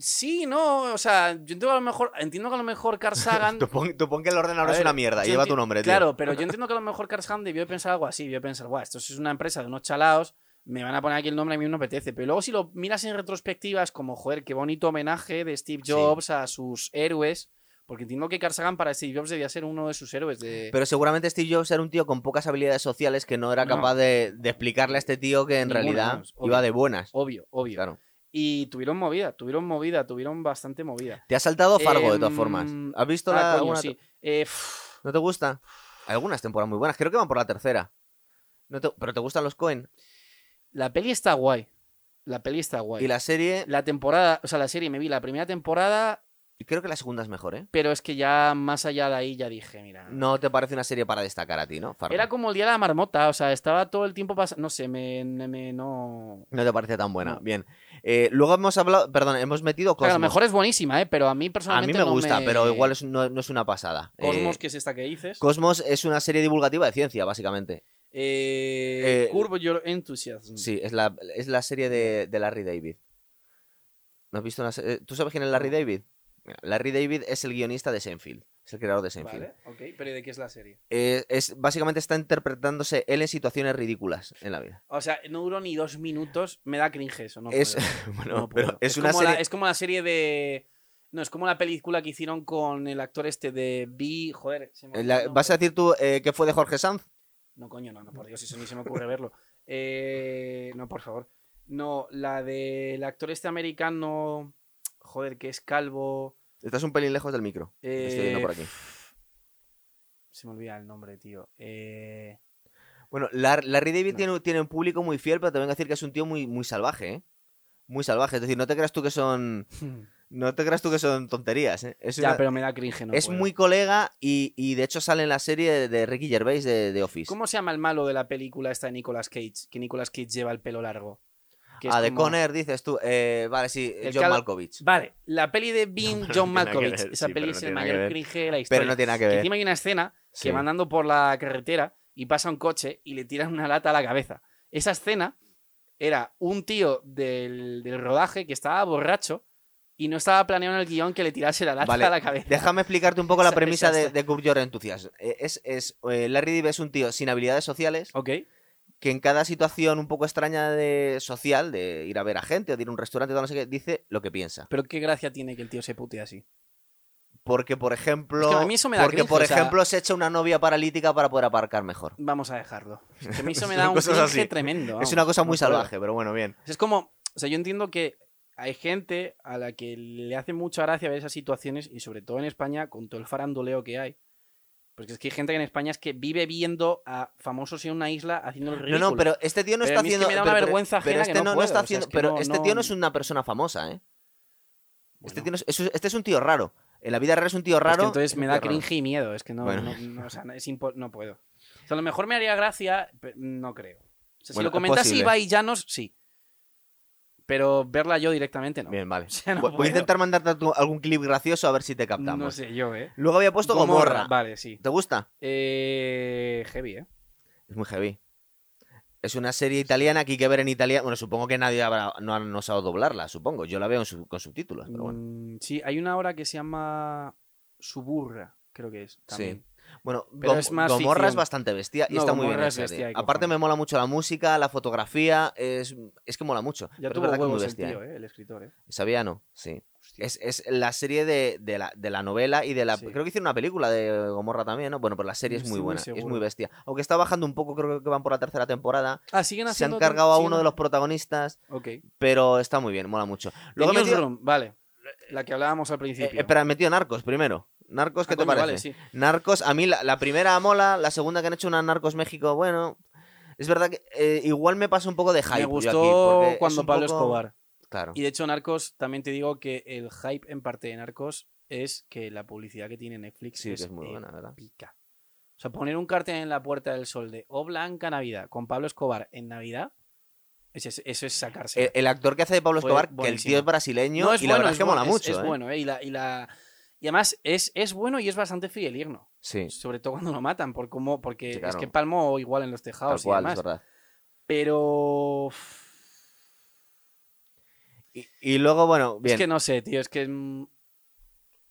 Speaker 1: Sí, no, o sea, yo entiendo que a lo mejor, entiendo que a lo mejor
Speaker 2: <laughs>
Speaker 1: Carl Sagan
Speaker 2: Tú pon, tú pon que el ordenador
Speaker 1: A
Speaker 2: es
Speaker 1: ver,
Speaker 2: una mierda y
Speaker 1: yo
Speaker 2: lleva
Speaker 1: enti-
Speaker 2: tu nombre, tío.
Speaker 1: Claro,
Speaker 2: <laughs>
Speaker 1: pero yo entiendo que a lo mejor Carl Sagan debió de pensar algo así. Debió de pensar, guau, esto es una empresa de unos chalaos, me van a poner aquí el nombre, a mí no me apetece. Pero luego si lo miras en retrospectivas, como, joder, qué bonito homenaje de Steve
Speaker 2: Sí.
Speaker 1: Jobs a sus héroes. Porque entiendo que Carl Sagan para Steve Jobs debía ser uno de sus héroes. De...
Speaker 2: Pero seguramente Steve Jobs era un tío con pocas habilidades sociales que no era
Speaker 1: No.
Speaker 2: capaz de, de explicarle a este tío que en
Speaker 1: Ninguna,
Speaker 2: realidad
Speaker 1: vamos, obvio.
Speaker 2: iba de buenas.
Speaker 1: Obvio, obvio.
Speaker 2: Claro.
Speaker 1: Y tuvieron movida, tuvieron movida, tuvieron bastante movida.
Speaker 2: Te ha saltado Fargo, de todas
Speaker 1: Em,
Speaker 2: formas. ¿Has visto
Speaker 1: Ah,
Speaker 2: la
Speaker 1: coño,
Speaker 2: alguna-
Speaker 1: sí. Eh, pff,
Speaker 2: ¿No te gusta? Hay algunas temporadas muy buenas. Creo que van por la tercera. No te- Pero te gustan los Cohen.
Speaker 1: la peli está guay. La peli está guay.
Speaker 2: Y la serie,
Speaker 1: la temporada, o sea, la serie me vi la primera temporada
Speaker 2: creo que la segunda es mejor, ¿eh?
Speaker 1: Pero es que ya más allá de ahí ya dije, mira.
Speaker 2: No te parece una serie para destacar a ti, ¿no? Fargo.
Speaker 1: Era como el día de la marmota, o sea, estaba todo el tiempo pasando. No sé, me. me- me- no.
Speaker 2: No te parece tan buena.
Speaker 1: No.
Speaker 2: Bien. Eh, luego hemos hablado, perdón, hemos metido
Speaker 1: Claro,
Speaker 2: Cosmos.
Speaker 1: a lo mejor es buenísima, ¿eh? Pero a mí
Speaker 2: a
Speaker 1: personalmente.
Speaker 2: mí me
Speaker 1: no
Speaker 2: gusta, pero igual es- no, no es una pasada.
Speaker 1: Cosmos,
Speaker 2: Eh,
Speaker 1: que es esta que dices.
Speaker 2: Cosmos es una serie divulgativa de ciencia, básicamente.
Speaker 1: Eh,
Speaker 2: eh,
Speaker 1: Curve Your Enthusiasm.
Speaker 2: Sí, es la, es la serie de, de Larry David. ¿No has visto una se- eh, ¿Tú sabes quién es Larry David? Mira, Larry David es el guionista de Seinfeld. Es el creador de Seinfeld.
Speaker 1: Vale, ok. Pero ¿y ¿de qué es la serie?
Speaker 2: Eh, es, básicamente está interpretándose él en situaciones ridículas en la vida.
Speaker 1: O sea, no duró ni dos minutos, me da cringe eso, no
Speaker 2: es,
Speaker 1: puedo,
Speaker 2: <laughs> bueno,
Speaker 1: no puedo.
Speaker 2: pero es, una
Speaker 1: como la-
Speaker 2: serie...
Speaker 1: es como la serie de. No, es como la película que hicieron con el actor este de B. Joder, se me olvidó el
Speaker 2: La-
Speaker 1: nombre.
Speaker 2: ¿Vas a decir tú eh, que fue de Jorge Sanz?
Speaker 1: No, coño, no, no, por Dios, eso ni se me ocurre verlo. Eh, no, por favor. No, la del actor este americano. Joder, que es calvo.
Speaker 2: Estás un pelín lejos del micro. Te Estoy viendo
Speaker 1: eh,
Speaker 2: por aquí.
Speaker 1: Se me olvida el nombre,
Speaker 2: <laughs>
Speaker 1: tío. Eh,
Speaker 2: Bueno, Lar- Larry David
Speaker 1: No.
Speaker 2: tiene, tiene un público muy fiel, pero te vengo a decir que es un tío muy, muy salvaje, ¿eh? Muy salvaje. Es decir, no te creas tú que son. No te creas tú que son tonterías, ¿eh? Es,
Speaker 1: ya,
Speaker 2: una-
Speaker 1: pero me da cringe, no
Speaker 2: es
Speaker 1: puedo.
Speaker 2: muy colega y, y de hecho sale en la serie de, de Ricky Gervais de, de Office.
Speaker 1: ¿Cómo se llama el malo de la película esta de Nicolas Cage? Que Nicolas Cage lleva el pelo largo. Que es
Speaker 2: Ah, de
Speaker 1: como-
Speaker 2: Conner dices tú. Eh, vale, sí,
Speaker 1: El
Speaker 2: John
Speaker 1: cal-
Speaker 2: Malkovich.
Speaker 1: Vale, la peli de Bean
Speaker 2: pero <laughs> no
Speaker 1: John
Speaker 2: tiene nada que
Speaker 1: Malkovich.
Speaker 2: ver,
Speaker 1: Esa
Speaker 2: sí,
Speaker 1: peli
Speaker 2: pero
Speaker 1: es
Speaker 2: no
Speaker 1: el
Speaker 2: tiene nada que
Speaker 1: mayor
Speaker 2: ver.
Speaker 1: cringe de la historia.
Speaker 2: Pero no tiene nada que
Speaker 1: Que
Speaker 2: ver.
Speaker 1: encima hay una escena
Speaker 2: Sí.
Speaker 1: que van andando por la carretera y pasa un coche y le tiran una lata a la cabeza. Esa escena era un tío del, del rodaje que estaba borracho y no estaba planeado en el guión que le tirase la lata
Speaker 2: Vale,
Speaker 1: a la cabeza.
Speaker 2: Déjame explicarte un poco la
Speaker 1: Esa-
Speaker 2: premisa
Speaker 1: esa-
Speaker 2: de,
Speaker 1: esa.
Speaker 2: de Curb Your Enthusiasm. Eh, Es, es, eh, Larry David es un tío sin habilidades sociales
Speaker 1: Ok,
Speaker 2: que en cada situación un poco extraña de social, de ir a ver a gente o de ir a un restaurante, tal, no sé qué, dice lo que piensa.
Speaker 1: pero qué gracia tiene que el tío se pute así.
Speaker 2: Porque, por ejemplo.
Speaker 1: Es que a mí eso me da
Speaker 2: porque,
Speaker 1: cringe,
Speaker 2: por
Speaker 1: o sea-
Speaker 2: ejemplo, se echa una novia paralítica para poder aparcar mejor.
Speaker 1: Vamos a dejarlo. Es que a mí
Speaker 2: <laughs>
Speaker 1: eso me
Speaker 2: Son
Speaker 1: da un
Speaker 2: cosas
Speaker 1: cringe
Speaker 2: así.
Speaker 1: tremendo.
Speaker 2: es
Speaker 1: vamos.
Speaker 2: una cosa
Speaker 1: No
Speaker 2: muy
Speaker 1: puedo.
Speaker 2: salvaje, pero bueno, bien.
Speaker 1: Es como, o sea, yo entiendo que hay gente a la que le hace mucha gracia ver esas situaciones y sobre todo en España con todo el faranduleo que hay. Porque es que hay gente que en España es que vive viendo a famosos en una isla haciendo el ridículo.
Speaker 2: No, no, pero este tío no
Speaker 1: Pero
Speaker 2: está
Speaker 1: a mí es que
Speaker 2: haciendo.
Speaker 1: me da
Speaker 2: pero-
Speaker 1: una
Speaker 2: pero-
Speaker 1: vergüenza
Speaker 2: pero
Speaker 1: ajena
Speaker 2: este
Speaker 1: que no
Speaker 2: no, no
Speaker 1: puedo,
Speaker 2: está
Speaker 1: o sea,
Speaker 2: haciendo.
Speaker 1: es que
Speaker 2: pero
Speaker 1: no-
Speaker 2: este
Speaker 1: no-
Speaker 2: tío no es una persona famosa, ¿eh? Este,
Speaker 1: Bueno,
Speaker 2: tío no es, es un- este es un tío raro. En la vida real es un tío
Speaker 1: es que
Speaker 2: raro. es
Speaker 1: entonces
Speaker 2: un
Speaker 1: me
Speaker 2: tío
Speaker 1: da
Speaker 2: raro.
Speaker 1: cringe y miedo. Es que no,
Speaker 2: Bueno.
Speaker 1: no, no, o sea, no- es impo- no puedo. O sea, a lo mejor me haría gracia, pero no creo. O sea, si
Speaker 2: Bueno,
Speaker 1: lo
Speaker 2: es
Speaker 1: comentas
Speaker 2: posible.
Speaker 1: Ibai Llanos, sí. Pero verla yo directamente no. <laughs>
Speaker 2: Bien, vale.
Speaker 1: O sea, no
Speaker 2: Voy- Voy a
Speaker 1: puedo.
Speaker 2: intentar mandarte tú algún clip gracioso a ver si te captamos.
Speaker 1: No sé yo, ¿eh?
Speaker 2: Luego había puesto
Speaker 1: Gomorra,
Speaker 2: Gomorra.
Speaker 1: Vale, sí.
Speaker 2: ¿Te gusta?
Speaker 1: Eh, heavy, ¿eh?
Speaker 2: Es muy heavy. Es una serie italiana que hay que ver en Italia. Bueno, supongo que nadie habrá, no ha no sabe doblarla, supongo. Yo la veo en su- con subtítulos, pero bueno.
Speaker 1: Mm, Sí, hay una obra que se llama Suburra, creo que es. También.
Speaker 2: Bueno,
Speaker 1: Pero
Speaker 2: Gom-
Speaker 1: es más
Speaker 2: Gomorra
Speaker 1: ficción.
Speaker 2: es bastante bestia y
Speaker 1: No,
Speaker 2: está muy
Speaker 1: Gomorra
Speaker 2: bien
Speaker 1: es
Speaker 2: hecha,
Speaker 1: bestia
Speaker 2: tío.
Speaker 1: de
Speaker 2: Aparte
Speaker 1: cojones.
Speaker 2: me mola mucho la música, la fotografía, es, es que mola mucho.
Speaker 1: Ya
Speaker 2: Pero es
Speaker 1: tuvo
Speaker 2: verdad que es muy
Speaker 1: huevos el
Speaker 2: bestia,
Speaker 1: tío,
Speaker 2: ¿eh?
Speaker 1: ¿eh? el escritor. ¿eh?
Speaker 2: ¿Sabía no? Sí.
Speaker 1: Hostia.
Speaker 2: Es, es la serie de, de la, de la novela y de la...
Speaker 1: Sí.
Speaker 2: Creo que hicieron una película de Gomorra también, ¿no? Bueno, pero la serie
Speaker 1: No
Speaker 2: es
Speaker 1: estoy
Speaker 2: muy
Speaker 1: muy
Speaker 2: buena, es
Speaker 1: seguro.
Speaker 2: muy bestia. Aunque está bajando un poco, creo que van por la tercera temporada.
Speaker 1: Ah, siguen
Speaker 2: Se han
Speaker 1: haciendo
Speaker 2: cargado a
Speaker 1: siguen-
Speaker 2: uno de los protagonistas,
Speaker 1: Ok.
Speaker 2: pero está muy bien, mola mucho.
Speaker 1: Luego
Speaker 2: Luego he metido,
Speaker 1: Newsroom, vale. La que hablábamos al
Speaker 2: eh,
Speaker 1: principio.
Speaker 2: espera, he metido Narcos primero. Narcos, ¿qué
Speaker 1: Ah,
Speaker 2: te
Speaker 1: coño,
Speaker 2: parece?
Speaker 1: Vale, sí.
Speaker 2: Narcos, a mí la, la primera mola, la segunda que han hecho una Narcos México, bueno. Es verdad que eh, igual me pasa un poco de hype.
Speaker 1: Me
Speaker 2: yo
Speaker 1: gustó
Speaker 2: aquí, porque es
Speaker 1: cuando
Speaker 2: un
Speaker 1: Pablo
Speaker 2: poco- Ah.
Speaker 1: Escobar.
Speaker 2: Claro.
Speaker 1: Y de hecho, Narcos, también te digo que el hype en parte de Narcos es que la publicidad que tiene Netflix
Speaker 2: Sí,
Speaker 1: es,
Speaker 2: que es muy
Speaker 1: eh,
Speaker 2: buena, ¿verdad?
Speaker 1: pica. O sea, poner un cartel en la Puerta del Sol de O Blanca Navidad con Pablo Escobar en Navidad, eso es, eso es sacarse.
Speaker 2: El, el actor que hace de Pablo
Speaker 1: Fue
Speaker 2: Escobar, que el
Speaker 1: buenísimo.
Speaker 2: tío es brasileño,
Speaker 1: No, es
Speaker 2: y la
Speaker 1: bueno,
Speaker 2: verdad es que mola
Speaker 1: bueno,
Speaker 2: mucho.
Speaker 1: Es
Speaker 2: ¿eh?
Speaker 1: bueno, ¿eh? Y, la, y, la- y además es, es bueno y es bastante fideligno.
Speaker 2: Sí,
Speaker 1: Sobre todo cuando lo matan, por cómo, porque
Speaker 2: Sí, claro.
Speaker 1: es que palmo igual en los
Speaker 2: tal
Speaker 1: tejados y
Speaker 2: cual, es
Speaker 1: demás.
Speaker 2: verdad.
Speaker 1: Pero. uf,
Speaker 2: Y, y luego, bueno, bien.
Speaker 1: Es que no sé, tío. Es que. mm,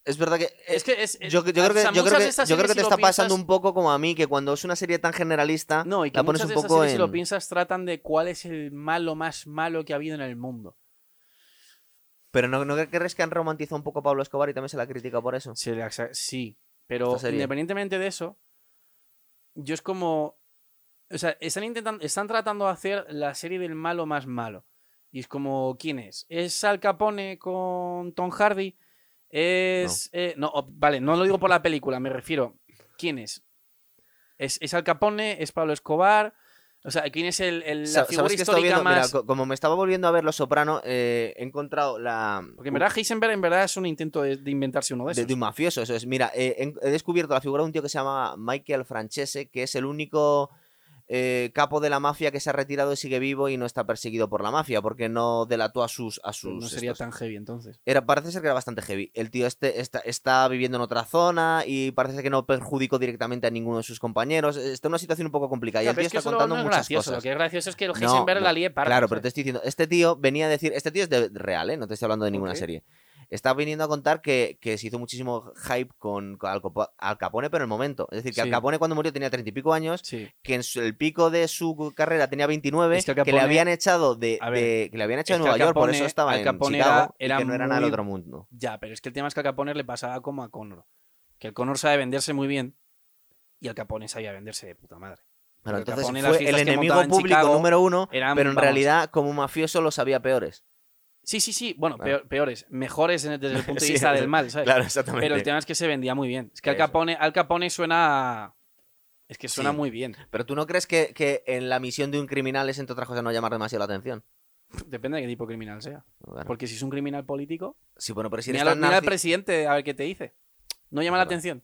Speaker 2: Es verdad que.
Speaker 1: Es que es. es-
Speaker 2: Yo, yo creo
Speaker 1: o sea,
Speaker 2: que, yo creo
Speaker 1: muchas
Speaker 2: que-
Speaker 1: de estas
Speaker 2: yo creo que
Speaker 1: series,
Speaker 2: te
Speaker 1: si lo
Speaker 2: está pasando
Speaker 1: piensas-
Speaker 2: un poco como a mí, que cuando es una serie tan generalista,
Speaker 1: No, y que
Speaker 2: la pones
Speaker 1: muchas
Speaker 2: un
Speaker 1: de esas
Speaker 2: poco
Speaker 1: series, si lo
Speaker 2: en-
Speaker 1: piensas, tratan de cuál es el malo más malo que ha habido en el mundo.
Speaker 2: Pero no, ¿no crees que han romantizado un poco a Pablo Escobar y también se la critica por eso?
Speaker 1: Se le axa- sí, pero
Speaker 2: Esta serie.
Speaker 1: independientemente de eso, yo es como. O sea, están, intentando, están tratando de hacer la serie del malo más malo. Y es como, ¿quién es? ¿Es Al Capone con Tom Hardy? Es. eh, No, o- vale, no lo digo por la película, me refiero. ¿Quién es? ¿Es, es Al Capone? ¿Es Pablo Escobar? O sea, ¿quién es el, el- la
Speaker 2: Sa-
Speaker 1: figura
Speaker 2: ¿Sabes qué estoy
Speaker 1: histórica
Speaker 2: viendo? Mira,
Speaker 1: más.?
Speaker 2: co- como me estaba volviendo a ver Los Soprano, eh, he encontrado la.
Speaker 1: Porque en verdad, Heisenberg en verdad es un intento de, de inventarse uno de
Speaker 2: de,
Speaker 1: esos.
Speaker 2: de un mafioso, eso es. Mira, eh, he, he descubierto la figura de un tío que se llama Michael Francese, que es el único eh, capo de la mafia que se ha retirado y sigue vivo y no está perseguido por la mafia, porque no delató a sus. A sus
Speaker 1: Pues no sería
Speaker 2: estos.
Speaker 1: tan heavy entonces.
Speaker 2: Era, parece ser que era bastante heavy. El tío este está, está viviendo en otra zona y parece ser que no perjudicó directamente a ninguno de sus compañeros. Está en una situación un poco complicada y
Speaker 1: Claro,
Speaker 2: el
Speaker 1: pero
Speaker 2: tío
Speaker 1: es que
Speaker 2: está
Speaker 1: eso no-
Speaker 2: contando
Speaker 1: no es
Speaker 2: muchas
Speaker 1: gracioso,
Speaker 2: cosas.
Speaker 1: Lo que es gracioso es que el
Speaker 2: No,
Speaker 1: Heisenberg
Speaker 2: no,
Speaker 1: la líe para.
Speaker 2: Claro, pero te estoy diciendo, este tío venía a decir, este tío es de real, ¿eh? No te estoy hablando de ninguna
Speaker 1: Ok.
Speaker 2: serie. está viniendo a contar que, que se hizo muchísimo hype con, con Al, Capo- Al Capone, pero en el momento. Es decir, que
Speaker 1: Sí.
Speaker 2: Al Capone cuando murió tenía treinta y pico años,
Speaker 1: Sí.
Speaker 2: que en su- el pico de su carrera tenía 29,
Speaker 1: Es que Al
Speaker 2: le
Speaker 1: Capone-
Speaker 2: habían echado de,
Speaker 1: A ver,
Speaker 2: de- que le habían echado
Speaker 1: es
Speaker 2: de
Speaker 1: que Al
Speaker 2: Nueva York, por
Speaker 1: Capone-
Speaker 2: eso estaba
Speaker 1: Al
Speaker 2: en
Speaker 1: Capone
Speaker 2: Chicago,
Speaker 1: era-
Speaker 2: y que
Speaker 1: era
Speaker 2: no era nada del
Speaker 1: muy-
Speaker 2: otro mundo.
Speaker 1: Ya, pero es que el tema es que al Capone le pasaba como a Conor. Que el Conor sabe venderse muy bien y al Capone sabía venderse de puta madre.
Speaker 2: Pero
Speaker 1: Al
Speaker 2: entonces
Speaker 1: Capone, las
Speaker 2: fue
Speaker 1: fiestas
Speaker 2: el
Speaker 1: que
Speaker 2: enemigo
Speaker 1: montaba en
Speaker 2: público
Speaker 1: Chicago
Speaker 2: número uno,
Speaker 1: eran,
Speaker 2: pero en
Speaker 1: vamos.
Speaker 2: realidad como mafioso lo sabía peores.
Speaker 1: Sí, sí, sí. Bueno,
Speaker 2: Vale.
Speaker 1: peor- peores. Mejores en el- desde el
Speaker 2: <laughs>
Speaker 1: punto de
Speaker 2: Sí,
Speaker 1: vista del mal, ¿sabes?
Speaker 2: Claro, exactamente.
Speaker 1: Pero el tema es que se vendía muy bien. Es que Al
Speaker 2: Eso.
Speaker 1: Capone, Al Capone suena. a- Es que suena
Speaker 2: Sí.
Speaker 1: muy bien.
Speaker 2: Pero tú no crees que, que en la misión de un criminal es, entre otras cosas, no llamar demasiado la atención.
Speaker 1: Depende de qué tipo de criminal sea.
Speaker 2: Bueno,
Speaker 1: Porque si es un criminal político.
Speaker 2: sí, bueno, pero si eres
Speaker 1: mira lo-
Speaker 2: tan
Speaker 1: mira al
Speaker 2: narci-
Speaker 1: presidente a ver qué te dice. No llama la
Speaker 2: Claro.
Speaker 1: atención.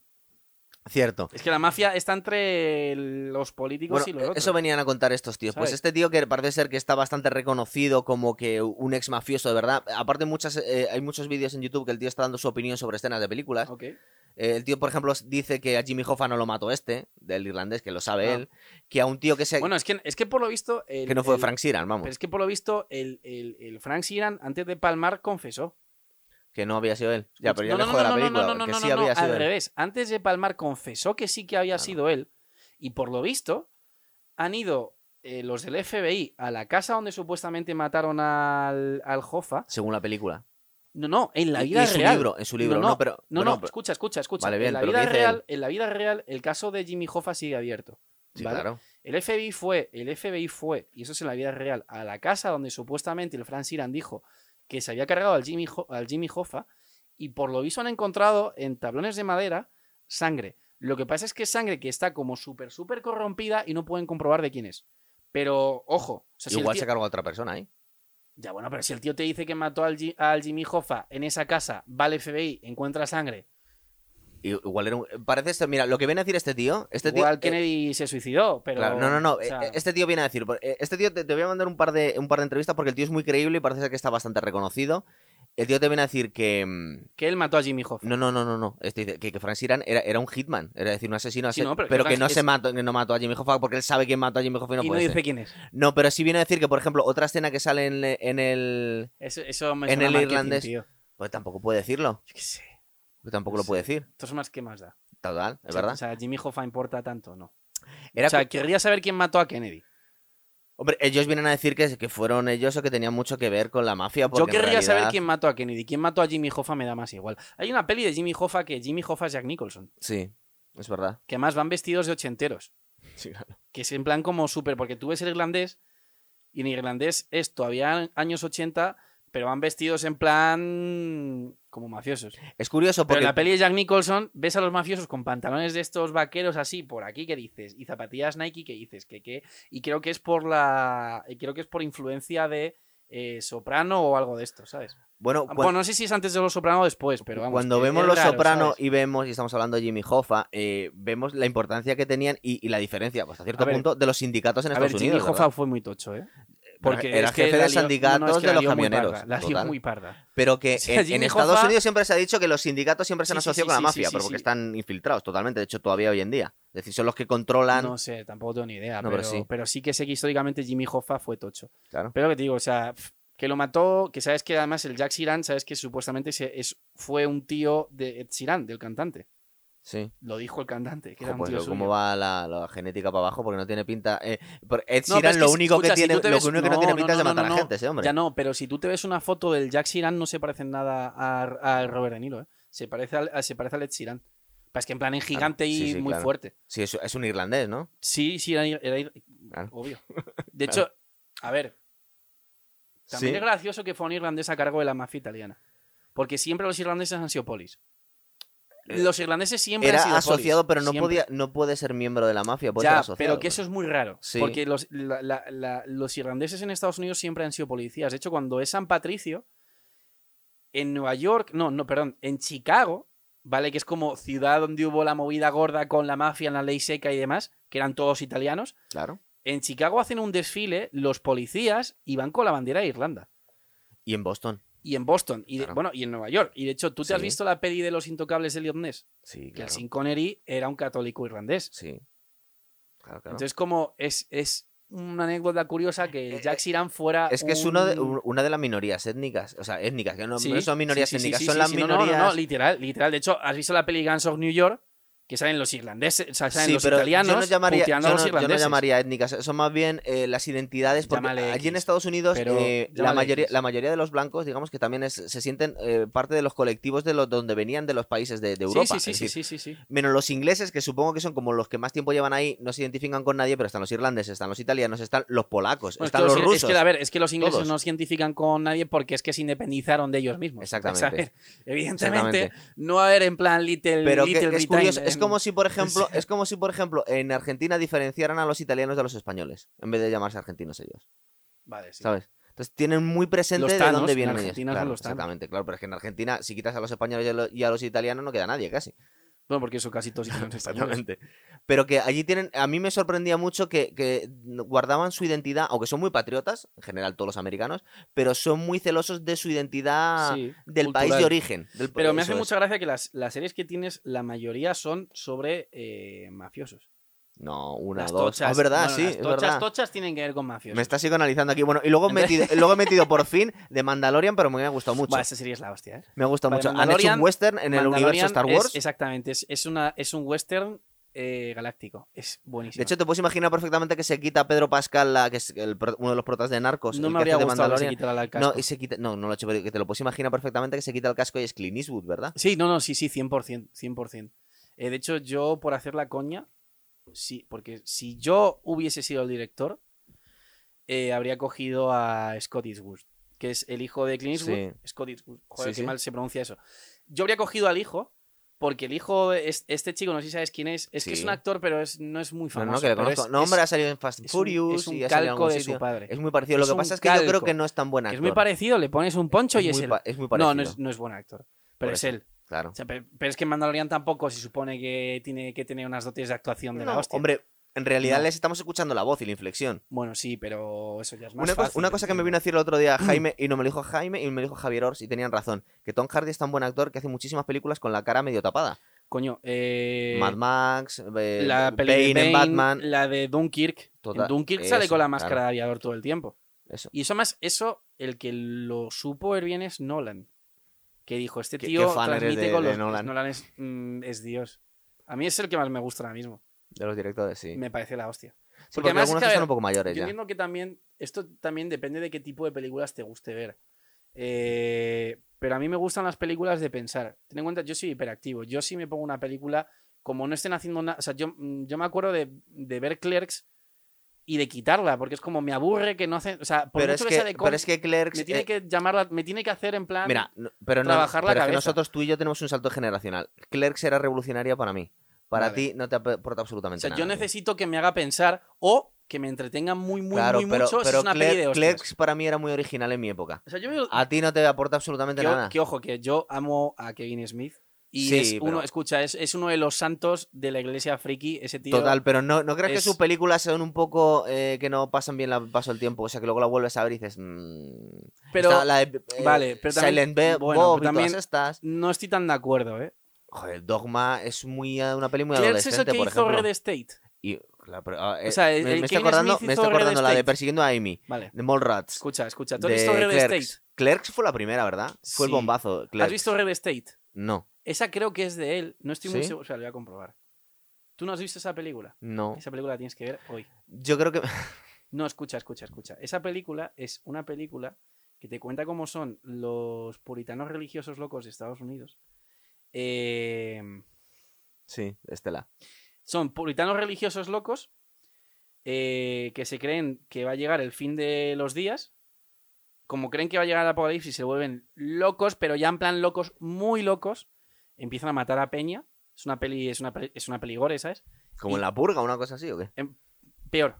Speaker 2: Cierto.
Speaker 1: Es que la mafia está entre el- los políticos
Speaker 2: Bueno, eh, e-,
Speaker 1: y los otros.
Speaker 2: eso venían a contar estos tíos. Pues
Speaker 1: ¿Sabes?
Speaker 2: este tío que parece ser que está bastante reconocido como que un ex mafioso, de verdad. Aparte, muchas, eh, hay muchos vídeos en YouTube que el tío está dando su opinión sobre escenas de películas.
Speaker 1: Ok.
Speaker 2: Eh, el tío, por ejemplo, dice que a Jimmy Hoffa no lo mató este, del irlandés, que lo sabe
Speaker 1: Ah.
Speaker 2: él. Que a un tío que, se,
Speaker 1: Bueno, es que, es que por lo visto. el-
Speaker 2: que no fue
Speaker 1: el-
Speaker 2: Frank Sheeran, vamos.
Speaker 1: Pero es que por lo visto, el, el- el Frank Sheeran, antes de palmar, confesó.
Speaker 2: Que no había sido él. Ya, pero ya
Speaker 1: Pues no, no,
Speaker 2: lejos
Speaker 1: no,
Speaker 2: de la
Speaker 1: no, no,
Speaker 2: película.
Speaker 1: no, no,
Speaker 2: que
Speaker 1: no,
Speaker 2: sí
Speaker 1: no,
Speaker 2: había
Speaker 1: no, al
Speaker 2: sido él. Ah,
Speaker 1: revés. Antes de palmar, confesó que sí que había
Speaker 2: Claro.
Speaker 1: sido él. Y por lo visto, han ido eh, los del FBI a la casa donde supuestamente mataron al, al Hoffa.
Speaker 2: Según la película.
Speaker 1: No, no, en la
Speaker 2: Y- y
Speaker 1: vida
Speaker 2: en su
Speaker 1: real.
Speaker 2: libro, en su libro.
Speaker 1: No,
Speaker 2: No,
Speaker 1: no,
Speaker 2: pero.
Speaker 1: No,
Speaker 2: bueno,
Speaker 1: no,
Speaker 2: pero-
Speaker 1: escucha, escucha, escucha.
Speaker 2: Vale, bien,
Speaker 1: en, la
Speaker 2: pero
Speaker 1: vida
Speaker 2: ¿qué dice
Speaker 1: real, en la vida real, el caso de Jimmy Hoffa sigue abierto.
Speaker 2: sí,
Speaker 1: ¿vale?
Speaker 2: claro.
Speaker 1: El FBI fue, el FBI fue, y eso es en la vida real, a la casa donde supuestamente el Frank Siran dijo que se había cargado al Jimmy, Ho- al Jimmy Hoffa, y por lo visto han encontrado en tablones de madera sangre. Lo que pasa es que es sangre que está como súper, súper corrompida y no pueden comprobar de quién es. Pero, ojo, o sea, si el
Speaker 2: Igual
Speaker 1: tío-
Speaker 2: se cargó a otra persona, ¿eh?
Speaker 1: ya bueno, pero si el tío te dice que mató al, Gi- al Jimmy Hoffa en esa casa, va al FBI, encuentra sangre,
Speaker 2: I- Igual era un... Parece ser- Mira, lo que viene a decir este tío... Este tío
Speaker 1: igual
Speaker 2: eh,
Speaker 1: Kennedy se suicidó, pero...
Speaker 2: claro, no, no, no.
Speaker 1: o sea,
Speaker 2: eh, Este tío viene a decir... por- eh, Este tío te, te voy a mandar un par, de, un par de entrevistas porque el tío es muy creíble y parece ser que está bastante reconocido. El tío te viene a decir que... mm,
Speaker 1: que él mató a Jimmy Hoffa.
Speaker 2: No, no, no, no, no. Este dice que, que Frank Siran era, era un hitman, era decir, un asesino,
Speaker 1: Sí,
Speaker 2: ase-
Speaker 1: no,
Speaker 2: pero,
Speaker 1: pero que
Speaker 2: que
Speaker 1: Frank
Speaker 2: no se
Speaker 1: es-
Speaker 2: mató, que no mató a Jimmy Hoffa porque él sabe quién mató a Jimmy Hoffa y no
Speaker 1: y no
Speaker 2: puede ser.
Speaker 1: dice quién es.
Speaker 2: No, pero sí viene a decir que, por ejemplo, otra escena que sale en, le- en el...
Speaker 1: Eso, eso me
Speaker 2: En
Speaker 1: suena
Speaker 2: el
Speaker 1: marketing,
Speaker 2: irlandés.
Speaker 1: tío.
Speaker 2: Pues tampoco puede decirlo,
Speaker 1: Yo qué sé.
Speaker 2: tampoco
Speaker 1: No
Speaker 2: lo puede decir.
Speaker 1: Estos son más que más da.
Speaker 2: Total, es
Speaker 1: O sea,
Speaker 2: verdad.
Speaker 1: O sea, Jimmy Hoffa importa tanto, ¿no?
Speaker 2: Era
Speaker 1: o sea,
Speaker 2: cu-
Speaker 1: querría saber quién mató a Kennedy.
Speaker 2: Hombre, ellos vienen a decir que, que fueron ellos o que tenían mucho que ver con la mafia.
Speaker 1: Yo
Speaker 2: porque en
Speaker 1: querría saber
Speaker 2: realidad-
Speaker 1: quién mató a Kennedy. Quién mató a Jimmy Hoffa me da más igual. Hay una peli de Jimmy Hoffa que Jimmy Hoffa es Jack Nicholson.
Speaker 2: Sí, es verdad.
Speaker 1: Que más van vestidos de ochenteros. Que es en plan como súper. Porque tú ves el irlandés. Y en irlandés es todavía años 80. Pero van vestidos en plan. como mafiosos.
Speaker 2: Es curioso
Speaker 1: Pero
Speaker 2: porque.
Speaker 1: en la peli de Jack Nicholson ves a los mafiosos con pantalones de estos vaqueros así por aquí que dices y zapatillas Nike que dices que qué y creo que es por la y creo que es por influencia de eh, Soprano o algo de esto, ¿sabes?
Speaker 2: Bueno,
Speaker 1: Ah, Bueno,
Speaker 2: cuan-
Speaker 1: no sé si es antes de los Soprano o después, pero vamos.
Speaker 2: cuando
Speaker 1: que
Speaker 2: vemos
Speaker 1: es
Speaker 2: Los
Speaker 1: raro,
Speaker 2: Soprano
Speaker 1: ¿sabes?
Speaker 2: y vemos, y estamos hablando de Jimmy Hoffa, eh, vemos la importancia que tenían y, y la diferencia, pues a cierto
Speaker 1: A ver.
Speaker 2: punto, de los sindicatos en
Speaker 1: a
Speaker 2: Estados
Speaker 1: ver,
Speaker 2: Unidos.
Speaker 1: Jimmy
Speaker 2: ¿verdad?
Speaker 1: Hoffa fue muy tocho, ¿eh? Porque
Speaker 2: era
Speaker 1: es que
Speaker 2: jefe
Speaker 1: la
Speaker 2: de
Speaker 1: lió- no, no, es
Speaker 2: sindicatos
Speaker 1: que
Speaker 2: de
Speaker 1: la
Speaker 2: los
Speaker 1: lió muy
Speaker 2: camioneros,
Speaker 1: parda, La lió
Speaker 2: total.
Speaker 1: muy parda.
Speaker 2: Pero
Speaker 1: <laughs>
Speaker 2: que
Speaker 1: O sea,
Speaker 2: en, en
Speaker 1: Jimmy
Speaker 2: Estados
Speaker 1: Hoffa-
Speaker 2: Unidos siempre se ha dicho que los sindicatos siempre se han
Speaker 1: Sí, sí,
Speaker 2: asociado
Speaker 1: sí,
Speaker 2: con la
Speaker 1: sí,
Speaker 2: mafia,
Speaker 1: sí,
Speaker 2: pero
Speaker 1: sí,
Speaker 2: porque
Speaker 1: sí.
Speaker 2: están infiltrados totalmente, de hecho todavía hoy en día. Es decir, son los que controlan.
Speaker 1: No sé, tampoco tengo ni idea,
Speaker 2: No, pero
Speaker 1: pero,
Speaker 2: sí.
Speaker 1: pero sí que sé que históricamente Jimmy Hoffa fue tocho.
Speaker 2: Claro.
Speaker 1: Pero lo que te digo, o sea, pf, que lo mató, que sabes que además el Jack Siran, sabes que supuestamente se- es, fue un tío de Ed Sheeran, del cantante.
Speaker 2: Sí.
Speaker 1: Lo dijo el cantante, que era
Speaker 2: Jo,
Speaker 1: un
Speaker 2: pues
Speaker 1: tío
Speaker 2: lo- cómo
Speaker 1: suyo.
Speaker 2: va la, la genética para abajo porque no tiene pinta eh, por- Ed
Speaker 1: No, pero
Speaker 2: Sheeran
Speaker 1: es que
Speaker 2: lo
Speaker 1: si-
Speaker 2: único
Speaker 1: escucha,
Speaker 2: que
Speaker 1: si
Speaker 2: tiene
Speaker 1: tú te
Speaker 2: lo
Speaker 1: ves-
Speaker 2: que único que no,
Speaker 1: no,
Speaker 2: tiene
Speaker 1: no,
Speaker 2: pinta es de
Speaker 1: no,
Speaker 2: matar
Speaker 1: no,
Speaker 2: a
Speaker 1: no.
Speaker 2: gente ese hombre
Speaker 1: Ya no, pero si tú te ves una foto del Jack Siran, no se parece en nada a, a Robert De Niro, ¿eh? Se parece al, a- se parece al Ed Sheeran. Pero es que en plan en gigante
Speaker 2: sí,
Speaker 1: y
Speaker 2: sí,
Speaker 1: muy
Speaker 2: claro.
Speaker 1: fuerte.
Speaker 2: sí es, es un irlandés no
Speaker 1: Sí, sí, era, era- era-
Speaker 2: Claro. <laughs>
Speaker 1: obvio. De
Speaker 2: Claro.
Speaker 1: hecho, a ver, también
Speaker 2: Sí.
Speaker 1: es gracioso que fue un irlandés a cargo de la mafia italiana. Porque siempre los irlandeses han sido polis.
Speaker 2: Eh,
Speaker 1: Los irlandeses siempre han sido
Speaker 2: era
Speaker 1: polis,
Speaker 2: asociado pero no
Speaker 1: siempre.
Speaker 2: podía no puede ser miembro de la mafia puede ser
Speaker 1: Ya,
Speaker 2: asociado,
Speaker 1: pero que
Speaker 2: ¿no?
Speaker 1: eso es muy raro.
Speaker 2: Sí.
Speaker 1: Porque los, la- la- la- los irlandeses en Estados Unidos siempre han sido policías. De hecho, cuando es San Patricio, en Nueva York, no, no, perdón, en Chicago, ¿vale? Que es como ciudad donde hubo la movida gorda con la mafia, en la ley seca y demás, que eran todos italianos.
Speaker 2: claro
Speaker 1: En Chicago hacen un desfile los policías y van con la bandera de Irlanda.
Speaker 2: y en Boston
Speaker 1: Y en Boston, y de-
Speaker 2: Claro.
Speaker 1: bueno, y en Nueva York. Y de hecho, ¿tú te has
Speaker 2: Sí.
Speaker 1: visto la peli de los intocables de Liam Neeson?
Speaker 2: sí
Speaker 1: Que el
Speaker 2: claro
Speaker 1: Sin Connery era un católico irlandés.
Speaker 2: sí claro, claro.
Speaker 1: Entonces, como es, es una anécdota curiosa que Jack Siran fuera.
Speaker 2: eh, Es que es
Speaker 1: un-
Speaker 2: uno de- u- una de las minorías étnicas. O sea, étnicas, que no,
Speaker 1: Sí,
Speaker 2: no son minorías
Speaker 1: sí, sí, sí,
Speaker 2: étnicas,
Speaker 1: sí,
Speaker 2: son
Speaker 1: sí,
Speaker 2: las
Speaker 1: sí, no, no,
Speaker 2: minorías.
Speaker 1: No, no, literal, literal. De hecho, has visto la peli Guns of New York, que salen los irlandeses, o sea, salen
Speaker 2: Sí,
Speaker 1: los
Speaker 2: pero
Speaker 1: italianos
Speaker 2: yo no llamaría, yo
Speaker 1: puteando a
Speaker 2: no,
Speaker 1: los
Speaker 2: yo no
Speaker 1: irlandeses.
Speaker 2: llamaría étnicas, son más bien eh, las identidades, porque
Speaker 1: Llámale
Speaker 2: allí en
Speaker 1: X,
Speaker 2: Estados Unidos
Speaker 1: pero
Speaker 2: eh, la,
Speaker 1: llámale
Speaker 2: mayoría,
Speaker 1: X.
Speaker 2: la mayoría de los blancos, digamos que también es- se sienten eh, parte de los colectivos de los donde venían de los países de, de
Speaker 1: Sí,
Speaker 2: Europa.
Speaker 1: sí, sí,
Speaker 2: es
Speaker 1: sí,
Speaker 2: decir,
Speaker 1: sí, sí, sí.
Speaker 2: Menos los ingleses, que supongo que son como los que más tiempo llevan ahí, no se identifican con nadie, pero están los irlandeses, están los italianos, están los polacos,
Speaker 1: Bueno, es que
Speaker 2: están los
Speaker 1: es
Speaker 2: rusos.
Speaker 1: que, a ver, es que los ingleses
Speaker 2: todos.
Speaker 1: no se identifican con nadie porque es que se independizaron de ellos mismos. <laughs>
Speaker 2: Exactamente.
Speaker 1: O sea, a ver, evidentemente,
Speaker 2: Exactamente.
Speaker 1: no va a haber en plan Little,
Speaker 2: Pero que
Speaker 1: little
Speaker 2: es
Speaker 1: Britain
Speaker 2: curioso, es
Speaker 1: en-
Speaker 2: como si por
Speaker 1: <laughs>
Speaker 2: ejemplo, es como si por ejemplo en Argentina diferenciaran a los italianos de los españoles, en vez de llamarse argentinos ellos,
Speaker 1: Vale, sí.
Speaker 2: ¿sabes? Entonces tienen muy presente
Speaker 1: Los
Speaker 2: de
Speaker 1: tanos,
Speaker 2: dónde
Speaker 1: en
Speaker 2: vienen ellos.
Speaker 1: Argentina son
Speaker 2: Claro,
Speaker 1: los tanos.
Speaker 2: exactamente, claro, pero es que en Argentina si quitas a los españoles y a lo- y a los italianos no queda nadie casi.
Speaker 1: Bueno, porque eso casi
Speaker 2: <laughs>
Speaker 1: todos hicieron españoles.
Speaker 2: Exactamente. Pero que allí tienen, a mí me sorprendía mucho que, que guardaban su identidad, aunque son muy patriotas, en general todos los americanos, pero son muy celosos de su identidad
Speaker 1: Sí,
Speaker 2: Ah, del país de
Speaker 1: cultural.
Speaker 2: origen. del-
Speaker 1: Pero me hace
Speaker 2: eso es.
Speaker 1: mucha gracia que las, las series que tienes, la mayoría son sobre eh, mafiosos.
Speaker 2: No, una,
Speaker 1: las
Speaker 2: dos. Ah,
Speaker 1: tochas.
Speaker 2: es verdad,
Speaker 1: bueno,
Speaker 2: sí,
Speaker 1: Las
Speaker 2: es
Speaker 1: tochas,
Speaker 2: verdad.
Speaker 1: tochas tienen que ver con mafiosos.
Speaker 2: Me está psicoanalizando aquí. Bueno, y luego he metido, luego he metido por fin de Mandalorian, pero me
Speaker 1: <laughs>
Speaker 2: ha gustado mucho.
Speaker 1: Buah, esa serie es la hostia, ¿eh?
Speaker 2: me ha gustado
Speaker 1: vale,
Speaker 2: mucho. Han hecho
Speaker 1: Mandalorian-
Speaker 2: un western en el universo
Speaker 1: Mandalorian
Speaker 2: Star
Speaker 1: es-
Speaker 2: Wars.
Speaker 1: exactamente, es, es una, es un western eh, galáctico. Es buenísimo.
Speaker 2: De hecho, te puedes imaginar perfectamente que se quita Pedro Pascal, la, que es el pro- uno de los protas de Narcos.
Speaker 1: no
Speaker 2: el
Speaker 1: me
Speaker 2: que
Speaker 1: habría
Speaker 2: hace de
Speaker 1: gustado que se
Speaker 2: Mandalorian.
Speaker 1: quitara el casco.
Speaker 2: No, y se quita, no, no lo he hecho, pero que te lo puedes imaginar perfectamente que se quita el casco y es Clint Eastwood, ¿verdad?
Speaker 1: Sí, no, no, sí, sí, 100%. 100%. Eh, de hecho, yo por hacer la coña, sí, porque si yo hubiese sido el director, eh, habría cogido a Scott Eastwood, que es el hijo de Clint Eastwood. Scott Eastwood, joder, qué
Speaker 2: Sí, sí.
Speaker 1: mal se pronuncia eso. Yo habría cogido al hijo, porque el hijo, es, este chico, no sé si sabes quién es, es que es
Speaker 2: Sí.
Speaker 1: un actor, pero es, no es muy
Speaker 2: No,
Speaker 1: famoso.
Speaker 2: no, que le
Speaker 1: pero es-
Speaker 2: conozco. no, hombre,
Speaker 1: es-
Speaker 2: ha salido en Fast and
Speaker 1: es un-
Speaker 2: Furious
Speaker 1: es un,
Speaker 2: y ha salido en
Speaker 1: calco
Speaker 2: algún
Speaker 1: de
Speaker 2: sitio.
Speaker 1: su padre.
Speaker 2: Es muy parecido. Lo
Speaker 1: Es
Speaker 2: que
Speaker 1: un
Speaker 2: pasa es que yo creo
Speaker 1: calco.
Speaker 2: que no es tan buena.
Speaker 1: Que es muy parecido, le pones un poncho y es él.
Speaker 2: Es muy parecido.
Speaker 1: No, no es, no es buen actor, pero
Speaker 2: Por
Speaker 1: es
Speaker 2: eso.
Speaker 1: él.
Speaker 2: Claro.
Speaker 1: O sea, pe- pero, <laughs> es que Mandalorian tampoco se supone que tiene que tener unas dotes de actuación de la
Speaker 2: No,
Speaker 1: hostia.
Speaker 2: Hombre, en realidad
Speaker 1: No.
Speaker 2: les estamos escuchando la voz y la inflexión.
Speaker 1: Bueno, sí, pero eso ya es más
Speaker 2: Una, cosa-
Speaker 1: fácil,
Speaker 2: una cosa que me vino a decir el
Speaker 1: <clears throat>
Speaker 2: otro día Jaime, y no me lo dijo Jaime, y me lo dijo Javier Ors, y tenían razón, que Tom Hardy es tan buen actor que hace muchísimas películas con la cara medio tapada.
Speaker 1: Coño, eh,
Speaker 2: Mad Max, eh,
Speaker 1: la peli de
Speaker 2: Bane en
Speaker 1: Bane,
Speaker 2: Batman.
Speaker 1: la de Dunkirk.
Speaker 2: Total-
Speaker 1: en Dunkirk sale
Speaker 2: eso,
Speaker 1: con la
Speaker 2: claro.
Speaker 1: máscara de aviador todo el tiempo.
Speaker 2: Eso.
Speaker 1: Y eso más, eso, el que lo supo ver bien es Nolan. Que dijo, este
Speaker 2: Qué-
Speaker 1: tío
Speaker 2: qué fan eres
Speaker 1: transmite
Speaker 2: de-
Speaker 1: con los...
Speaker 2: de Nolan.
Speaker 1: es, mm, es Dios. A mí es el que más me gusta ahora mismo.
Speaker 2: De los directores, sí.
Speaker 1: Me parece la hostia.
Speaker 2: Sí,
Speaker 1: porque
Speaker 2: porque
Speaker 1: además es
Speaker 2: algunos
Speaker 1: que, a
Speaker 2: están
Speaker 1: ver,
Speaker 2: un poco mayores
Speaker 1: Yo
Speaker 2: ya.
Speaker 1: entiendo que también, esto también depende de qué tipo de películas te guste ver. Eh, pero a mí me gustan las películas de pensar. Ten en cuenta, yo soy hiperactivo. Yo sí me pongo una película, como no estén haciendo nada. O sea, yo, mm, yo me acuerdo de, de ver Clerks y de quitarla, porque es como me aburre que no hacen. O sea, por
Speaker 2: Pero es,
Speaker 1: mucho
Speaker 2: que,
Speaker 1: que, sea de
Speaker 2: pero es
Speaker 1: cómics,
Speaker 2: que Clerks...
Speaker 1: me tiene
Speaker 2: eh,
Speaker 1: que llamarla, me tiene que hacer en plan.
Speaker 2: mira, no- pero no,
Speaker 1: trabajar la
Speaker 2: pero es que
Speaker 1: cabeza.
Speaker 2: nosotros tú y yo tenemos un salto generacional. Clerks era revolucionaria para mí. Para
Speaker 1: Vale.
Speaker 2: ti no te aporta
Speaker 1: o
Speaker 2: absolutamente
Speaker 1: sea,
Speaker 2: nada.
Speaker 1: yo
Speaker 2: tío.
Speaker 1: necesito que me haga pensar o que me entretenga muy, muy,
Speaker 2: claro,
Speaker 1: muy
Speaker 2: pero,
Speaker 1: mucho. si
Speaker 2: pero
Speaker 1: es una
Speaker 2: Clerks-
Speaker 1: peli de hostias.
Speaker 2: Clerks para mí era muy original en mi época.
Speaker 1: O sea, yo veo-
Speaker 2: A ti no te aporta absolutamente
Speaker 1: que, o-
Speaker 2: nada.
Speaker 1: que ojo, que yo amo a Kevin Smith. Y
Speaker 2: Sí,
Speaker 1: es uno,
Speaker 2: pero-
Speaker 1: escucha, es, es uno de los santos de la iglesia friki, ese tío.
Speaker 2: Total, pero no, ¿no crees que
Speaker 1: es-
Speaker 2: sus películas son un poco eh, que no pasan bien el paso del tiempo? O sea, que luego la vuelves a ver y dices. mm,
Speaker 1: Pero
Speaker 2: está la de, eh,
Speaker 1: vale, pero también-
Speaker 2: Silent Be-
Speaker 1: bueno,
Speaker 2: Bob
Speaker 1: pero
Speaker 2: y todas
Speaker 1: también-
Speaker 2: estas.
Speaker 1: no estoy tan de acuerdo, ¿eh?
Speaker 2: Joder, Dogma es muy eh, una peli muy
Speaker 1: Clerks es el
Speaker 2: adolescente,
Speaker 1: que
Speaker 2: por
Speaker 1: hizo
Speaker 2: ejemplo.
Speaker 1: Red State.
Speaker 2: Y, claro, pero, ah, eh,
Speaker 1: O sea, el-
Speaker 2: me,
Speaker 1: el
Speaker 2: me estoy
Speaker 1: Kevin
Speaker 2: acordando,
Speaker 1: Smith
Speaker 2: me
Speaker 1: hizo
Speaker 2: estoy
Speaker 1: Red
Speaker 2: acordando la de
Speaker 1: State.
Speaker 2: Persiguiendo a Amy,
Speaker 1: Vale,
Speaker 2: de Mallrats.
Speaker 1: escucha, escucha. ¿Tú has
Speaker 2: De
Speaker 1: visto Red
Speaker 2: Clerks.
Speaker 1: State?
Speaker 2: Clerks fue la primera, ¿verdad? Fue el
Speaker 1: Sí.
Speaker 2: bombazo. Clerks.
Speaker 1: ¿Has visto Red State?
Speaker 2: No,
Speaker 1: Esa creo que es de él. No estoy muy
Speaker 2: ¿Sí?
Speaker 1: seguro. O sea, lo voy a comprobar. ¿Tú no has visto esa película?
Speaker 2: no.
Speaker 1: Esa película la tienes que ver hoy.
Speaker 2: Yo creo que. <laughs>
Speaker 1: No, escucha, escucha, escucha. Esa película es una película que te cuenta cómo son los puritanos religiosos locos de Estados Unidos. Eh,
Speaker 2: Sí, Estela.
Speaker 1: son puritanos religiosos locos eh, que se creen que va a llegar el fin de los días. Como creen que va a llegar el apocalipsis, se vuelven locos, pero ya en plan locos, muy locos. Empiezan a matar a Peña. Es una peli, es una, peli- es una peli gore, ¿sabes? Y-
Speaker 2: ¿Como en la purga una cosa así o qué?
Speaker 1: Peor.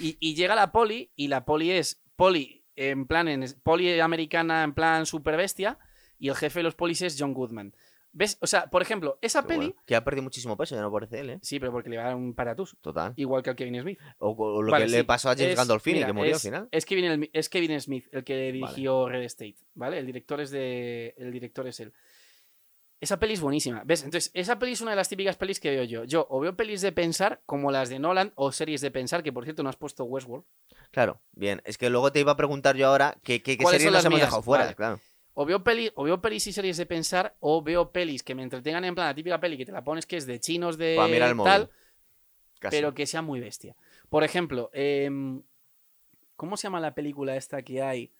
Speaker 1: Y, y llega la poli, y la poli es poli, en plan, en, poli americana, en plan super bestia, y el jefe de los polis es John Goodman. ¿Ves? O sea, por ejemplo, esa
Speaker 2: Qué
Speaker 1: peli.
Speaker 2: bueno. Que ha perdido muchísimo peso, ya no parece él, ¿eh?
Speaker 1: Sí, pero porque le va a dar un paratus,
Speaker 2: Total.
Speaker 1: igual que al Kevin Smith.
Speaker 2: O, o lo
Speaker 1: Vale,
Speaker 2: que
Speaker 1: sí.
Speaker 2: le pasó a James
Speaker 1: Es-
Speaker 2: Gandolfini,
Speaker 1: mira,
Speaker 2: que murió
Speaker 1: es-
Speaker 2: al final.
Speaker 1: Es Kevin, el- es Kevin Smith, el que dirigió Red State, ¿vale? El director es de. El director es él. Esa peli es buenísima. ¿Ves? Entonces, esa peli es una de las típicas pelis que veo yo. Yo o veo pelis de pensar como las de Nolan o series de pensar, que por cierto no has puesto Westworld.
Speaker 2: Claro, bien. Es que luego te iba a preguntar yo ahora qué, qué, qué
Speaker 1: ¿Cuáles
Speaker 2: series
Speaker 1: son
Speaker 2: nos
Speaker 1: las
Speaker 2: hemos
Speaker 1: mías?
Speaker 2: dejado fuera,
Speaker 1: Vale.
Speaker 2: claro.
Speaker 1: O veo, peli, o veo pelis y series de pensar o veo pelis que me entretengan en plan la típica peli que te la pones que es de chinos de
Speaker 2: Para mirar el móvil.
Speaker 1: tal,
Speaker 2: Casi.
Speaker 1: pero que sea muy bestia. Por ejemplo, em, ¿cómo se llama la película esta que hay?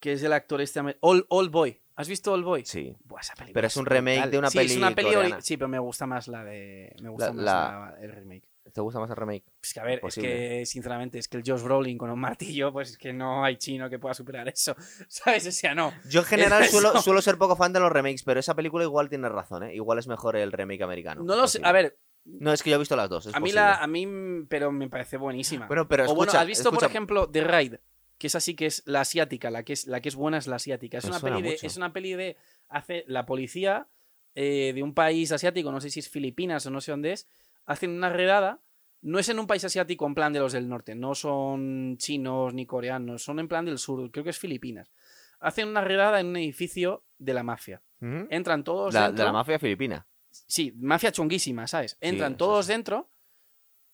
Speaker 1: Que es del actor este... amer- All, All Boy. ¿Has visto All Boy?
Speaker 2: Sí.
Speaker 1: Buah, esa película
Speaker 2: Pero es un remake
Speaker 1: brutal.
Speaker 2: de una
Speaker 1: sí,
Speaker 2: peli
Speaker 1: es una peli ori-
Speaker 2: coreana.
Speaker 1: Sí, pero me gusta más la de... Me gusta
Speaker 2: La-
Speaker 1: más
Speaker 2: la-
Speaker 1: la- el remake.
Speaker 2: ¿Te gusta más el remake?
Speaker 1: Es que, a ver, es
Speaker 2: Imposible.
Speaker 1: que, sinceramente, es que el Josh Brolin con un martillo, pues es que no hay chino que pueda superar eso. <laughs> ¿Sabes? O sea, no.
Speaker 2: Yo en general
Speaker 1: Eso.
Speaker 2: suelo, suelo ser poco fan de los remakes, pero esa película igual tiene razón, ¿eh? Igual es mejor el remake americano.
Speaker 1: No lo sé.
Speaker 2: Posible.
Speaker 1: A ver,
Speaker 2: No, es que yo he visto las dos. es
Speaker 1: a mí,
Speaker 2: posible.
Speaker 1: la, a mí, mm, pero me parece buenísima.
Speaker 2: Bueno, pero
Speaker 1: o bueno,
Speaker 2: escucha,
Speaker 1: ¿has visto,
Speaker 2: escucha,
Speaker 1: por ejemplo, The Raid? Que esa sí que es la asiática, la que es, la que es buena es la asiática. Es,
Speaker 2: Me
Speaker 1: una
Speaker 2: suena
Speaker 1: peli, de,
Speaker 2: mucho.
Speaker 1: es una peli de. Hace la policía eh, de un país asiático, no sé si es Filipinas o no sé dónde es, hacen una redada. No es en un país asiático en plan de los del norte, no son chinos ni coreanos, son en plan del sur, creo que es Filipinas. Hacen una redada en un edificio de la mafia.
Speaker 2: ¿Mm?
Speaker 1: Entran todos
Speaker 2: La- de
Speaker 1: dentro.
Speaker 2: la mafia filipina.
Speaker 1: Sí, mafia chunguísima, ¿sabes? Entran
Speaker 2: eso
Speaker 1: todos
Speaker 2: sí.
Speaker 1: dentro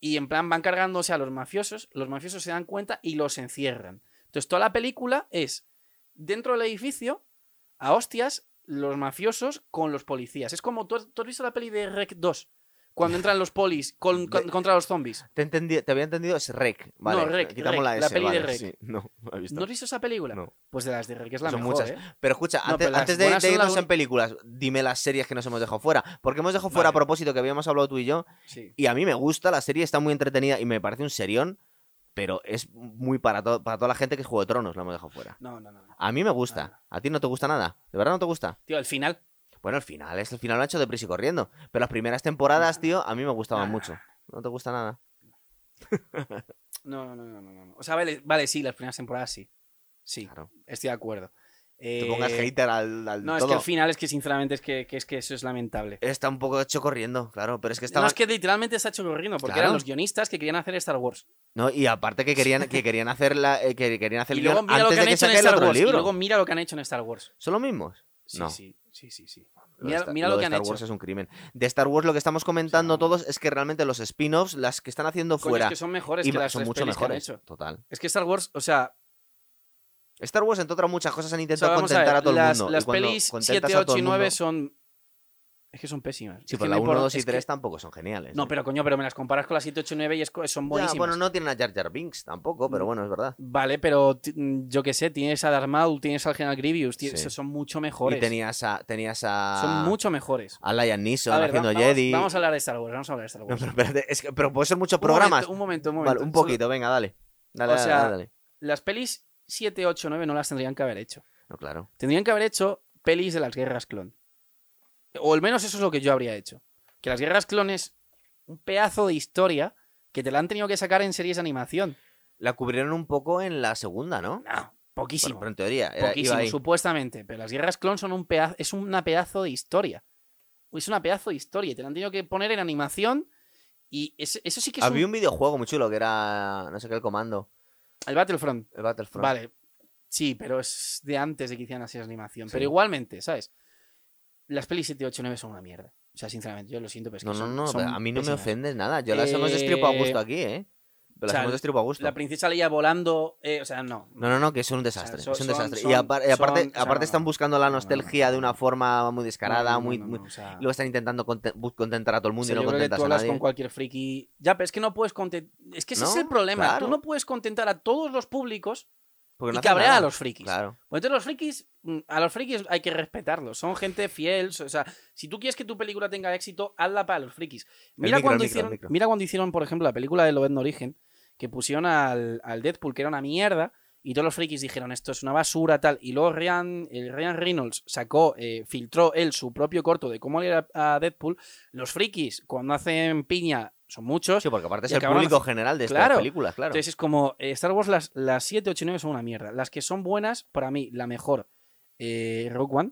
Speaker 1: y en plan van cargándose a los mafiosos, los mafiosos se dan cuenta y los encierran. Entonces toda la película es dentro del edificio, a hostias, los mafiosos con los policías. Es como, ¿tú has, tú has visto la peli de Rec 2? Cuando entran los polis con- con-
Speaker 2: <laughs> De-
Speaker 1: contra los zombies.
Speaker 2: Te, entendí, te había entendido, es Rec. Vale,
Speaker 1: No, Rec,
Speaker 2: Quitamos
Speaker 1: Rec,
Speaker 2: la
Speaker 1: la
Speaker 2: S,
Speaker 1: peli de
Speaker 2: vale,
Speaker 1: Rec.
Speaker 2: sí. No, no he visto.
Speaker 1: ¿No has visto esa película?
Speaker 2: No.
Speaker 1: Pues de las de Rec es la
Speaker 2: Son
Speaker 1: mejor,
Speaker 2: muchas.
Speaker 1: ¿eh?
Speaker 2: Pero escucha,
Speaker 1: No,
Speaker 2: antes,
Speaker 1: pero las
Speaker 2: antes de,
Speaker 1: buenas
Speaker 2: de
Speaker 1: son las
Speaker 2: irnos en
Speaker 1: uni-
Speaker 2: películas, dime las series que nos hemos dejado fuera. Porque hemos dejado fuera
Speaker 1: Vale.
Speaker 2: a propósito que habíamos hablado tú y yo.
Speaker 1: Sí.
Speaker 2: Y a mí me gusta, la serie está muy entretenida y me parece un serión, pero es muy para, to- para toda la gente que es Juego de Tronos, la hemos dejado fuera.
Speaker 1: No, no, no. no.
Speaker 2: A mí me gusta. ¿A ti no te gusta nada? ¿De verdad no te gusta?
Speaker 1: Tío, al final...
Speaker 2: Bueno, el final, es el final lo han hecho de prisa y corriendo. Pero las primeras temporadas, tío, a mí me gustaban
Speaker 1: Ah.
Speaker 2: mucho. ¿No te gusta nada?
Speaker 1: No, no, no, no, no, no. O sea, vale, vale, sí, las primeras temporadas sí. Sí,
Speaker 2: Claro.
Speaker 1: estoy de acuerdo.
Speaker 2: Te
Speaker 1: Eh,
Speaker 2: pongas hater al, al
Speaker 1: No, es
Speaker 2: todo.
Speaker 1: que al final es que sinceramente es que, que es que eso es lamentable.
Speaker 2: Está un poco hecho corriendo, claro, pero es que
Speaker 1: No,
Speaker 2: estaba...
Speaker 1: es que literalmente se ha hecho corriendo, porque
Speaker 2: Claro.
Speaker 1: eran los guionistas que querían hacer Star Wars.
Speaker 2: No, y aparte que
Speaker 1: <laughs>
Speaker 2: querían, que querían hacer la, eh, que querían hacer
Speaker 1: Y
Speaker 2: el
Speaker 1: luego
Speaker 2: guión
Speaker 1: mira lo que
Speaker 2: antes
Speaker 1: han
Speaker 2: de que
Speaker 1: hecho en
Speaker 2: saque el
Speaker 1: Star
Speaker 2: otro
Speaker 1: Wars. Y
Speaker 2: libro.
Speaker 1: luego mira lo que han hecho en Star Wars.
Speaker 2: ¿Son los mismos?
Speaker 1: Sí,
Speaker 2: No.
Speaker 1: sí, sí, sí, sí.
Speaker 2: Lo de
Speaker 1: Mira,
Speaker 2: Star-
Speaker 1: mira
Speaker 2: lo
Speaker 1: lo,
Speaker 2: de
Speaker 1: que han
Speaker 2: Star
Speaker 1: hecho.
Speaker 2: Wars es un crimen. De Star Wars lo que estamos
Speaker 1: Sí,
Speaker 2: comentando
Speaker 1: no.
Speaker 2: todos es que realmente los spin-offs, las que están haciendo
Speaker 1: Coño,
Speaker 2: fuera,
Speaker 1: es que son mejores
Speaker 2: y
Speaker 1: que
Speaker 2: ma-
Speaker 1: las
Speaker 2: son
Speaker 1: tres
Speaker 2: mucho
Speaker 1: pelis que han
Speaker 2: mejores.
Speaker 1: hecho.
Speaker 2: Total.
Speaker 1: Es que Star Wars, o sea,
Speaker 2: Star Wars, entre otras muchas cosas,
Speaker 1: o
Speaker 2: han
Speaker 1: sea,
Speaker 2: intentado
Speaker 1: vamos a
Speaker 2: contentar
Speaker 1: ver,
Speaker 2: a, todo
Speaker 1: las,
Speaker 2: el mundo.
Speaker 1: las
Speaker 2: y cuando
Speaker 1: pelis
Speaker 2: contentas
Speaker 1: 7,
Speaker 2: a todo
Speaker 1: 8 y
Speaker 2: el mundo-
Speaker 1: 9 son... Es que son pésimas.
Speaker 2: Sí,
Speaker 1: Es que
Speaker 2: pero la
Speaker 1: no
Speaker 2: 1,
Speaker 1: importa-
Speaker 2: 2 y
Speaker 1: es que-
Speaker 2: 3 tampoco son geniales.
Speaker 1: No,
Speaker 2: ¿eh?
Speaker 1: pero coño, pero me las comparas con las 7, 8 y 9 y es co- son
Speaker 2: Ya,
Speaker 1: buenísimas. Mm.
Speaker 2: bueno, no tienen a Jar Jar Binks tampoco, pero bueno, es verdad.
Speaker 1: Vale, pero ti- mm, yo qué sé, tienes a Darth Maul, tienes al General Grievous, tienes-
Speaker 2: Sí.
Speaker 1: son mucho mejores.
Speaker 2: Y tenías a, tenías a...
Speaker 1: Son mucho mejores.
Speaker 2: A Lion Neeson
Speaker 1: A ver, va-
Speaker 2: haciendo
Speaker 1: vamos,
Speaker 2: Jedi.
Speaker 1: vamos a hablar de Star Wars, vamos a hablar de Star
Speaker 2: No,
Speaker 1: Wars.
Speaker 2: pero espérate, es que, pero puede ser muchos
Speaker 1: Un
Speaker 2: programas.
Speaker 1: momento, un momento, un momento.
Speaker 2: Vale, un poquito, venga, dale. Dale,
Speaker 1: O
Speaker 2: dale,
Speaker 1: sea-
Speaker 2: dale, dale.
Speaker 1: Solo- Las pelis 7, 8, 9 no las tendrían que haber hecho.
Speaker 2: No, claro.
Speaker 1: Tendrían que haber hecho pelis de las guerras clon. O al menos eso es lo que yo habría hecho. Que las guerras clon es un pedazo de historia que te la han tenido que sacar en series de animación.
Speaker 2: La cubrieron un poco en la segunda, ¿no?
Speaker 1: No, poquísimo.
Speaker 2: Bueno, pero en teoría. era- iba
Speaker 1: Poquísimo,
Speaker 2: ahí.
Speaker 1: supuestamente. Pero las guerras clon son un pedazo, es una pedazo de historia. Es una pedazo de historia. y Te la han tenido que poner en animación. Y es- eso sí que es
Speaker 2: Había
Speaker 1: un-
Speaker 2: un videojuego muy chulo que era. No sé qué, el comando.
Speaker 1: el Battlefront.
Speaker 2: El Battlefront.
Speaker 1: Vale. Sí, pero es de antes de que hicieran así animación.
Speaker 2: Sí.
Speaker 1: Pero igualmente, ¿sabes? Las pelis 7, 8, 9 son una mierda. O sea, sinceramente, yo lo siento, pero es que
Speaker 2: No, no,
Speaker 1: son-
Speaker 2: no,
Speaker 1: son
Speaker 2: pero a mí no
Speaker 1: pésimas.
Speaker 2: me ofendes nada. Yo las hemos
Speaker 1: Eh,
Speaker 2: destripado a gusto aquí, ¿eh?
Speaker 1: o
Speaker 2: Pero las
Speaker 1: sea,
Speaker 2: hemos destripado a gusto.
Speaker 1: La princesa Leia volando. eh, o sea, no.
Speaker 2: No, no, no, que es un desastre.
Speaker 1: son-
Speaker 2: es un
Speaker 1: son-
Speaker 2: desastre.
Speaker 1: son-
Speaker 2: y, apar- y aparte,
Speaker 1: son- o sea,
Speaker 2: aparte
Speaker 1: no,
Speaker 2: están
Speaker 1: no.
Speaker 2: buscando la
Speaker 1: No, no,
Speaker 2: nostalgia
Speaker 1: no,
Speaker 2: de
Speaker 1: no.
Speaker 2: una forma muy descarada,
Speaker 1: No, no,
Speaker 2: muy.
Speaker 1: no,
Speaker 2: muy-
Speaker 1: no, o sea-
Speaker 2: y Luego están intentando conte- bu- contentar a todo el
Speaker 1: O
Speaker 2: mundo
Speaker 1: sea,
Speaker 2: y no
Speaker 1: yo creo que
Speaker 2: contentas
Speaker 1: tú
Speaker 2: a
Speaker 1: hablas
Speaker 2: nadie.
Speaker 1: con cualquier friki. Ya, pero es que no puedes contentar. Es que ese es
Speaker 2: No,
Speaker 1: el problema.
Speaker 2: claro.
Speaker 1: Tú no puedes contentar a todos los públicos
Speaker 2: Porque no
Speaker 1: y
Speaker 2: hacen
Speaker 1: cabrear
Speaker 2: nada.
Speaker 1: a los frikis.
Speaker 2: Claro.
Speaker 1: Pues entonces los frikis, mm, a los frikis hay que respetarlos. Son gente fiel. so- O sea, si tú quieres que tu película tenga éxito, hazla para los frikis. Mira,
Speaker 2: micro,
Speaker 1: cuando,
Speaker 2: el micro, el
Speaker 1: hicieron,
Speaker 2: micro.
Speaker 1: mira cuando hicieron, por ejemplo, la película de Lobezno Origen, que pusieron al, al Deadpool, que era una mierda, y todos los frikis dijeron, esto es una basura, tal. Y luego Ryan, el Ryan Reynolds sacó, eh, filtró él su propio corto de cómo era a Deadpool. Los frikis, cuando hacen piña, son muchos.
Speaker 2: Sí, porque aparte es
Speaker 1: Y
Speaker 2: el
Speaker 1: acabaron
Speaker 2: público general de estas
Speaker 1: Claro.
Speaker 2: películas, claro.
Speaker 1: Entonces es como eh, Star Wars, las, las 7, 8 y 9 son una mierda. Las que son buenas, para mí, la mejor, eh, Rogue One.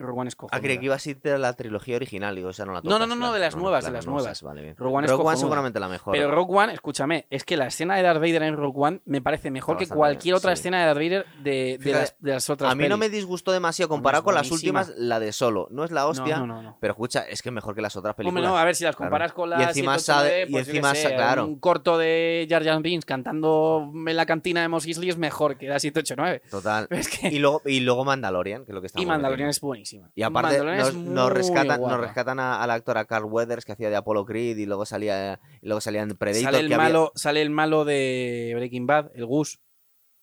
Speaker 1: Rogue One es cojonuda.
Speaker 2: Ah, creí que iba a ser de la trilogía original, digo, esa no la
Speaker 1: No,
Speaker 2: tocas,
Speaker 1: no, no, no,
Speaker 2: claro,
Speaker 1: de las nuevas, de
Speaker 2: claro,
Speaker 1: las
Speaker 2: no usas,
Speaker 1: nuevas.
Speaker 2: Vale, bien.
Speaker 1: Rogue One es
Speaker 2: Rogue One
Speaker 1: cojonuda.
Speaker 2: seguramente la mejor.
Speaker 1: Pero Rogue One, escúchame, es que la escena de Darth Vader en Rogue One me parece mejor
Speaker 2: Está
Speaker 1: que
Speaker 2: bastante
Speaker 1: cualquier
Speaker 2: bien,
Speaker 1: otra
Speaker 2: sí.
Speaker 1: escena de Darth Vader de, de,
Speaker 2: Fíjate,
Speaker 1: las, de las otras
Speaker 2: a mí no me
Speaker 1: pelis.
Speaker 2: disgustó demasiado
Speaker 1: No, es
Speaker 2: comparado con las
Speaker 1: buenísima.
Speaker 2: últimas, la de Solo. No es la hostia,
Speaker 1: No, no, no. no.
Speaker 2: pero escucha, es que es mejor que las otras películas.
Speaker 1: Hombre, no, a ver si las comparas
Speaker 2: claro.
Speaker 1: con
Speaker 2: Y
Speaker 1: las
Speaker 2: encima
Speaker 1: 108D,
Speaker 2: sabe- y
Speaker 1: pues yo qué
Speaker 2: encima
Speaker 1: sé,
Speaker 2: sa- claro.
Speaker 1: un corto de Jar Jar Binks cantando en la cantina de Mos Eisley es mejor que la 789.
Speaker 2: Total.
Speaker 1: Pero <laughs> es que-
Speaker 2: Y luego, y luego Mandalorian, que es lo que estamos
Speaker 1: Y Mandalorian
Speaker 2: metiendo.
Speaker 1: es buenísima.
Speaker 2: Y aparte
Speaker 1: Mandalorian
Speaker 2: nos,
Speaker 1: es
Speaker 2: nos
Speaker 1: muy
Speaker 2: rescatan, nos
Speaker 1: guapa.
Speaker 2: rescatan a- al actor a Carl Weathers que hacía de Apollo Creed y luego salía y luego salía en Predator.
Speaker 1: Sale el,
Speaker 2: que había-
Speaker 1: malo, sale el malo de Breaking Bad, el Gus,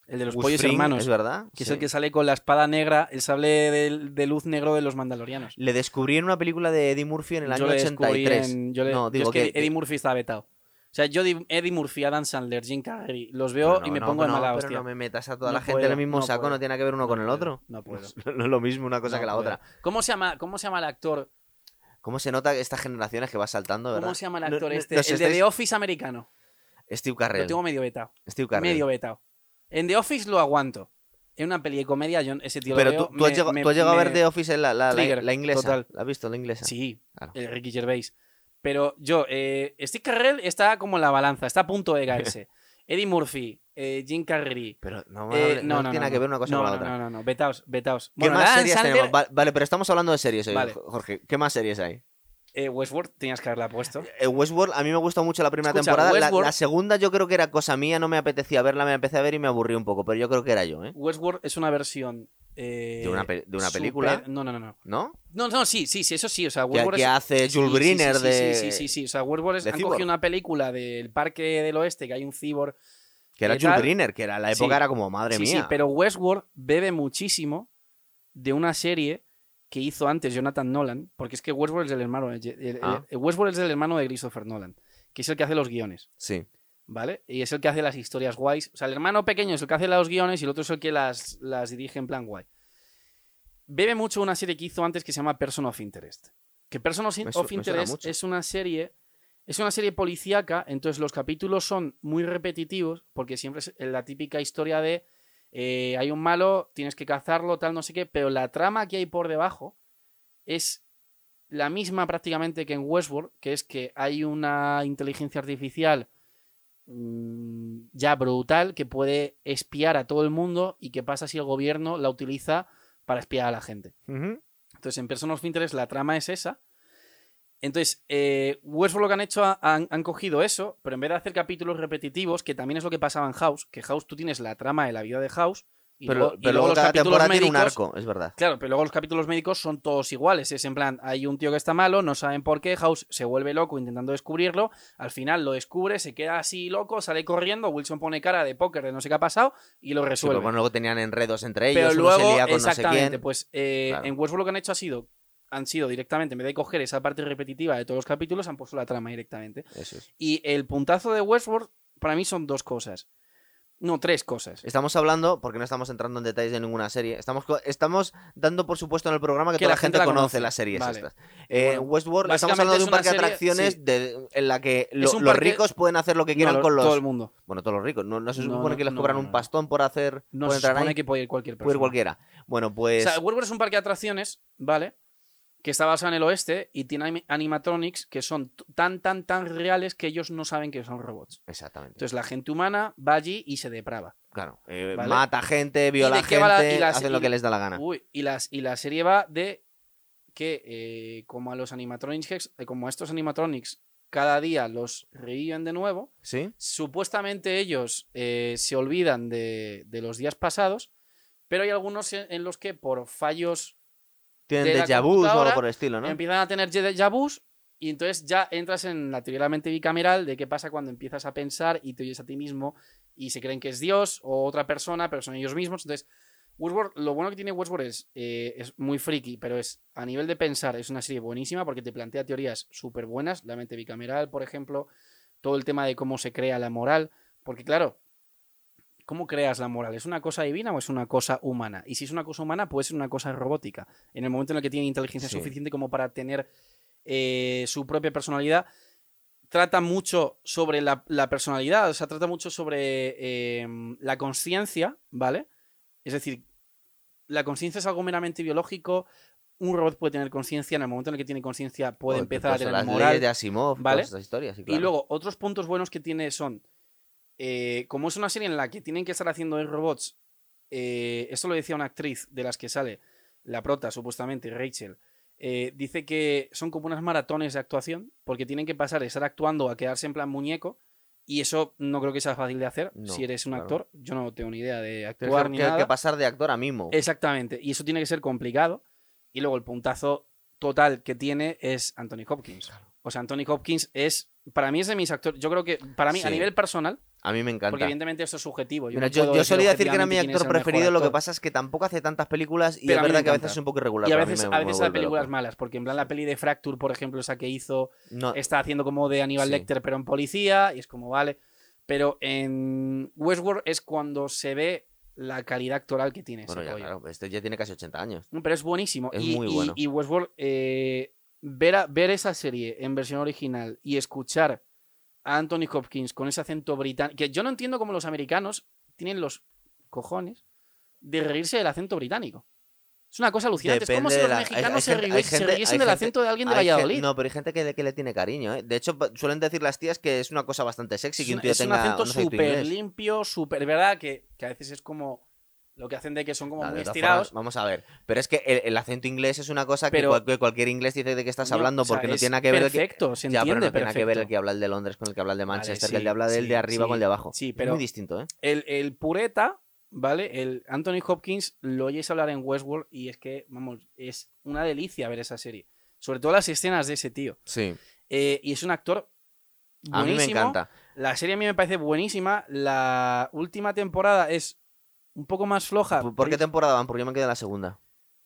Speaker 1: el de los
Speaker 2: Gus
Speaker 1: pollos
Speaker 2: Fring,
Speaker 1: hermanos,
Speaker 2: Es verdad.
Speaker 1: que es
Speaker 2: Sí.
Speaker 1: el que sale con la espada negra, el sable de, de luz negro de los mandalorianos.
Speaker 2: Le descubrí en una película de Eddie Murphy en el año
Speaker 1: le descubrí
Speaker 2: 83.
Speaker 1: en- yo le-
Speaker 2: No,
Speaker 1: yo
Speaker 2: digo
Speaker 1: es que,
Speaker 2: que-
Speaker 1: Eddie Murphy está vetado. O sea, yo di- Eddie Murphy, Adam Sandler, Jim Carrey, los veo
Speaker 2: Pero
Speaker 1: y
Speaker 2: no,
Speaker 1: me
Speaker 2: no,
Speaker 1: pongo de
Speaker 2: no,
Speaker 1: mala
Speaker 2: pero
Speaker 1: hostia.
Speaker 2: no me metas a toda
Speaker 1: No
Speaker 2: la gente en
Speaker 1: puedo,
Speaker 2: el mismo
Speaker 1: no
Speaker 2: saco,
Speaker 1: puedo.
Speaker 2: no tiene que ver uno
Speaker 1: No
Speaker 2: con el
Speaker 1: puedo,
Speaker 2: otro.
Speaker 1: no puedo.
Speaker 2: No es lo mismo una cosa
Speaker 1: No
Speaker 2: que la
Speaker 1: puedo.
Speaker 2: otra.
Speaker 1: ¿Cómo se llama, cómo se llama el actor?
Speaker 2: ¿Cómo se nota estas generaciones que va saltando, verdad?
Speaker 1: ¿Cómo se llama el
Speaker 2: No-
Speaker 1: actor
Speaker 2: no-
Speaker 1: este?
Speaker 2: nos
Speaker 1: el de
Speaker 2: estáis-
Speaker 1: The Office americano.
Speaker 2: Steve
Speaker 1: Lo
Speaker 2: Carrell.
Speaker 1: tengo medio vetado.
Speaker 2: Steve Carrell.
Speaker 1: Medio vetado. En The Office lo aguanto. En una peli de comedia, yo ese tío lo
Speaker 2: Pero
Speaker 1: veo,
Speaker 2: tú, tú has
Speaker 1: me-
Speaker 2: llegado,
Speaker 1: me-
Speaker 2: tú has llegado a ver
Speaker 1: me-
Speaker 2: The Office en la, la, la-
Speaker 1: Trigger,
Speaker 2: la inglesa.
Speaker 1: total.
Speaker 2: ¿La has visto, la inglesa?
Speaker 1: Sí,
Speaker 2: Claro.
Speaker 1: el Ricky Gervais. Pero yo, eh, Steve Carrell está como en la balanza, está a punto de
Speaker 2: <laughs>
Speaker 1: caerse. Eddie Murphy, eh, Jim Carrey.
Speaker 2: Pero no,
Speaker 1: eh,
Speaker 2: no, no tiene que ver una cosa
Speaker 1: no,
Speaker 2: con la
Speaker 1: no,
Speaker 2: otra.
Speaker 1: No, no, no, vetaos, vetaos.
Speaker 2: ¿Qué
Speaker 1: Bueno,
Speaker 2: más
Speaker 1: Adam
Speaker 2: series tenemos?
Speaker 1: Sandler,
Speaker 2: Va- Vale, pero estamos hablando de series hoy,
Speaker 1: Vale.
Speaker 2: Jorge. ¿Qué más series hay?
Speaker 1: eh, Westworld, tenías que haberla puesto.
Speaker 2: Eh, Westworld, a mí me gustó mucho la primera
Speaker 1: Escucha,
Speaker 2: temporada. La- La,
Speaker 1: Westworld-
Speaker 2: segunda yo creo que era cosa mía, no me apetecía verla, me empecé a ver y me aburrí un poco, pero yo creo que era yo, ¿eh?
Speaker 1: Westworld es una versión... eh,
Speaker 2: De una, pe- de una película,
Speaker 1: super- No, no, no, no.
Speaker 2: ¿no?
Speaker 1: No, no, sí, sí, sí, eso sí. O sea,
Speaker 2: Que,
Speaker 1: Westworld
Speaker 2: que
Speaker 1: es-
Speaker 2: hace Jules
Speaker 1: Sí, sí, sí,
Speaker 2: Briner
Speaker 1: sí,
Speaker 2: de...
Speaker 1: Sí, sí, sí, sí. O sea, Westworld es-
Speaker 2: de
Speaker 1: han
Speaker 2: cyborg.
Speaker 1: cogido una película del Parque del Oeste, que hay un cibor
Speaker 2: Que era
Speaker 1: ¿Qué
Speaker 2: Jules
Speaker 1: tal?
Speaker 2: Briner, que era la época
Speaker 1: Sí.
Speaker 2: era como, madre
Speaker 1: sí,
Speaker 2: mía.
Speaker 1: sí, pero Westworld bebe muchísimo de una serie que hizo antes Jonathan Nolan, porque es que Westworld es el hermano de, Je- el-
Speaker 2: Ah.
Speaker 1: el- Westworld es el hermano de Christopher Nolan, que es el que hace los guiones,
Speaker 2: Sí.
Speaker 1: ¿vale? Y es el que hace las historias guays. O sea, el hermano pequeño es el que hace los guiones y el otro es el que las, las dirige en plan guay. Bebe mucho una serie que hizo antes que se llama Person of Interest. Que Person of,
Speaker 2: Me su- me
Speaker 1: of
Speaker 2: suena
Speaker 1: Interest
Speaker 2: mucho.
Speaker 1: es una serie es una serie policíaca, entonces los capítulos son muy repetitivos, porque siempre es la típica historia de eh, hay un malo, tienes que cazarlo, tal, no sé qué, pero la trama que hay por debajo es la misma prácticamente que en Westworld, que es que hay una inteligencia artificial mm, ya brutal que puede espiar a todo el mundo y qué pasa si el gobierno la utiliza para espiar a la gente.
Speaker 2: Ujú.
Speaker 1: Entonces, en Person of Interest la trama es esa. Entonces, eh, Westworld lo que han hecho, ha- han, han cogido eso, pero en vez de hacer capítulos repetitivos, que también es lo que pasaba en House, que House tú tienes la trama de la vida de House, y,
Speaker 2: Pero,
Speaker 1: luego, y
Speaker 2: pero
Speaker 1: luego
Speaker 2: luego
Speaker 1: los
Speaker 2: cada
Speaker 1: capítulos
Speaker 2: temporada
Speaker 1: médicos...
Speaker 2: tiene un arco, es verdad.
Speaker 1: Claro, pero luego los capítulos médicos son todos iguales. Es en plan, hay un tío que está malo, no saben por qué, House se vuelve loco intentando descubrirlo, al final lo descubre, se queda así loco, sale corriendo, Wilson pone cara de póker de no sé qué ha pasado y lo
Speaker 2: Sí, pero
Speaker 1: resuelve.
Speaker 2: bueno, luego tenían enredos entre ellos,
Speaker 1: Pero
Speaker 2: uno se
Speaker 1: luego,
Speaker 2: lía con no sé
Speaker 1: exactamente,
Speaker 2: quién.
Speaker 1: pues eh,
Speaker 2: Claro.
Speaker 1: en Westworld lo que han hecho ha sido, han sido directamente, en vez de coger esa parte repetitiva de todos los capítulos, han puesto la trama directamente.
Speaker 2: Eso es.
Speaker 1: Y el puntazo de Westworld para mí son dos cosas. No, tres cosas.
Speaker 2: Estamos hablando, porque no estamos entrando en detalles de ninguna serie, estamos, co- estamos dando por supuesto en el programa que,
Speaker 1: Que
Speaker 2: toda
Speaker 1: la
Speaker 2: la
Speaker 1: gente
Speaker 2: gente,
Speaker 1: la
Speaker 2: conoce,
Speaker 1: conoce.
Speaker 2: las series
Speaker 1: Vale.
Speaker 2: estas. Eh,
Speaker 1: Bueno,
Speaker 2: Westworld, estamos
Speaker 1: básicamente
Speaker 2: hablando de
Speaker 1: es
Speaker 2: un parque
Speaker 1: una
Speaker 2: de
Speaker 1: serie-
Speaker 2: atracciones
Speaker 1: sí.
Speaker 2: de- en la que lo-
Speaker 1: un
Speaker 2: los
Speaker 1: parque-
Speaker 2: ricos pueden hacer lo que quieran
Speaker 1: No,
Speaker 2: con los...
Speaker 1: Todo el mundo.
Speaker 2: Bueno, todos los ricos. No, no se
Speaker 1: No,
Speaker 2: supone
Speaker 1: no,
Speaker 2: que les
Speaker 1: no,
Speaker 2: cobran
Speaker 1: no,
Speaker 2: un
Speaker 1: no.
Speaker 2: pastón por hacer...
Speaker 1: No
Speaker 2: por
Speaker 1: se
Speaker 2: entrar
Speaker 1: supone
Speaker 2: ahí.
Speaker 1: que puede ir cualquier persona.
Speaker 2: Puede ir cualquiera. Bueno,
Speaker 1: O
Speaker 2: pues...
Speaker 1: sea, Westworld es un parque de atracciones, ¿vale? Que está basado en el oeste y tiene anim- animatronics que son t- tan, tan, tan reales que ellos no saben que son robots.
Speaker 2: Exactamente.
Speaker 1: Entonces la gente humana va allí y se deprava.
Speaker 2: claro. eh,
Speaker 1: ¿Vale?
Speaker 2: Mata gente, viola
Speaker 1: de qué
Speaker 2: gente,
Speaker 1: va la- y las-
Speaker 2: hacen lo
Speaker 1: y-
Speaker 2: que les da la gana.
Speaker 1: Uy, y, las, y la serie va de que eh, como a los animatronics, eh, como a estos animatronics, cada día los reviven de nuevo.
Speaker 2: ¿Sí?
Speaker 1: Supuestamente ellos eh, se olvidan de, de los días pasados, pero hay algunos en en los que por fallos
Speaker 2: Tienen
Speaker 1: de la
Speaker 2: déjà vu o algo
Speaker 1: computadora,
Speaker 2: por el estilo, ¿no?
Speaker 1: empiezan a tener déjà vus y entonces ya entras en la teoría de la mente bicameral de qué pasa cuando empiezas a pensar y te oyes a ti mismo y se creen que es Dios o otra persona, pero son ellos mismos. Entonces, Westworld, lo bueno que tiene Westworld es, eh, es muy friki, pero es a nivel de pensar, es una serie buenísima porque te plantea teorías súper buenas, la mente bicameral, por ejemplo, todo el tema de cómo se crea la moral, porque claro, ¿cómo creas la moral? ¿Es una cosa divina o es una cosa humana? Y si es una cosa humana, puede ser una cosa robótica. En el momento en el que tiene inteligencia
Speaker 2: Sí.
Speaker 1: suficiente como para tener eh, su propia personalidad, trata mucho sobre la, la personalidad, o sea, trata mucho sobre eh, la conciencia, ¿vale? Es decir, la conciencia es algo meramente biológico un robot puede tener conciencia, en el momento en el que tiene conciencia puede
Speaker 2: Por-
Speaker 1: empezar
Speaker 2: por
Speaker 1: a
Speaker 2: eso,
Speaker 1: tener
Speaker 2: pues las
Speaker 1: moral.
Speaker 2: leyes de Asimov,
Speaker 1: ¿vale?
Speaker 2: todas esas historias, sí, claro.
Speaker 1: Y luego, otros puntos buenos que tiene son, eh, como es una serie en la que tienen que estar haciendo el robots, eh, esto lo decía una actriz de las que sale, la prota supuestamente, Rachel, eh, dice que son como unas maratones de actuación, porque tienen que pasar de estar actuando a quedarse en plan muñeco, y eso no creo que sea fácil de hacer
Speaker 2: No,
Speaker 1: si eres un
Speaker 2: claro.
Speaker 1: actor, yo no tengo ni idea de
Speaker 2: Tienes
Speaker 1: actuar
Speaker 2: que,
Speaker 1: ni
Speaker 2: que-
Speaker 1: nada.
Speaker 2: que pasar de actor a mimo.
Speaker 1: Exactamente, y eso tiene que ser complicado. Y luego el puntazo total que tiene es Anthony Hopkins. O sea, Anthony Hopkins es, para mí es de mis actores, yo creo que, para mí, a
Speaker 2: Sí.
Speaker 1: nivel personal,
Speaker 2: A mí me
Speaker 1: porque
Speaker 2: encanta.
Speaker 1: evidentemente esto es subjetivo. Yo,
Speaker 2: Mira,
Speaker 1: no
Speaker 2: yo,
Speaker 1: puedo
Speaker 2: yo solía decir que era
Speaker 1: objetivamente
Speaker 2: mi
Speaker 1: quién es
Speaker 2: actor
Speaker 1: el mejor
Speaker 2: preferido, lo que
Speaker 1: actor.
Speaker 2: pasa es que tampoco hace tantas películas y
Speaker 1: Pero a mí me
Speaker 2: es verdad que a
Speaker 1: encanta.
Speaker 2: veces es un poco irregular.
Speaker 1: Y a
Speaker 2: pero mí
Speaker 1: veces,
Speaker 2: me-
Speaker 1: a
Speaker 2: me
Speaker 1: veces hay
Speaker 2: vuelve
Speaker 1: películas
Speaker 2: loco.
Speaker 1: malas, porque en plan la peli de Fracture, por ejemplo, esa que hizo,
Speaker 2: No,
Speaker 1: está haciendo como de Aníbal
Speaker 2: Sí.
Speaker 1: Lecter, pero en policía, y es como, vale. Pero en Westworld es cuando se ve la calidad actoral que tiene. ese
Speaker 2: bueno, ya,
Speaker 1: rollo.
Speaker 2: claro, este ya tiene casi 80 años.
Speaker 1: No, Mm, Pero es buenísimo.
Speaker 2: Es
Speaker 1: y,
Speaker 2: muy
Speaker 1: y-
Speaker 2: bueno.
Speaker 1: y Westworld, eh, ver, a- ver esa serie en versión original y escuchar a Anthony Hopkins con ese acento británico, que yo no entiendo cómo los americanos tienen los cojones de reírse del acento británico. Es una cosa alucinante. es como si
Speaker 2: Depende de
Speaker 1: los
Speaker 2: la- hay-
Speaker 1: mexicanos
Speaker 2: hay
Speaker 1: se,
Speaker 2: gente-
Speaker 1: ri-
Speaker 2: hay
Speaker 1: se
Speaker 2: gente-
Speaker 1: riesen
Speaker 2: hay
Speaker 1: del
Speaker 2: gente-
Speaker 1: acento de alguien de
Speaker 2: Hay gen-
Speaker 1: Valladolid.
Speaker 2: no, pero hay gente que, que le tiene cariño, ¿eh? De hecho, pa- suelen decir las tías que es una cosa bastante sexy
Speaker 1: es,
Speaker 2: que
Speaker 1: un-
Speaker 2: un tío
Speaker 1: es un
Speaker 2: tenga
Speaker 1: acento
Speaker 2: un acento
Speaker 1: súper
Speaker 2: inglés.
Speaker 1: limpio, súper verdad, que, que a veces es como lo que hacen de que son como
Speaker 2: Ah, de
Speaker 1: muy
Speaker 2: todas
Speaker 1: estirados.
Speaker 2: formas, vamos a ver. Pero es que el, el acento inglés es una cosa que,
Speaker 1: Pero-
Speaker 2: cual- que cualquier inglés dice de que estás
Speaker 1: Coño,
Speaker 2: hablando
Speaker 1: o sea,
Speaker 2: porque no
Speaker 1: es
Speaker 2: tiene nada que ver el que-
Speaker 1: Perfecto, se
Speaker 2: Ya,
Speaker 1: entiende.
Speaker 2: pero no tiene nada que ver el
Speaker 1: perfecto.
Speaker 2: que habla el de Londres con el que habla el de Manchester, que el
Speaker 1: sí,
Speaker 2: de habla del
Speaker 1: sí,
Speaker 2: de arriba
Speaker 1: sí,
Speaker 2: con el de abajo.
Speaker 1: sí,
Speaker 2: Es
Speaker 1: pero-
Speaker 2: muy distinto, ¿eh?
Speaker 1: el, el pureta, ¿vale? El Anthony Hopkins lo oyes hablar en Westworld y es que, vamos, es una delicia ver esa serie. Sobre todo las escenas de ese tío.
Speaker 2: Sí.
Speaker 1: Eh, y es un actor
Speaker 2: A mí me
Speaker 1: buenísimo.
Speaker 2: encanta.
Speaker 1: La serie a mí me parece buenísima. La última temporada es un poco más floja.
Speaker 2: ¿Por por qué temporada van? Porque yo me quedé en la segunda.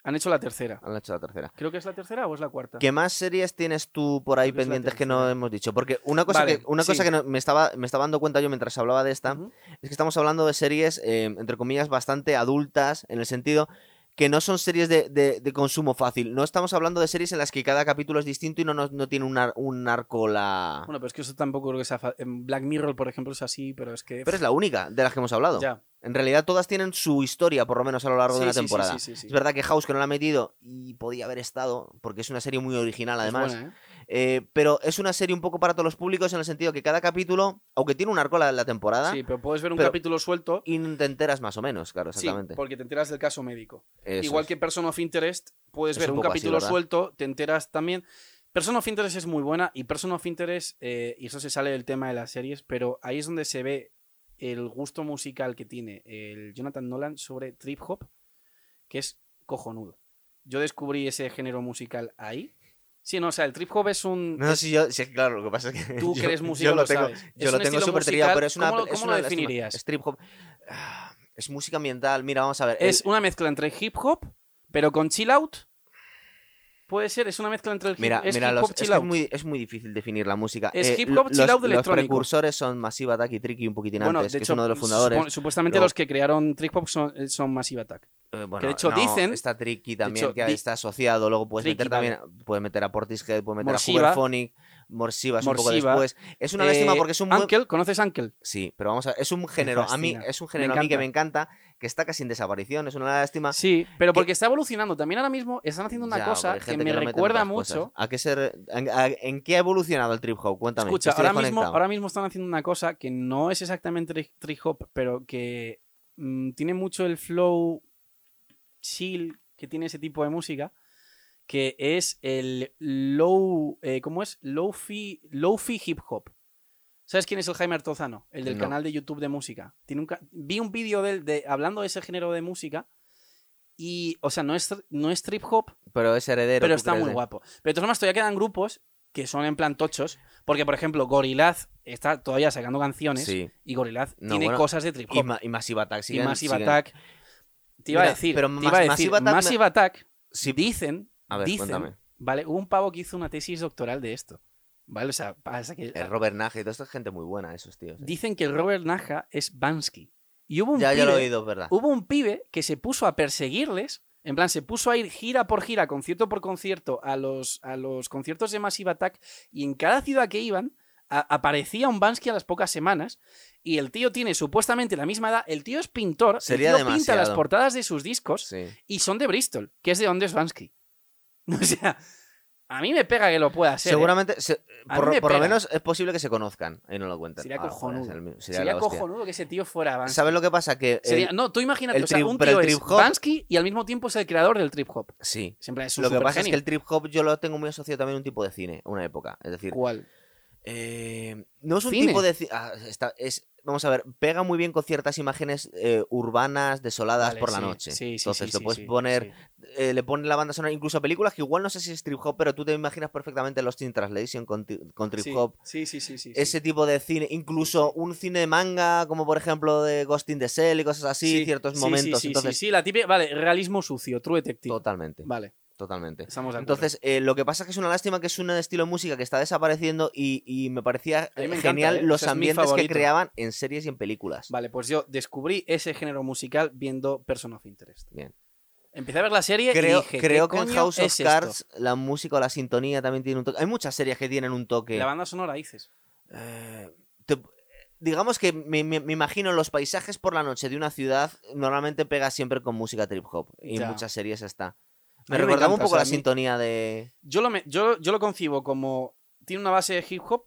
Speaker 1: Han hecho la tercera.
Speaker 2: Han hecho la tercera.
Speaker 1: Creo que es la tercera o es la cuarta.
Speaker 2: ¿Qué más series tienes tú por ahí
Speaker 1: Creo que es la
Speaker 2: pendientes que no
Speaker 1: tercera.
Speaker 2: hemos dicho? Porque una cosa
Speaker 1: Vale,
Speaker 2: que, una
Speaker 1: sí.
Speaker 2: cosa que no- me, estaba, me estaba dando cuenta yo mientras hablaba de esta
Speaker 1: Ujú.
Speaker 2: es que estamos hablando de series, eh, entre comillas, bastante adultas en el sentido que no son series de, de- de consumo fácil. No estamos hablando de series en las que cada capítulo es distinto y no, no, no tiene un, ar- un arco la...
Speaker 1: Bueno, pero es que eso tampoco creo que sea... fa- en Black Mirror, por ejemplo, es así, pero es que...
Speaker 2: Pero es la única de las que hemos hablado.
Speaker 1: ya.
Speaker 2: En realidad todas tienen su historia, por lo menos a lo largo
Speaker 1: Sí,
Speaker 2: de una
Speaker 1: sí, sí,
Speaker 2: temporada.
Speaker 1: sí, sí, sí.
Speaker 2: Es verdad que House que no la ha metido y podía haber estado, porque es una serie muy original
Speaker 1: Es
Speaker 2: además.
Speaker 1: buena, ¿eh?
Speaker 2: Eh, pero es una serie un poco para todos los públicos en el sentido que cada capítulo, aunque tiene un arco la, la temporada,
Speaker 1: Sí, pero puedes ver un
Speaker 2: Pero-
Speaker 1: capítulo suelto.
Speaker 2: y te enteras más o menos, claro,
Speaker 1: Sí,
Speaker 2: exactamente.
Speaker 1: porque te enteras del caso médico.
Speaker 2: Eso
Speaker 1: Igual
Speaker 2: es.
Speaker 1: que Person of Interest, puedes
Speaker 2: Es
Speaker 1: ver
Speaker 2: un
Speaker 1: un,
Speaker 2: poco así,
Speaker 1: capítulo
Speaker 2: ¿verdad?
Speaker 1: suelto, te enteras también. Person of Interest es muy buena y Person of Interest, eh, y eso se sale del tema de las series, pero ahí es donde se ve el gusto musical que tiene el Jonathan Nolan sobre trip hop, que es cojonudo. Yo descubrí ese género musical ahí. Sí, no, o sea, el trip hop es un...
Speaker 2: <laughs> No sé si yo, si es que, claro, lo que pasa es que. <laughs>
Speaker 1: Tú que
Speaker 2: yo-
Speaker 1: eres
Speaker 2: yo
Speaker 1: músico
Speaker 2: lo
Speaker 1: lo
Speaker 2: tengo,
Speaker 1: sabes.
Speaker 2: Yo
Speaker 1: Es
Speaker 2: lo
Speaker 1: un
Speaker 2: tengo
Speaker 1: estilo
Speaker 2: súper trillado,
Speaker 1: musical.
Speaker 2: pero es una.
Speaker 1: ¿Cómo lo-
Speaker 2: es
Speaker 1: cómo
Speaker 2: una
Speaker 1: lo
Speaker 2: lástima.
Speaker 1: definirías?
Speaker 2: Strip hop. Ah, Es música ambiental. Mira, vamos a ver. eh,
Speaker 1: Es
Speaker 2: el-
Speaker 1: una mezcla entre hip hop, pero con chill out. Puede ser, es una mezcla entre el hip,
Speaker 2: Mira,
Speaker 1: es
Speaker 2: mira
Speaker 1: hip
Speaker 2: los-
Speaker 1: hop,
Speaker 2: es,
Speaker 1: chill
Speaker 2: que es
Speaker 1: out.
Speaker 2: muy, es muy difícil definir la música. Eh,
Speaker 1: Es hip hop,
Speaker 2: lo-
Speaker 1: chill
Speaker 2: los-
Speaker 1: out
Speaker 2: Los
Speaker 1: electrónico.
Speaker 2: precursores son Massive Attack y Tricky un poquitín antes, que es uno de los fundadores.
Speaker 1: supon- supuestamente
Speaker 2: Luego-
Speaker 1: los que crearon Trick Pop son, son Massive Attack.
Speaker 2: Eh, bueno,
Speaker 1: que de hecho
Speaker 2: no,
Speaker 1: dicen-
Speaker 2: Está Tricky también,
Speaker 1: hecho,
Speaker 2: que
Speaker 1: di-
Speaker 2: está asociado. Luego puedes
Speaker 1: Tricky,
Speaker 2: meter también. Puedes meter a Portishead, puedes meter
Speaker 1: Morsiva.
Speaker 2: a Huberphonic. Morsiva es un
Speaker 1: Morsiva.
Speaker 2: poco después. Es una lástima
Speaker 1: Eh,
Speaker 2: porque es un. buen-
Speaker 1: Uncle, ¿conoces Uncle?
Speaker 2: Sí, pero vamos a ver. Es un género. A mí,
Speaker 1: fascina.
Speaker 2: es un
Speaker 1: Me
Speaker 2: género a mí que
Speaker 1: encanta.
Speaker 2: me encanta, que está casi en desaparición. Es una lástima.
Speaker 1: Sí, pero
Speaker 2: que-
Speaker 1: porque está evolucionando. También ahora mismo están haciendo una
Speaker 2: Ah. Ya,
Speaker 1: cosa
Speaker 2: porque hay
Speaker 1: que
Speaker 2: gente
Speaker 1: me
Speaker 2: no mete
Speaker 1: recuerda
Speaker 2: muchas cosas.
Speaker 1: mucho.
Speaker 2: ¿A qué se re- en, a- en qué ha evolucionado el trip hop? Cuéntame.
Speaker 1: Escucha,
Speaker 2: que estoy
Speaker 1: ahora mismo,
Speaker 2: desconectado.
Speaker 1: ahora mismo están haciendo una cosa que no es exactamente tri- trip hop, pero que mm, tiene mucho el flow chill que tiene ese tipo de música, que es el low, eh, ¿cómo es? Low-fi low-fi hip hop. ¿Sabes quién es el Jaime Artozano? El del
Speaker 2: No.
Speaker 1: canal de YouTube de música. Tiene un ca- Vi un vídeo de él de- hablando de ese género de música y, o sea, no es, no es trip hop,
Speaker 2: Pero es heredero.
Speaker 1: pero
Speaker 2: ¿tú
Speaker 1: está
Speaker 2: crees
Speaker 1: muy
Speaker 2: de-
Speaker 1: guapo. Pero de todas formas, todavía quedan grupos que son en plan tochos. Porque, por ejemplo, Gorilaz está todavía sacando canciones.
Speaker 2: Sí.
Speaker 1: Y Gorilaz
Speaker 2: No,
Speaker 1: tiene
Speaker 2: bueno,
Speaker 1: cosas de trip
Speaker 2: Y,
Speaker 1: hop.
Speaker 2: ma- y Massive Attack.
Speaker 1: Y,
Speaker 2: siguen-
Speaker 1: Massive
Speaker 2: siguen-
Speaker 1: Attack. Te iba a
Speaker 2: Mira,
Speaker 1: decir.
Speaker 2: pero
Speaker 1: te
Speaker 2: Mas-
Speaker 1: iba a decir,
Speaker 2: Massive
Speaker 1: Massive
Speaker 2: Attack me-
Speaker 1: Attack.
Speaker 2: Sí.
Speaker 1: Dicen.
Speaker 2: A ver,
Speaker 1: dicen,
Speaker 2: cuéntame.
Speaker 1: Vale, hubo un pavo que hizo una tesis doctoral de esto. Vale, o sea, pasa que.
Speaker 2: El Robert Nage y toda esta gente muy buena, esos tíos. ¿eh?
Speaker 1: Dicen que el Robert Naja es Bansky. Y hubo un
Speaker 2: Ya, ya lo he
Speaker 1: pibe-
Speaker 2: oído, es verdad.
Speaker 1: hubo un pibe que se puso a perseguirles. En plan, se puso a ir gira por gira, concierto por concierto, a los, a los conciertos de Massive Attack. Y en cada ciudad que iban, a- aparecía un Bansky a las pocas semanas. Y el tío tiene supuestamente la misma edad. El tío es pintor.
Speaker 2: Sería
Speaker 1: el tío pinta
Speaker 2: demasiado.
Speaker 1: las portadas de sus discos.
Speaker 2: Sí.
Speaker 1: Y son de Bristol, que es de donde es Bansky. <laughs> O sea, a mí me pega que lo pueda hacer. ¿eh?
Speaker 2: Seguramente, se-
Speaker 1: A mí me
Speaker 2: por, por lo
Speaker 1: pega.
Speaker 2: menos es posible que se conozcan y no lo cuenten.
Speaker 1: Sería
Speaker 2: Ah, joder,
Speaker 1: cojonudo.
Speaker 2: es el mi- sería
Speaker 1: Sería
Speaker 2: la hostia.
Speaker 1: cojonudo que ese tío fuera Bansky.
Speaker 2: ¿Sabes lo que pasa? Que el-
Speaker 1: Sería- no, tú imagínate,
Speaker 2: el
Speaker 1: o sea,
Speaker 2: trip-
Speaker 1: un
Speaker 2: pero el
Speaker 1: tío es
Speaker 2: trip hop-
Speaker 1: Bansky y al mismo tiempo es el creador del trip hop.
Speaker 2: sí.
Speaker 1: Siempre es un
Speaker 2: Lo que pasa es que
Speaker 1: supergenio.
Speaker 2: el trip hop yo lo tengo muy asociado también a un tipo de cine, una época. Es decir,
Speaker 1: ¿Cuál?
Speaker 2: eh, no es un
Speaker 1: Cine.
Speaker 2: tipo de ci- ah, está- es, vamos a ver, pega muy bien con ciertas imágenes eh, urbanas, desoladas
Speaker 1: Vale,
Speaker 2: por la
Speaker 1: sí,
Speaker 2: noche.
Speaker 1: sí, sí,
Speaker 2: Entonces
Speaker 1: sí,
Speaker 2: lo
Speaker 1: sí,
Speaker 2: puedes
Speaker 1: sí,
Speaker 2: poner
Speaker 1: sí.
Speaker 2: eh, le pone la banda sonora incluso a películas que igual no sé si es trip hop, pero tú te imaginas perfectamente los in Translation con, ti- con trip
Speaker 1: Sí,
Speaker 2: hop.
Speaker 1: Sí, sí, sí, sí. sí.
Speaker 2: Ese tipo de cine, incluso un cine de manga, como por ejemplo de Ghost in the Shell y cosas así,
Speaker 1: Sí,
Speaker 2: ciertos
Speaker 1: sí, sí,
Speaker 2: momentos.
Speaker 1: Sí, sí,
Speaker 2: Entonces,
Speaker 1: sí, la típica. Vale, realismo sucio, true detective.
Speaker 2: totalmente,
Speaker 1: Vale,
Speaker 2: totalmente.
Speaker 1: estamos de acuerdo.
Speaker 2: Entonces, eh, lo que pasa es que es una lástima que es un estilo de música que está desapareciendo y, y me parecía
Speaker 1: A mí me
Speaker 2: eh,
Speaker 1: encanta,
Speaker 2: genial
Speaker 1: ¿eh? O
Speaker 2: los
Speaker 1: sea, es mi
Speaker 2: ambientes que
Speaker 1: favorito.
Speaker 2: creaban en series y en películas.
Speaker 1: Vale, pues yo descubrí ese género musical viendo Person of Interest.
Speaker 2: Bien.
Speaker 1: Empecé a ver la serie
Speaker 2: Creo,
Speaker 1: y dije,
Speaker 2: creo
Speaker 1: ¿qué
Speaker 2: que en
Speaker 1: coño
Speaker 2: House of
Speaker 1: es esto?
Speaker 2: Cards la música o la sintonía también tiene un toque. Hay muchas series que tienen un toque.
Speaker 1: La banda sonora dices.
Speaker 2: Eh, te- digamos que me, me- me imagino los paisajes por la noche de una ciudad normalmente pega siempre con música trip hop y
Speaker 1: Ya.
Speaker 2: en muchas series está.
Speaker 1: A
Speaker 2: Me
Speaker 1: mí me
Speaker 2: recordaba un
Speaker 1: encanta,
Speaker 2: poco
Speaker 1: o sea,
Speaker 2: la
Speaker 1: a mí-
Speaker 2: sintonía de.
Speaker 1: Yo lo, me- yo, yo lo concibo como... Tiene una base de hip hop,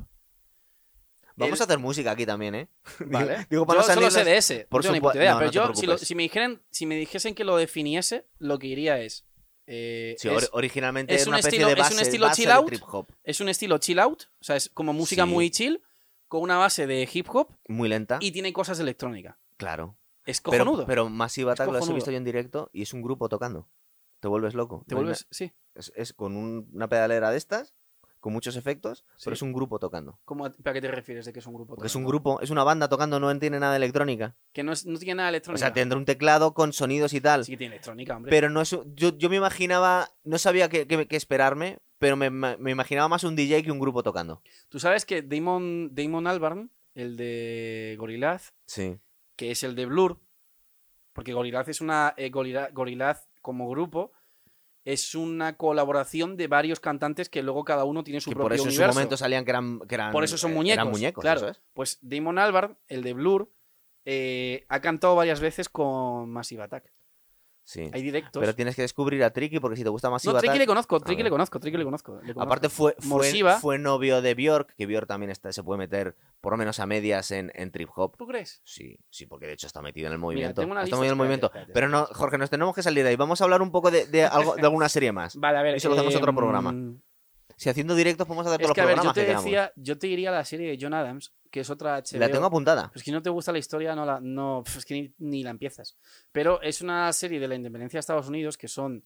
Speaker 2: Vamos
Speaker 1: el-
Speaker 2: a hacer música aquí también, ¿eh?
Speaker 1: <laughs> ¿vale?
Speaker 2: <laughs> Digo, para
Speaker 1: yo
Speaker 2: no
Speaker 1: solo
Speaker 2: salirnos-
Speaker 1: sé de ese,
Speaker 2: Por
Speaker 1: no tengo ni
Speaker 2: supue-
Speaker 1: puta idea,
Speaker 2: no,
Speaker 1: pero
Speaker 2: no te
Speaker 1: yo, si, lo-
Speaker 2: preocupes.
Speaker 1: si me dijeran, si me dijesen que lo definiese, lo que iría es... eh,
Speaker 2: Sí,
Speaker 1: es,
Speaker 2: ori- originalmente
Speaker 1: es
Speaker 2: era
Speaker 1: un
Speaker 2: una especie
Speaker 1: estilo-
Speaker 2: de
Speaker 1: es un
Speaker 2: base,
Speaker 1: estilo
Speaker 2: base
Speaker 1: chill
Speaker 2: de
Speaker 1: out.
Speaker 2: trip hop.
Speaker 1: es un estilo chill out, o sea, es como música
Speaker 2: Sí.
Speaker 1: muy chill, con una base de hip hop
Speaker 2: Muy lenta.
Speaker 1: y tiene cosas electrónicas.
Speaker 2: Claro.
Speaker 1: Es
Speaker 2: Pero-
Speaker 1: cojonudo.
Speaker 2: Pero, Massive Attack lo he
Speaker 1: cojonudo.
Speaker 2: visto yo en directo y es un grupo tocando. Te vuelves loco.
Speaker 1: Te
Speaker 2: No hay
Speaker 1: vuelves... Sí,
Speaker 2: na- Es, es con un- una pedalera de estas, con muchos efectos,
Speaker 1: Sí.
Speaker 2: pero es un grupo tocando.
Speaker 1: ¿Cómo, ¿a qué te refieres de que es un grupo?
Speaker 2: Porque es
Speaker 1: tocando?
Speaker 2: un grupo, es una banda tocando, no tiene nada de electrónica.
Speaker 1: Que no, es- no tiene nada
Speaker 2: O
Speaker 1: electrónico.
Speaker 2: sea, tendrá un teclado con sonidos y tal.
Speaker 1: Sí que tiene electrónica, hombre.
Speaker 2: Pero no es. un- Yo, yo me imaginaba. No sabía qué, qué- qué esperarme, pero me, me imaginaba más un DJ que un grupo tocando.
Speaker 1: Tú sabes que Damon, Damon Albarn, el de Gorillaz,
Speaker 2: Sí.
Speaker 1: que es el de Blur, porque Gorillaz es una. eh, Gorilla- Gorillaz como grupo es una colaboración de varios cantantes que luego cada uno tiene su
Speaker 2: Que
Speaker 1: propio
Speaker 2: por eso en su
Speaker 1: universo.
Speaker 2: momento salían que eran. que eran-
Speaker 1: Por eso son
Speaker 2: eh,
Speaker 1: muñecos.
Speaker 2: Eran muñecos,
Speaker 1: claro.
Speaker 2: eso es.
Speaker 1: Pues Damon Albarn, el de Blur, eh, ha cantado varias veces con Massive Attack.
Speaker 2: Sí.
Speaker 1: Hay directos.
Speaker 2: Pero tienes que descubrir a Tricky porque si te gusta más
Speaker 1: no, Tricky le conozco,
Speaker 2: A
Speaker 1: Tricky
Speaker 2: ver.
Speaker 1: le conozco, Tricky le conozco. le conozco.
Speaker 2: Aparte fue, fue,
Speaker 1: Morsiva.
Speaker 2: fue novio de Bjork, que Bjork también está, se puede meter por lo menos a medias en, en trip hop.
Speaker 1: ¿Tú crees?
Speaker 2: Sí, sí, porque de hecho está metido en el movimiento.
Speaker 1: tengo una
Speaker 2: está
Speaker 1: lista,
Speaker 2: muy en el
Speaker 1: espérate,
Speaker 2: movimiento.
Speaker 1: espérate,
Speaker 2: Pero no, Jorge, nos tenemos que salir de ahí. Vamos a hablar un poco de,
Speaker 1: <laughs>
Speaker 2: de algo, de alguna serie más.
Speaker 1: Vale, a ver.
Speaker 2: Eso lo hacemos otro
Speaker 1: em,
Speaker 2: programa. Si haciendo directos podemos hacer
Speaker 1: Es
Speaker 2: todos
Speaker 1: que, a
Speaker 2: los
Speaker 1: ver, yo
Speaker 2: programas
Speaker 1: te
Speaker 2: que queramos.
Speaker 1: decía, yo te diría la serie de John Adams, que es otra HBO.
Speaker 2: La tengo apuntada.
Speaker 1: Pero es que no te gusta la historia, no la, no, es que ni, ni la empiezas. Pero es una serie de la independencia de Estados Unidos que son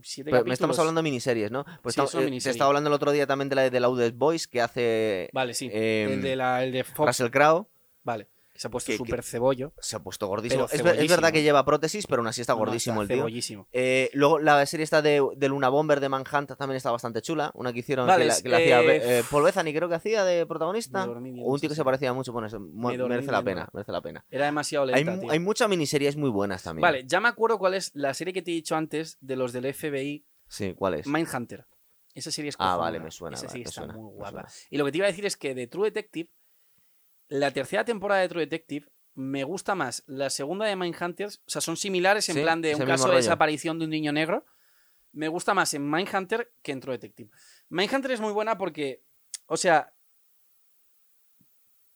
Speaker 1: siete
Speaker 2: Pero
Speaker 1: capítulos.
Speaker 2: me estamos hablando de miniseries, ¿no? Pues
Speaker 1: Sí,
Speaker 2: estamos-
Speaker 1: son
Speaker 2: eh, te
Speaker 1: miniseries.
Speaker 2: estaba hablando el otro día también de la de The Loudest Boys que hace
Speaker 1: Vale, sí.
Speaker 2: eh,
Speaker 1: el de la, el de Fox,
Speaker 2: Russell Crowe.
Speaker 1: vale. Que se ha puesto
Speaker 2: que-
Speaker 1: súper cebollo.
Speaker 2: Se ha puesto
Speaker 1: Pero
Speaker 2: gordísimo. Es, ver- es
Speaker 1: cebollísimo.
Speaker 2: verdad que lleva prótesis, pero aún así está
Speaker 1: No, no,
Speaker 2: gordísimo el tío.
Speaker 1: cebollísimo.
Speaker 2: Eh, luego la serie esta de, de Luna Bomber de Manhunt también está bastante chula. Una que hicieron
Speaker 1: Vale,
Speaker 2: que la,
Speaker 1: es-
Speaker 2: que la hacía
Speaker 1: eh,
Speaker 2: eh, Paul Bethany, creo que hacía de protagonista.
Speaker 1: Me dormí viendo
Speaker 2: O un tío que
Speaker 1: esa
Speaker 2: se parecía mucho. Bueno, eso mu-
Speaker 1: Me dormí
Speaker 2: merece la
Speaker 1: viendo.
Speaker 2: pena, merece la pena.
Speaker 1: Era demasiado
Speaker 2: Hay,
Speaker 1: lenta,
Speaker 2: mu-
Speaker 1: tío.
Speaker 2: hay muchas miniseries muy buenas también.
Speaker 1: Vale, ya me acuerdo cuál es la serie que te he dicho antes de los del FBI
Speaker 2: Sí, ¿cuál es?
Speaker 1: Mindhunter. Esa serie es
Speaker 2: Ah,
Speaker 1: cojonuda.
Speaker 2: vale, me suena,
Speaker 1: Esa
Speaker 2: vale,
Speaker 1: serie
Speaker 2: me
Speaker 1: está
Speaker 2: suena,
Speaker 1: muy
Speaker 2: me
Speaker 1: guapa.
Speaker 2: suena.
Speaker 1: Y lo que te iba a decir es que de True Detective, la tercera temporada de True Detective me gusta más. La segunda de Mindhunters, o sea, son similares en
Speaker 2: Sí,
Speaker 1: plan de
Speaker 2: es
Speaker 1: un
Speaker 2: el mismo
Speaker 1: caso de
Speaker 2: rollo.
Speaker 1: desaparición de un niño negro. Me gusta más en Mindhunter que en True Detective. Mindhunter es muy buena porque, o sea,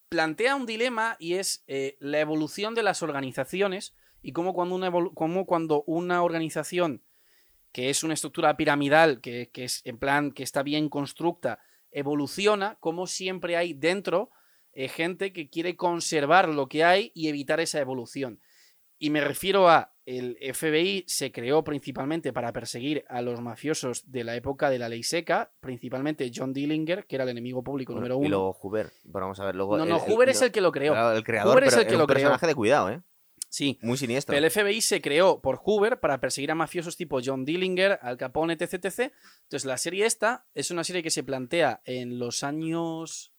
Speaker 1: plantea un dilema y es eh, la evolución de las organizaciones y cómo cuando una, evolu- cómo cuando una organización que es una estructura piramidal, que, que es en plan que está bien constructa, evoluciona, como siempre hay dentro eh, gente que quiere conservar lo que hay y evitar esa evolución. Y me refiero a el FBI se creó principalmente para perseguir a los mafiosos de la época de la ley seca, principalmente John Dillinger, que era el enemigo público
Speaker 2: Bueno,
Speaker 1: número uno.
Speaker 2: Y luego Hoover. Pero vamos a ver, luego.
Speaker 1: No, no, Hoover es el que lo creó.
Speaker 2: claro, el creador,
Speaker 1: Hoover es
Speaker 2: pero
Speaker 1: el que
Speaker 2: un
Speaker 1: lo creó.
Speaker 2: personaje de cuidado, ¿eh?
Speaker 1: Sí.
Speaker 2: Muy siniestro.
Speaker 1: El FBI se creó por Hoover para perseguir a mafiosos tipo John Dillinger, Al Capone, etc, etc. Entonces, la serie esta es una serie que se plantea en los años...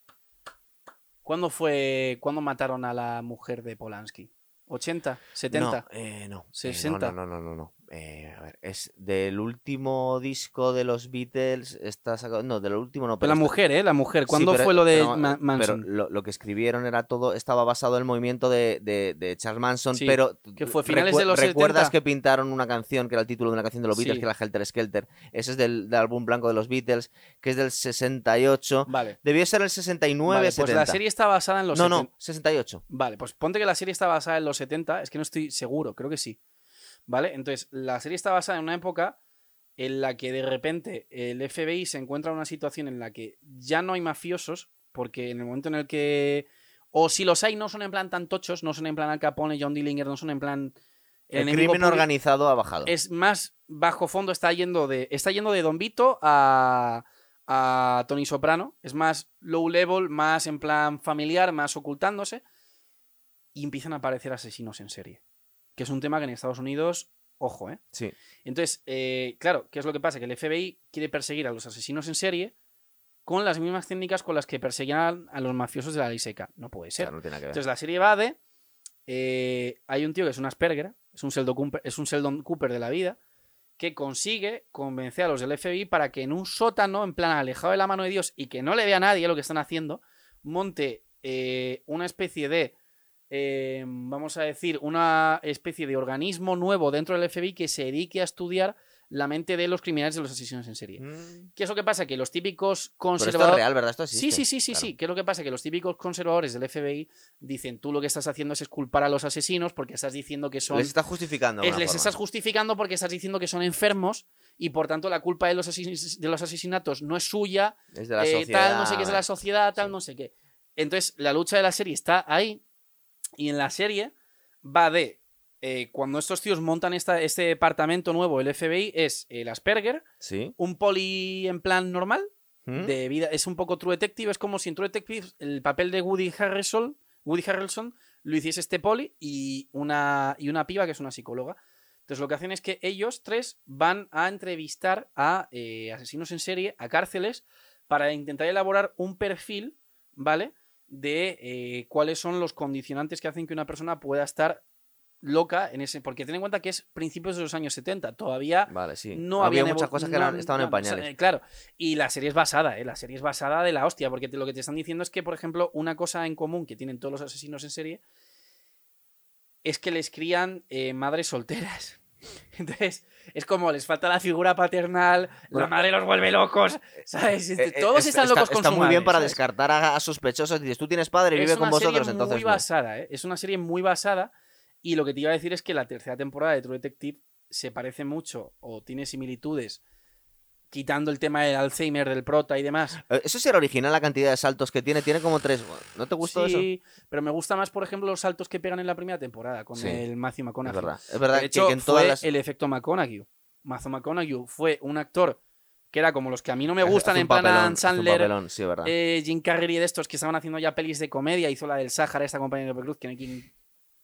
Speaker 1: ¿Cuándo fue... ¿Cuándo mataron a la mujer de Polanski? ¿80? ¿70?
Speaker 2: No, eh, no. Eh, no,
Speaker 1: 60.
Speaker 2: no, no, no, no. eh, a ver, es del último disco de los Beatles. Está sacado. No, del último no.
Speaker 1: Pero la
Speaker 2: está-
Speaker 1: mujer, ¿eh? La mujer.
Speaker 2: Sí,
Speaker 1: ¿Cuándo
Speaker 2: pero-
Speaker 1: fue lo de
Speaker 2: pero-
Speaker 1: Ma- Manson?
Speaker 2: Pero lo, lo que escribieron era todo, estaba basado en el movimiento de, de- de Charles Manson,
Speaker 1: Sí,
Speaker 2: pero...
Speaker 1: que fue finales de los
Speaker 2: ¿Recuerdas
Speaker 1: 70?
Speaker 2: que pintaron una canción, que era el título de una canción de los Beatles,
Speaker 1: Sí.
Speaker 2: que era Helter Skelter? Ese es del, del álbum blanco de los Beatles, que es del 68.
Speaker 1: Vale.
Speaker 2: Debió ser el 69,
Speaker 1: Vale, pues
Speaker 2: 70.
Speaker 1: la serie está basada en los
Speaker 2: no,
Speaker 1: 70.
Speaker 2: no, 68.
Speaker 1: Vale, pues ponte que la serie está basada en los 70, es que no estoy seguro, creo que sí. ¿Vale? Entonces, la serie está basada en una época en la que de repente el FBI se encuentra en una situación en la que ya no hay mafiosos, porque en el momento en el que... O si los hay, no son en plan tan tochos, no son en plan Al Capone, John Dillinger, no son en plan...
Speaker 2: El,
Speaker 1: enemigo
Speaker 2: crimen
Speaker 1: público.
Speaker 2: organizado ha bajado.
Speaker 1: Es más bajo fondo, está yendo de, está yendo de Don Vito a, a Tony Soprano. Es más low level, más en plan familiar, más ocultándose. Y empiezan a aparecer asesinos en serie. Que es un tema que en Estados Unidos, ojo, ¿eh?
Speaker 2: Sí.
Speaker 1: Entonces, eh, claro, ¿qué es lo que pasa? Que el FBI quiere perseguir a los asesinos en serie con las mismas técnicas con las que perseguían a los mafiosos de la ley seca. No puede
Speaker 2: O sea,
Speaker 1: ser.
Speaker 2: no tiene nada que ver.
Speaker 1: Entonces la serie va de. eh, hay un tío que es un Asperger, es un, Sheldon Cooper, es un Sheldon Cooper de la vida, que consigue convencer a los del FBI para que en un sótano, en plan alejado de la mano de Dios y que no le vea nadie lo que están haciendo, monte eh, una especie de. eh, vamos a decir, una especie de organismo nuevo dentro del FBI que se dedique a estudiar la mente de los criminales y de los asesinos en serie.
Speaker 2: Mm.
Speaker 1: ¿Qué es lo que pasa? Que los típicos
Speaker 2: Pero esto es
Speaker 1: conservadores.
Speaker 2: real, ¿verdad? Esto
Speaker 1: Sí, sí,
Speaker 2: existe.
Speaker 1: sí, sí,
Speaker 2: Claro.
Speaker 1: sí. ¿Qué es lo que pasa? Que los típicos conservadores del FBI dicen, tú lo que estás haciendo es exculpar a los asesinos porque estás diciendo que son...
Speaker 2: Les está justificando. de
Speaker 1: es-
Speaker 2: alguna
Speaker 1: les
Speaker 2: forma.
Speaker 1: estás justificando porque estás diciendo que son enfermos y por tanto la culpa de los, asesin- de los asesinatos no es suya,
Speaker 2: Es de la
Speaker 1: eh,
Speaker 2: sociedad.
Speaker 1: tal, no sé qué es de la sociedad, tal,
Speaker 2: Sí.
Speaker 1: no sé qué. Entonces, la lucha de la serie está ahí y en la serie va de... eh, cuando estos tíos montan esta- este departamento nuevo, el FBI, es el Asperger,
Speaker 2: Sí.
Speaker 1: un poli en plan normal,
Speaker 2: ¿Mm?
Speaker 1: de vida. Es un poco True Detective. Es como si en True Detective el papel de Woody Harrelson, Woody Harrelson lo hiciese este poli y una, y una piba que es una psicóloga. Entonces lo que hacen es que ellos tres van a entrevistar a eh, asesinos en serie, a cárceles, para intentar elaborar un perfil, ¿vale? De eh, cuáles son los condicionantes que hacen que una persona pueda estar loca en ese... Porque ten en cuenta que es principios de los años 70, todavía
Speaker 2: Vale, sí.
Speaker 1: no
Speaker 2: había
Speaker 1: habían
Speaker 2: muchas
Speaker 1: evo-
Speaker 2: cosas que
Speaker 1: no-
Speaker 2: eran- estaban
Speaker 1: no,
Speaker 2: en
Speaker 1: o sea,
Speaker 2: pañales.
Speaker 1: eh, claro. Y la serie es basada, ¿eh? La serie es basada de la hostia, porque te- lo que te están diciendo es que, por ejemplo, una cosa en común que tienen todos los asesinos en serie es que les crían eh, madres solteras. <laughs> Entonces, es como les falta la figura paternal,
Speaker 2: Bueno.
Speaker 1: la madre los vuelve locos, ¿sabes?
Speaker 2: Eh, eh,
Speaker 1: Todos
Speaker 2: es-
Speaker 1: están
Speaker 2: está-
Speaker 1: locos con
Speaker 2: Está
Speaker 1: su
Speaker 2: muy bien
Speaker 1: madre,
Speaker 2: para
Speaker 1: ¿sabes?
Speaker 2: descartar a, a sospechosos. Dices, tú tienes padre, vive
Speaker 1: es
Speaker 2: con
Speaker 1: una
Speaker 2: vosotros,
Speaker 1: serie
Speaker 2: entonces.
Speaker 1: muy
Speaker 2: no.
Speaker 1: basada, ¿eh? Es una serie muy basada. Y lo que te iba a decir es que la tercera temporada de True Detective se parece mucho o tiene similitudes, quitando el tema del Alzheimer, del prota y demás.
Speaker 2: Eh, Eso sí era original la cantidad de saltos que tiene. Tiene como tres. ¿No te gustó eso?
Speaker 1: sí, pero me gusta más, por ejemplo, los saltos que pegan en la primera temporada con
Speaker 2: Sí,
Speaker 1: el Matthew
Speaker 2: Es
Speaker 1: McConaughey.
Speaker 2: verdad. Es verdad
Speaker 1: de
Speaker 2: que,
Speaker 1: hecho,
Speaker 2: que en
Speaker 1: fue eh,
Speaker 2: todas las.
Speaker 1: el efecto McConaughey. Matthew McConaughey fue un actor que era como los que a mí no me gustan,
Speaker 2: hace un
Speaker 1: en plan
Speaker 2: papelón,
Speaker 1: Adam
Speaker 2: hace un
Speaker 1: Sandler,
Speaker 2: papelón, sí, es verdad.
Speaker 1: eh, Jim Carrey de estos que estaban haciendo ya pelis de comedia. Hizo la del Sáhara, esta compañía de Cruz, que no hay quien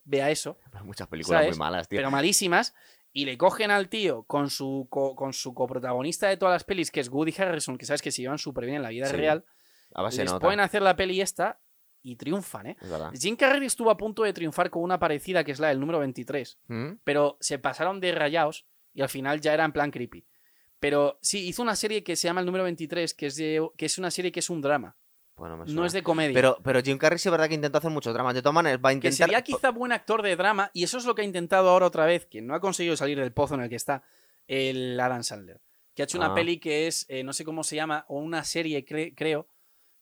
Speaker 1: vea eso.
Speaker 2: Hay Muchas películas
Speaker 1: ¿sabes?
Speaker 2: muy malas, tío.
Speaker 1: pero malísimas. Y le cogen al tío con su, co- con su coprotagonista de todas las pelis, que es Woody Harrison, que sabes que se llevan súper bien en la vida
Speaker 2: Sí,
Speaker 1: real.
Speaker 2: A base de
Speaker 1: les
Speaker 2: nota. Ah.
Speaker 1: pueden hacer la peli esta y triunfan, ¿eh?
Speaker 2: Es verdad.
Speaker 1: Jim Carrey estuvo a punto de triunfar con una parecida, que es la del número 23,
Speaker 2: ¿Mm?
Speaker 1: pero se pasaron de rayados y al final ya era en plan creepy. Pero sí, hizo una serie que se llama El número 23, que es, de- que es una serie que es un drama,
Speaker 2: Bueno, me
Speaker 1: no
Speaker 2: suena.
Speaker 1: es de comedia.
Speaker 2: Pues Pero, pero Jim Carrey sí es verdad que intentó hacer muchos dramas. De todas maneras, va a
Speaker 1: Que
Speaker 2: intentar.
Speaker 1: sería quizá buen actor de drama, y eso es lo que ha intentado ahora otra vez, que no ha conseguido salir del pozo en el que está, el Adam Sandler. Que ha hecho una
Speaker 2: Ah.
Speaker 1: peli que es, eh, no sé cómo se llama, o una serie, cre- creo,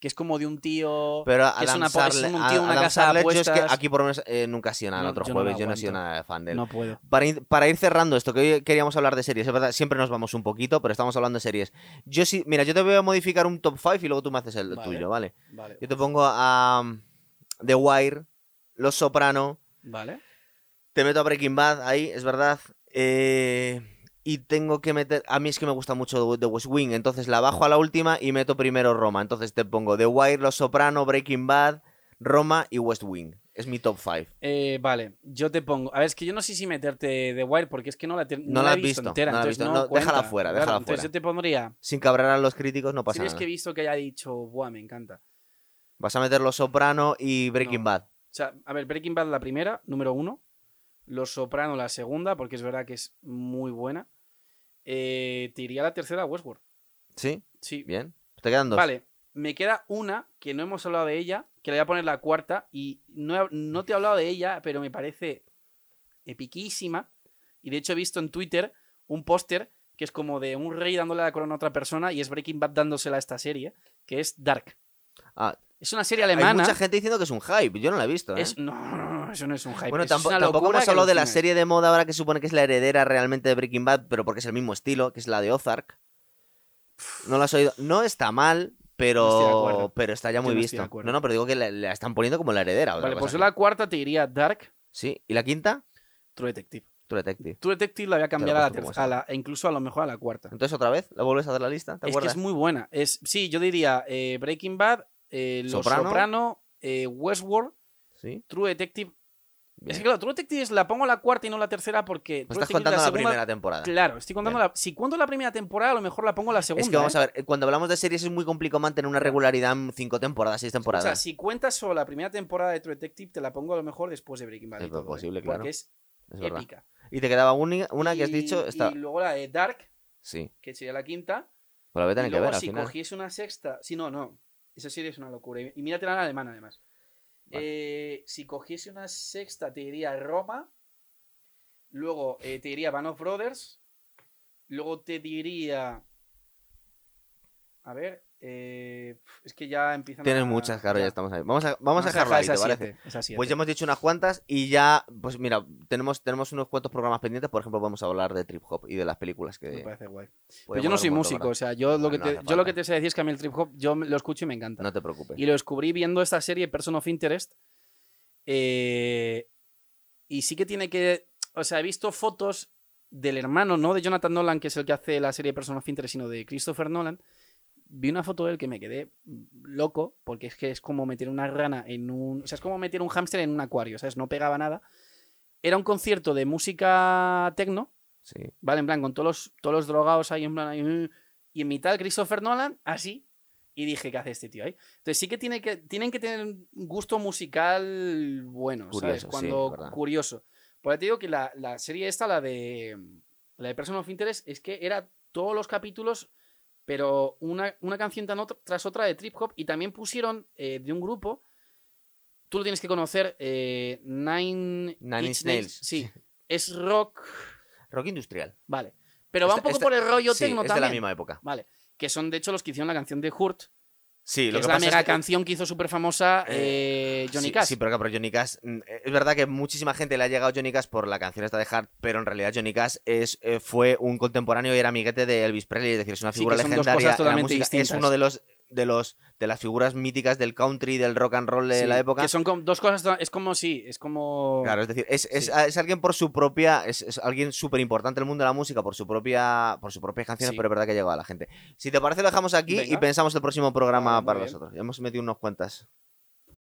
Speaker 1: que es como de un tío.
Speaker 2: Pero
Speaker 1: que es
Speaker 2: Adam
Speaker 1: una po- es
Speaker 2: Sandler-
Speaker 1: un tío, una
Speaker 2: Adam
Speaker 1: casa de
Speaker 2: Sandler, yo es que
Speaker 1: apuestas.
Speaker 2: aquí por lo menos eh, nunca he sido nada.
Speaker 1: No,
Speaker 2: el otro
Speaker 1: yo no
Speaker 2: jueves
Speaker 1: lo
Speaker 2: yo no he sido
Speaker 1: aguanto.
Speaker 2: nada de fan de él.
Speaker 1: no puedo.
Speaker 2: Para ir, para ir cerrando esto, que hoy queríamos hablar de series, es verdad, siempre nos vamos un poquito, pero estamos hablando de series. Yo sí, mira, yo te voy a modificar un top 5 y luego tú me haces el
Speaker 1: Vale.
Speaker 2: tuyo, ¿vale?
Speaker 1: Vale.
Speaker 2: Yo te pongo a um, The Wire, Los Soprano,
Speaker 1: Vale.
Speaker 2: te meto a Breaking Bad ahí, es verdad. eh, y tengo que meter. A mí es que me gusta mucho The West Wing, entonces la bajo a la última y meto primero Roma. Entonces te pongo The Wire, Los Soprano, Breaking Bad, Roma y West Wing. Es mi top 5.
Speaker 1: Eh, vale, yo te pongo. A ver, es que yo no sé si meterte The Wire porque es que no la, te-
Speaker 2: No la
Speaker 1: he
Speaker 2: has
Speaker 1: visto,
Speaker 2: visto,
Speaker 1: entera.
Speaker 2: no la has
Speaker 1: entonces
Speaker 2: visto. No,
Speaker 1: cuenta.
Speaker 2: déjala fuera,
Speaker 1: Claro,
Speaker 2: déjala
Speaker 1: Entonces
Speaker 2: fuera.
Speaker 1: yo te pondría.
Speaker 2: Sin cabrar a los críticos no pasa
Speaker 1: series
Speaker 2: nada.
Speaker 1: que he visto que haya dicho, buah, me encanta.
Speaker 2: Vas a meter Los Soprano y Breaking
Speaker 1: No.
Speaker 2: Bad.
Speaker 1: O sea, a ver, Breaking Bad la primera, número uno. Los Soprano la segunda, porque es verdad que es muy buena. Eh, te iría la tercera Westworld.
Speaker 2: Sí,
Speaker 1: Sí.
Speaker 2: bien. Te quedan dos.
Speaker 1: Vale, me queda una que no hemos hablado de ella, que le voy a poner la cuarta y no, he- no te he hablado de ella, pero me parece epiquísima. Y de hecho he visto en Twitter un póster que es como de un rey dándole la corona a otra persona y es Breaking Bad dándosela a esta serie, que es Dark.
Speaker 2: Ah,
Speaker 1: Es una serie
Speaker 2: hay
Speaker 1: alemana.
Speaker 2: mucha gente diciendo que es un hype. Yo no la he visto. ¿eh?
Speaker 1: Es- no, no, no, eso no es un hype.
Speaker 2: Bueno,
Speaker 1: eso es
Speaker 2: tampo-
Speaker 1: una
Speaker 2: tampoco
Speaker 1: locura
Speaker 2: hemos
Speaker 1: que
Speaker 2: hablado de la
Speaker 1: alucinas.
Speaker 2: serie de moda ahora que supone que es la heredera realmente de Breaking Bad, pero porque es el mismo estilo, que es la de Ozark. No la has oído. No está mal,
Speaker 1: No estoy de
Speaker 2: pero,
Speaker 1: acuerdo.
Speaker 2: pero está ya muy
Speaker 1: Yo no estoy de
Speaker 2: visto.
Speaker 1: acuerdo.
Speaker 2: No, no, pero digo que la, la están poniendo como la heredera. otra
Speaker 1: Vale,
Speaker 2: cosa
Speaker 1: pues yo
Speaker 2: que-
Speaker 1: la cuarta te diría Dark,
Speaker 2: Sí, ¿y la quinta?
Speaker 1: True Detective.
Speaker 2: True Detective.
Speaker 1: True Detective la voy a cambiar a la
Speaker 2: puesto como
Speaker 1: tercera, a la- e incluso a lo mejor a la cuarta.
Speaker 2: Entonces, otra vez, ¿la vuelves a dar la lista?
Speaker 1: Es
Speaker 2: ¿Te
Speaker 1: que
Speaker 2: acuerdas?
Speaker 1: es muy buena. Es, sí, yo diría eh, Breaking Bad, eh, Los
Speaker 2: Soprano.
Speaker 1: Soprano, eh, Westworld,
Speaker 2: Sí.
Speaker 1: True Detective.
Speaker 2: bien.
Speaker 1: Es que claro, True Detective es- la pongo la cuarta y no la tercera porque.
Speaker 2: Pues
Speaker 1: True
Speaker 2: estás
Speaker 1: Detective
Speaker 2: contando la,
Speaker 1: segunda-
Speaker 2: primera temporada.
Speaker 1: Claro, estoy contando la. Si cuento la primera temporada, a lo mejor la pongo la segunda.
Speaker 2: es que vamos
Speaker 1: ¿eh?
Speaker 2: a ver, eh, cuando hablamos de series es muy complicado mantener una regularidad en cinco temporadas,
Speaker 1: O
Speaker 2: seis
Speaker 1: sea,
Speaker 2: temporadas.
Speaker 1: si cuentas solo la primera temporada de True Detective, te la pongo a lo mejor después de Breaking Bad. y
Speaker 2: Es
Speaker 1: todo, ¿eh?
Speaker 2: posible, claro.
Speaker 1: Porque es,
Speaker 2: Es verdad.
Speaker 1: épica.
Speaker 2: Y te quedaba una, una que has
Speaker 1: Y-
Speaker 2: dicho. Está...
Speaker 1: Y luego la de Dark,
Speaker 2: Sí,
Speaker 1: que sería la quinta.
Speaker 2: pues la voy a
Speaker 1: Y
Speaker 2: tener que
Speaker 1: luego,
Speaker 2: ver al
Speaker 1: si
Speaker 2: final.
Speaker 1: cogiese una sexta. Si no, no. Esa serie es una locura. Y y míratela en alemán, además. Eh, si cogiese una sexta, te diría Roma. Luego eh, te diría Van of Brothers. Luego te diría. A ver. eh, pf, es que ya empiezan
Speaker 2: Tienes
Speaker 1: a-
Speaker 2: muchas, claro, ya estamos ahí. Vamos a, vamos a
Speaker 1: Vamos
Speaker 2: dejarlo ahí, ¿te
Speaker 1: esas
Speaker 2: parece?
Speaker 1: siete, esas siete.
Speaker 2: Pues ya hemos dicho unas cuantas y ya, pues mira, tenemos, tenemos unos cuantos programas pendientes. Por ejemplo, podemos hablar de Trip Hop y de las películas que.
Speaker 1: Me parece guay. Pero
Speaker 2: podemos
Speaker 1: yo no
Speaker 2: hablar
Speaker 1: soy
Speaker 2: un montón,
Speaker 1: músico, o sea, yo lo,
Speaker 2: No,
Speaker 1: que
Speaker 2: no
Speaker 1: te,
Speaker 2: hace
Speaker 1: yo lo que
Speaker 2: falta.
Speaker 1: te sé decir es que a mí el trip hop yo me- lo escucho y me encanta.
Speaker 2: ¿verdad? No te preocupes.
Speaker 1: Y lo descubrí viendo esta serie Person of Interest. Eh, y sí que tiene que. O sea, he visto fotos del hermano, no de Jonathan Nolan, que es el que hace la serie Person of Interest, sino de Christopher Nolan. Vi una foto de él que me quedé loco, porque es que es como meter una rana en un. O sea, es como meter un hámster en un acuario, ¿sabes? No pegaba nada. Era un concierto de música tecno,
Speaker 2: Sí.
Speaker 1: ¿vale? En plan, con todos los, todos los drogados ahí, en plan, ahí, mm, y en mitad Christopher Nolan, así, y dije, ¿qué hace este tío ahí? Entonces sí que, tiene que tienen que tener un gusto musical bueno, ¿sabes?
Speaker 2: Curioso, sí,
Speaker 1: Cuando
Speaker 2: es verdad.
Speaker 1: curioso. Por ahí te digo que la, la serie esta, la de, la de Person of Interest, es que era todos los capítulos, pero una, una canción tan otra- tras otra de trip hop, y también pusieron eh, de un grupo... Tú lo tienes que conocer, eh, Nine,
Speaker 2: Nine
Speaker 1: Inch
Speaker 2: Inch Nails. <laughs>
Speaker 1: Sí, es rock,
Speaker 2: Rock industrial.
Speaker 1: Vale. Pero va
Speaker 2: Esta-
Speaker 1: un poco
Speaker 2: esta-
Speaker 1: por el rollo
Speaker 2: sí,
Speaker 1: tecno
Speaker 2: es de
Speaker 1: también.
Speaker 2: la misma época.
Speaker 1: Vale. Que son, de hecho, los que hicieron la canción de Hurt,
Speaker 2: Sí,
Speaker 1: que
Speaker 2: lo que
Speaker 1: es la
Speaker 2: pasa
Speaker 1: mega
Speaker 2: es que-
Speaker 1: canción que hizo súper famosa eh, Johnny
Speaker 2: sí,
Speaker 1: Cash.
Speaker 2: Sí, pero, pero Johnny Cash. mm, Es verdad que muchísima gente le ha llegado a Johnny Cash por la canción esta de Hard, pero en realidad Johnny Cash es, eh, fue un contemporáneo y era amiguete de Elvis Presley, es decir, es una
Speaker 1: Sí,
Speaker 2: figura
Speaker 1: que son dos
Speaker 2: legendaria.
Speaker 1: cosas
Speaker 2: en la
Speaker 1: totalmente
Speaker 2: música. Es
Speaker 1: distintas.
Speaker 2: uno de los, de los de las figuras míticas del country, del rock and roll de
Speaker 1: Sí,
Speaker 2: la época.
Speaker 1: Que son como- dos cosas. to- Es como, sí, es como.
Speaker 2: Claro, es decir, es, es-
Speaker 1: Sí.
Speaker 2: es alguien por su propia. Es, es alguien súper importante en el mundo de la música, por su propia. Por sus propias canciones,
Speaker 1: Sí.
Speaker 2: pero es verdad que ha llegado a la gente. Si te parece, lo dejamos aquí y
Speaker 1: Venga.
Speaker 2: pensamos el próximo programa
Speaker 1: Vale, muy
Speaker 2: para
Speaker 1: bien.
Speaker 2: nosotros. Ya hemos metido unos cuantas.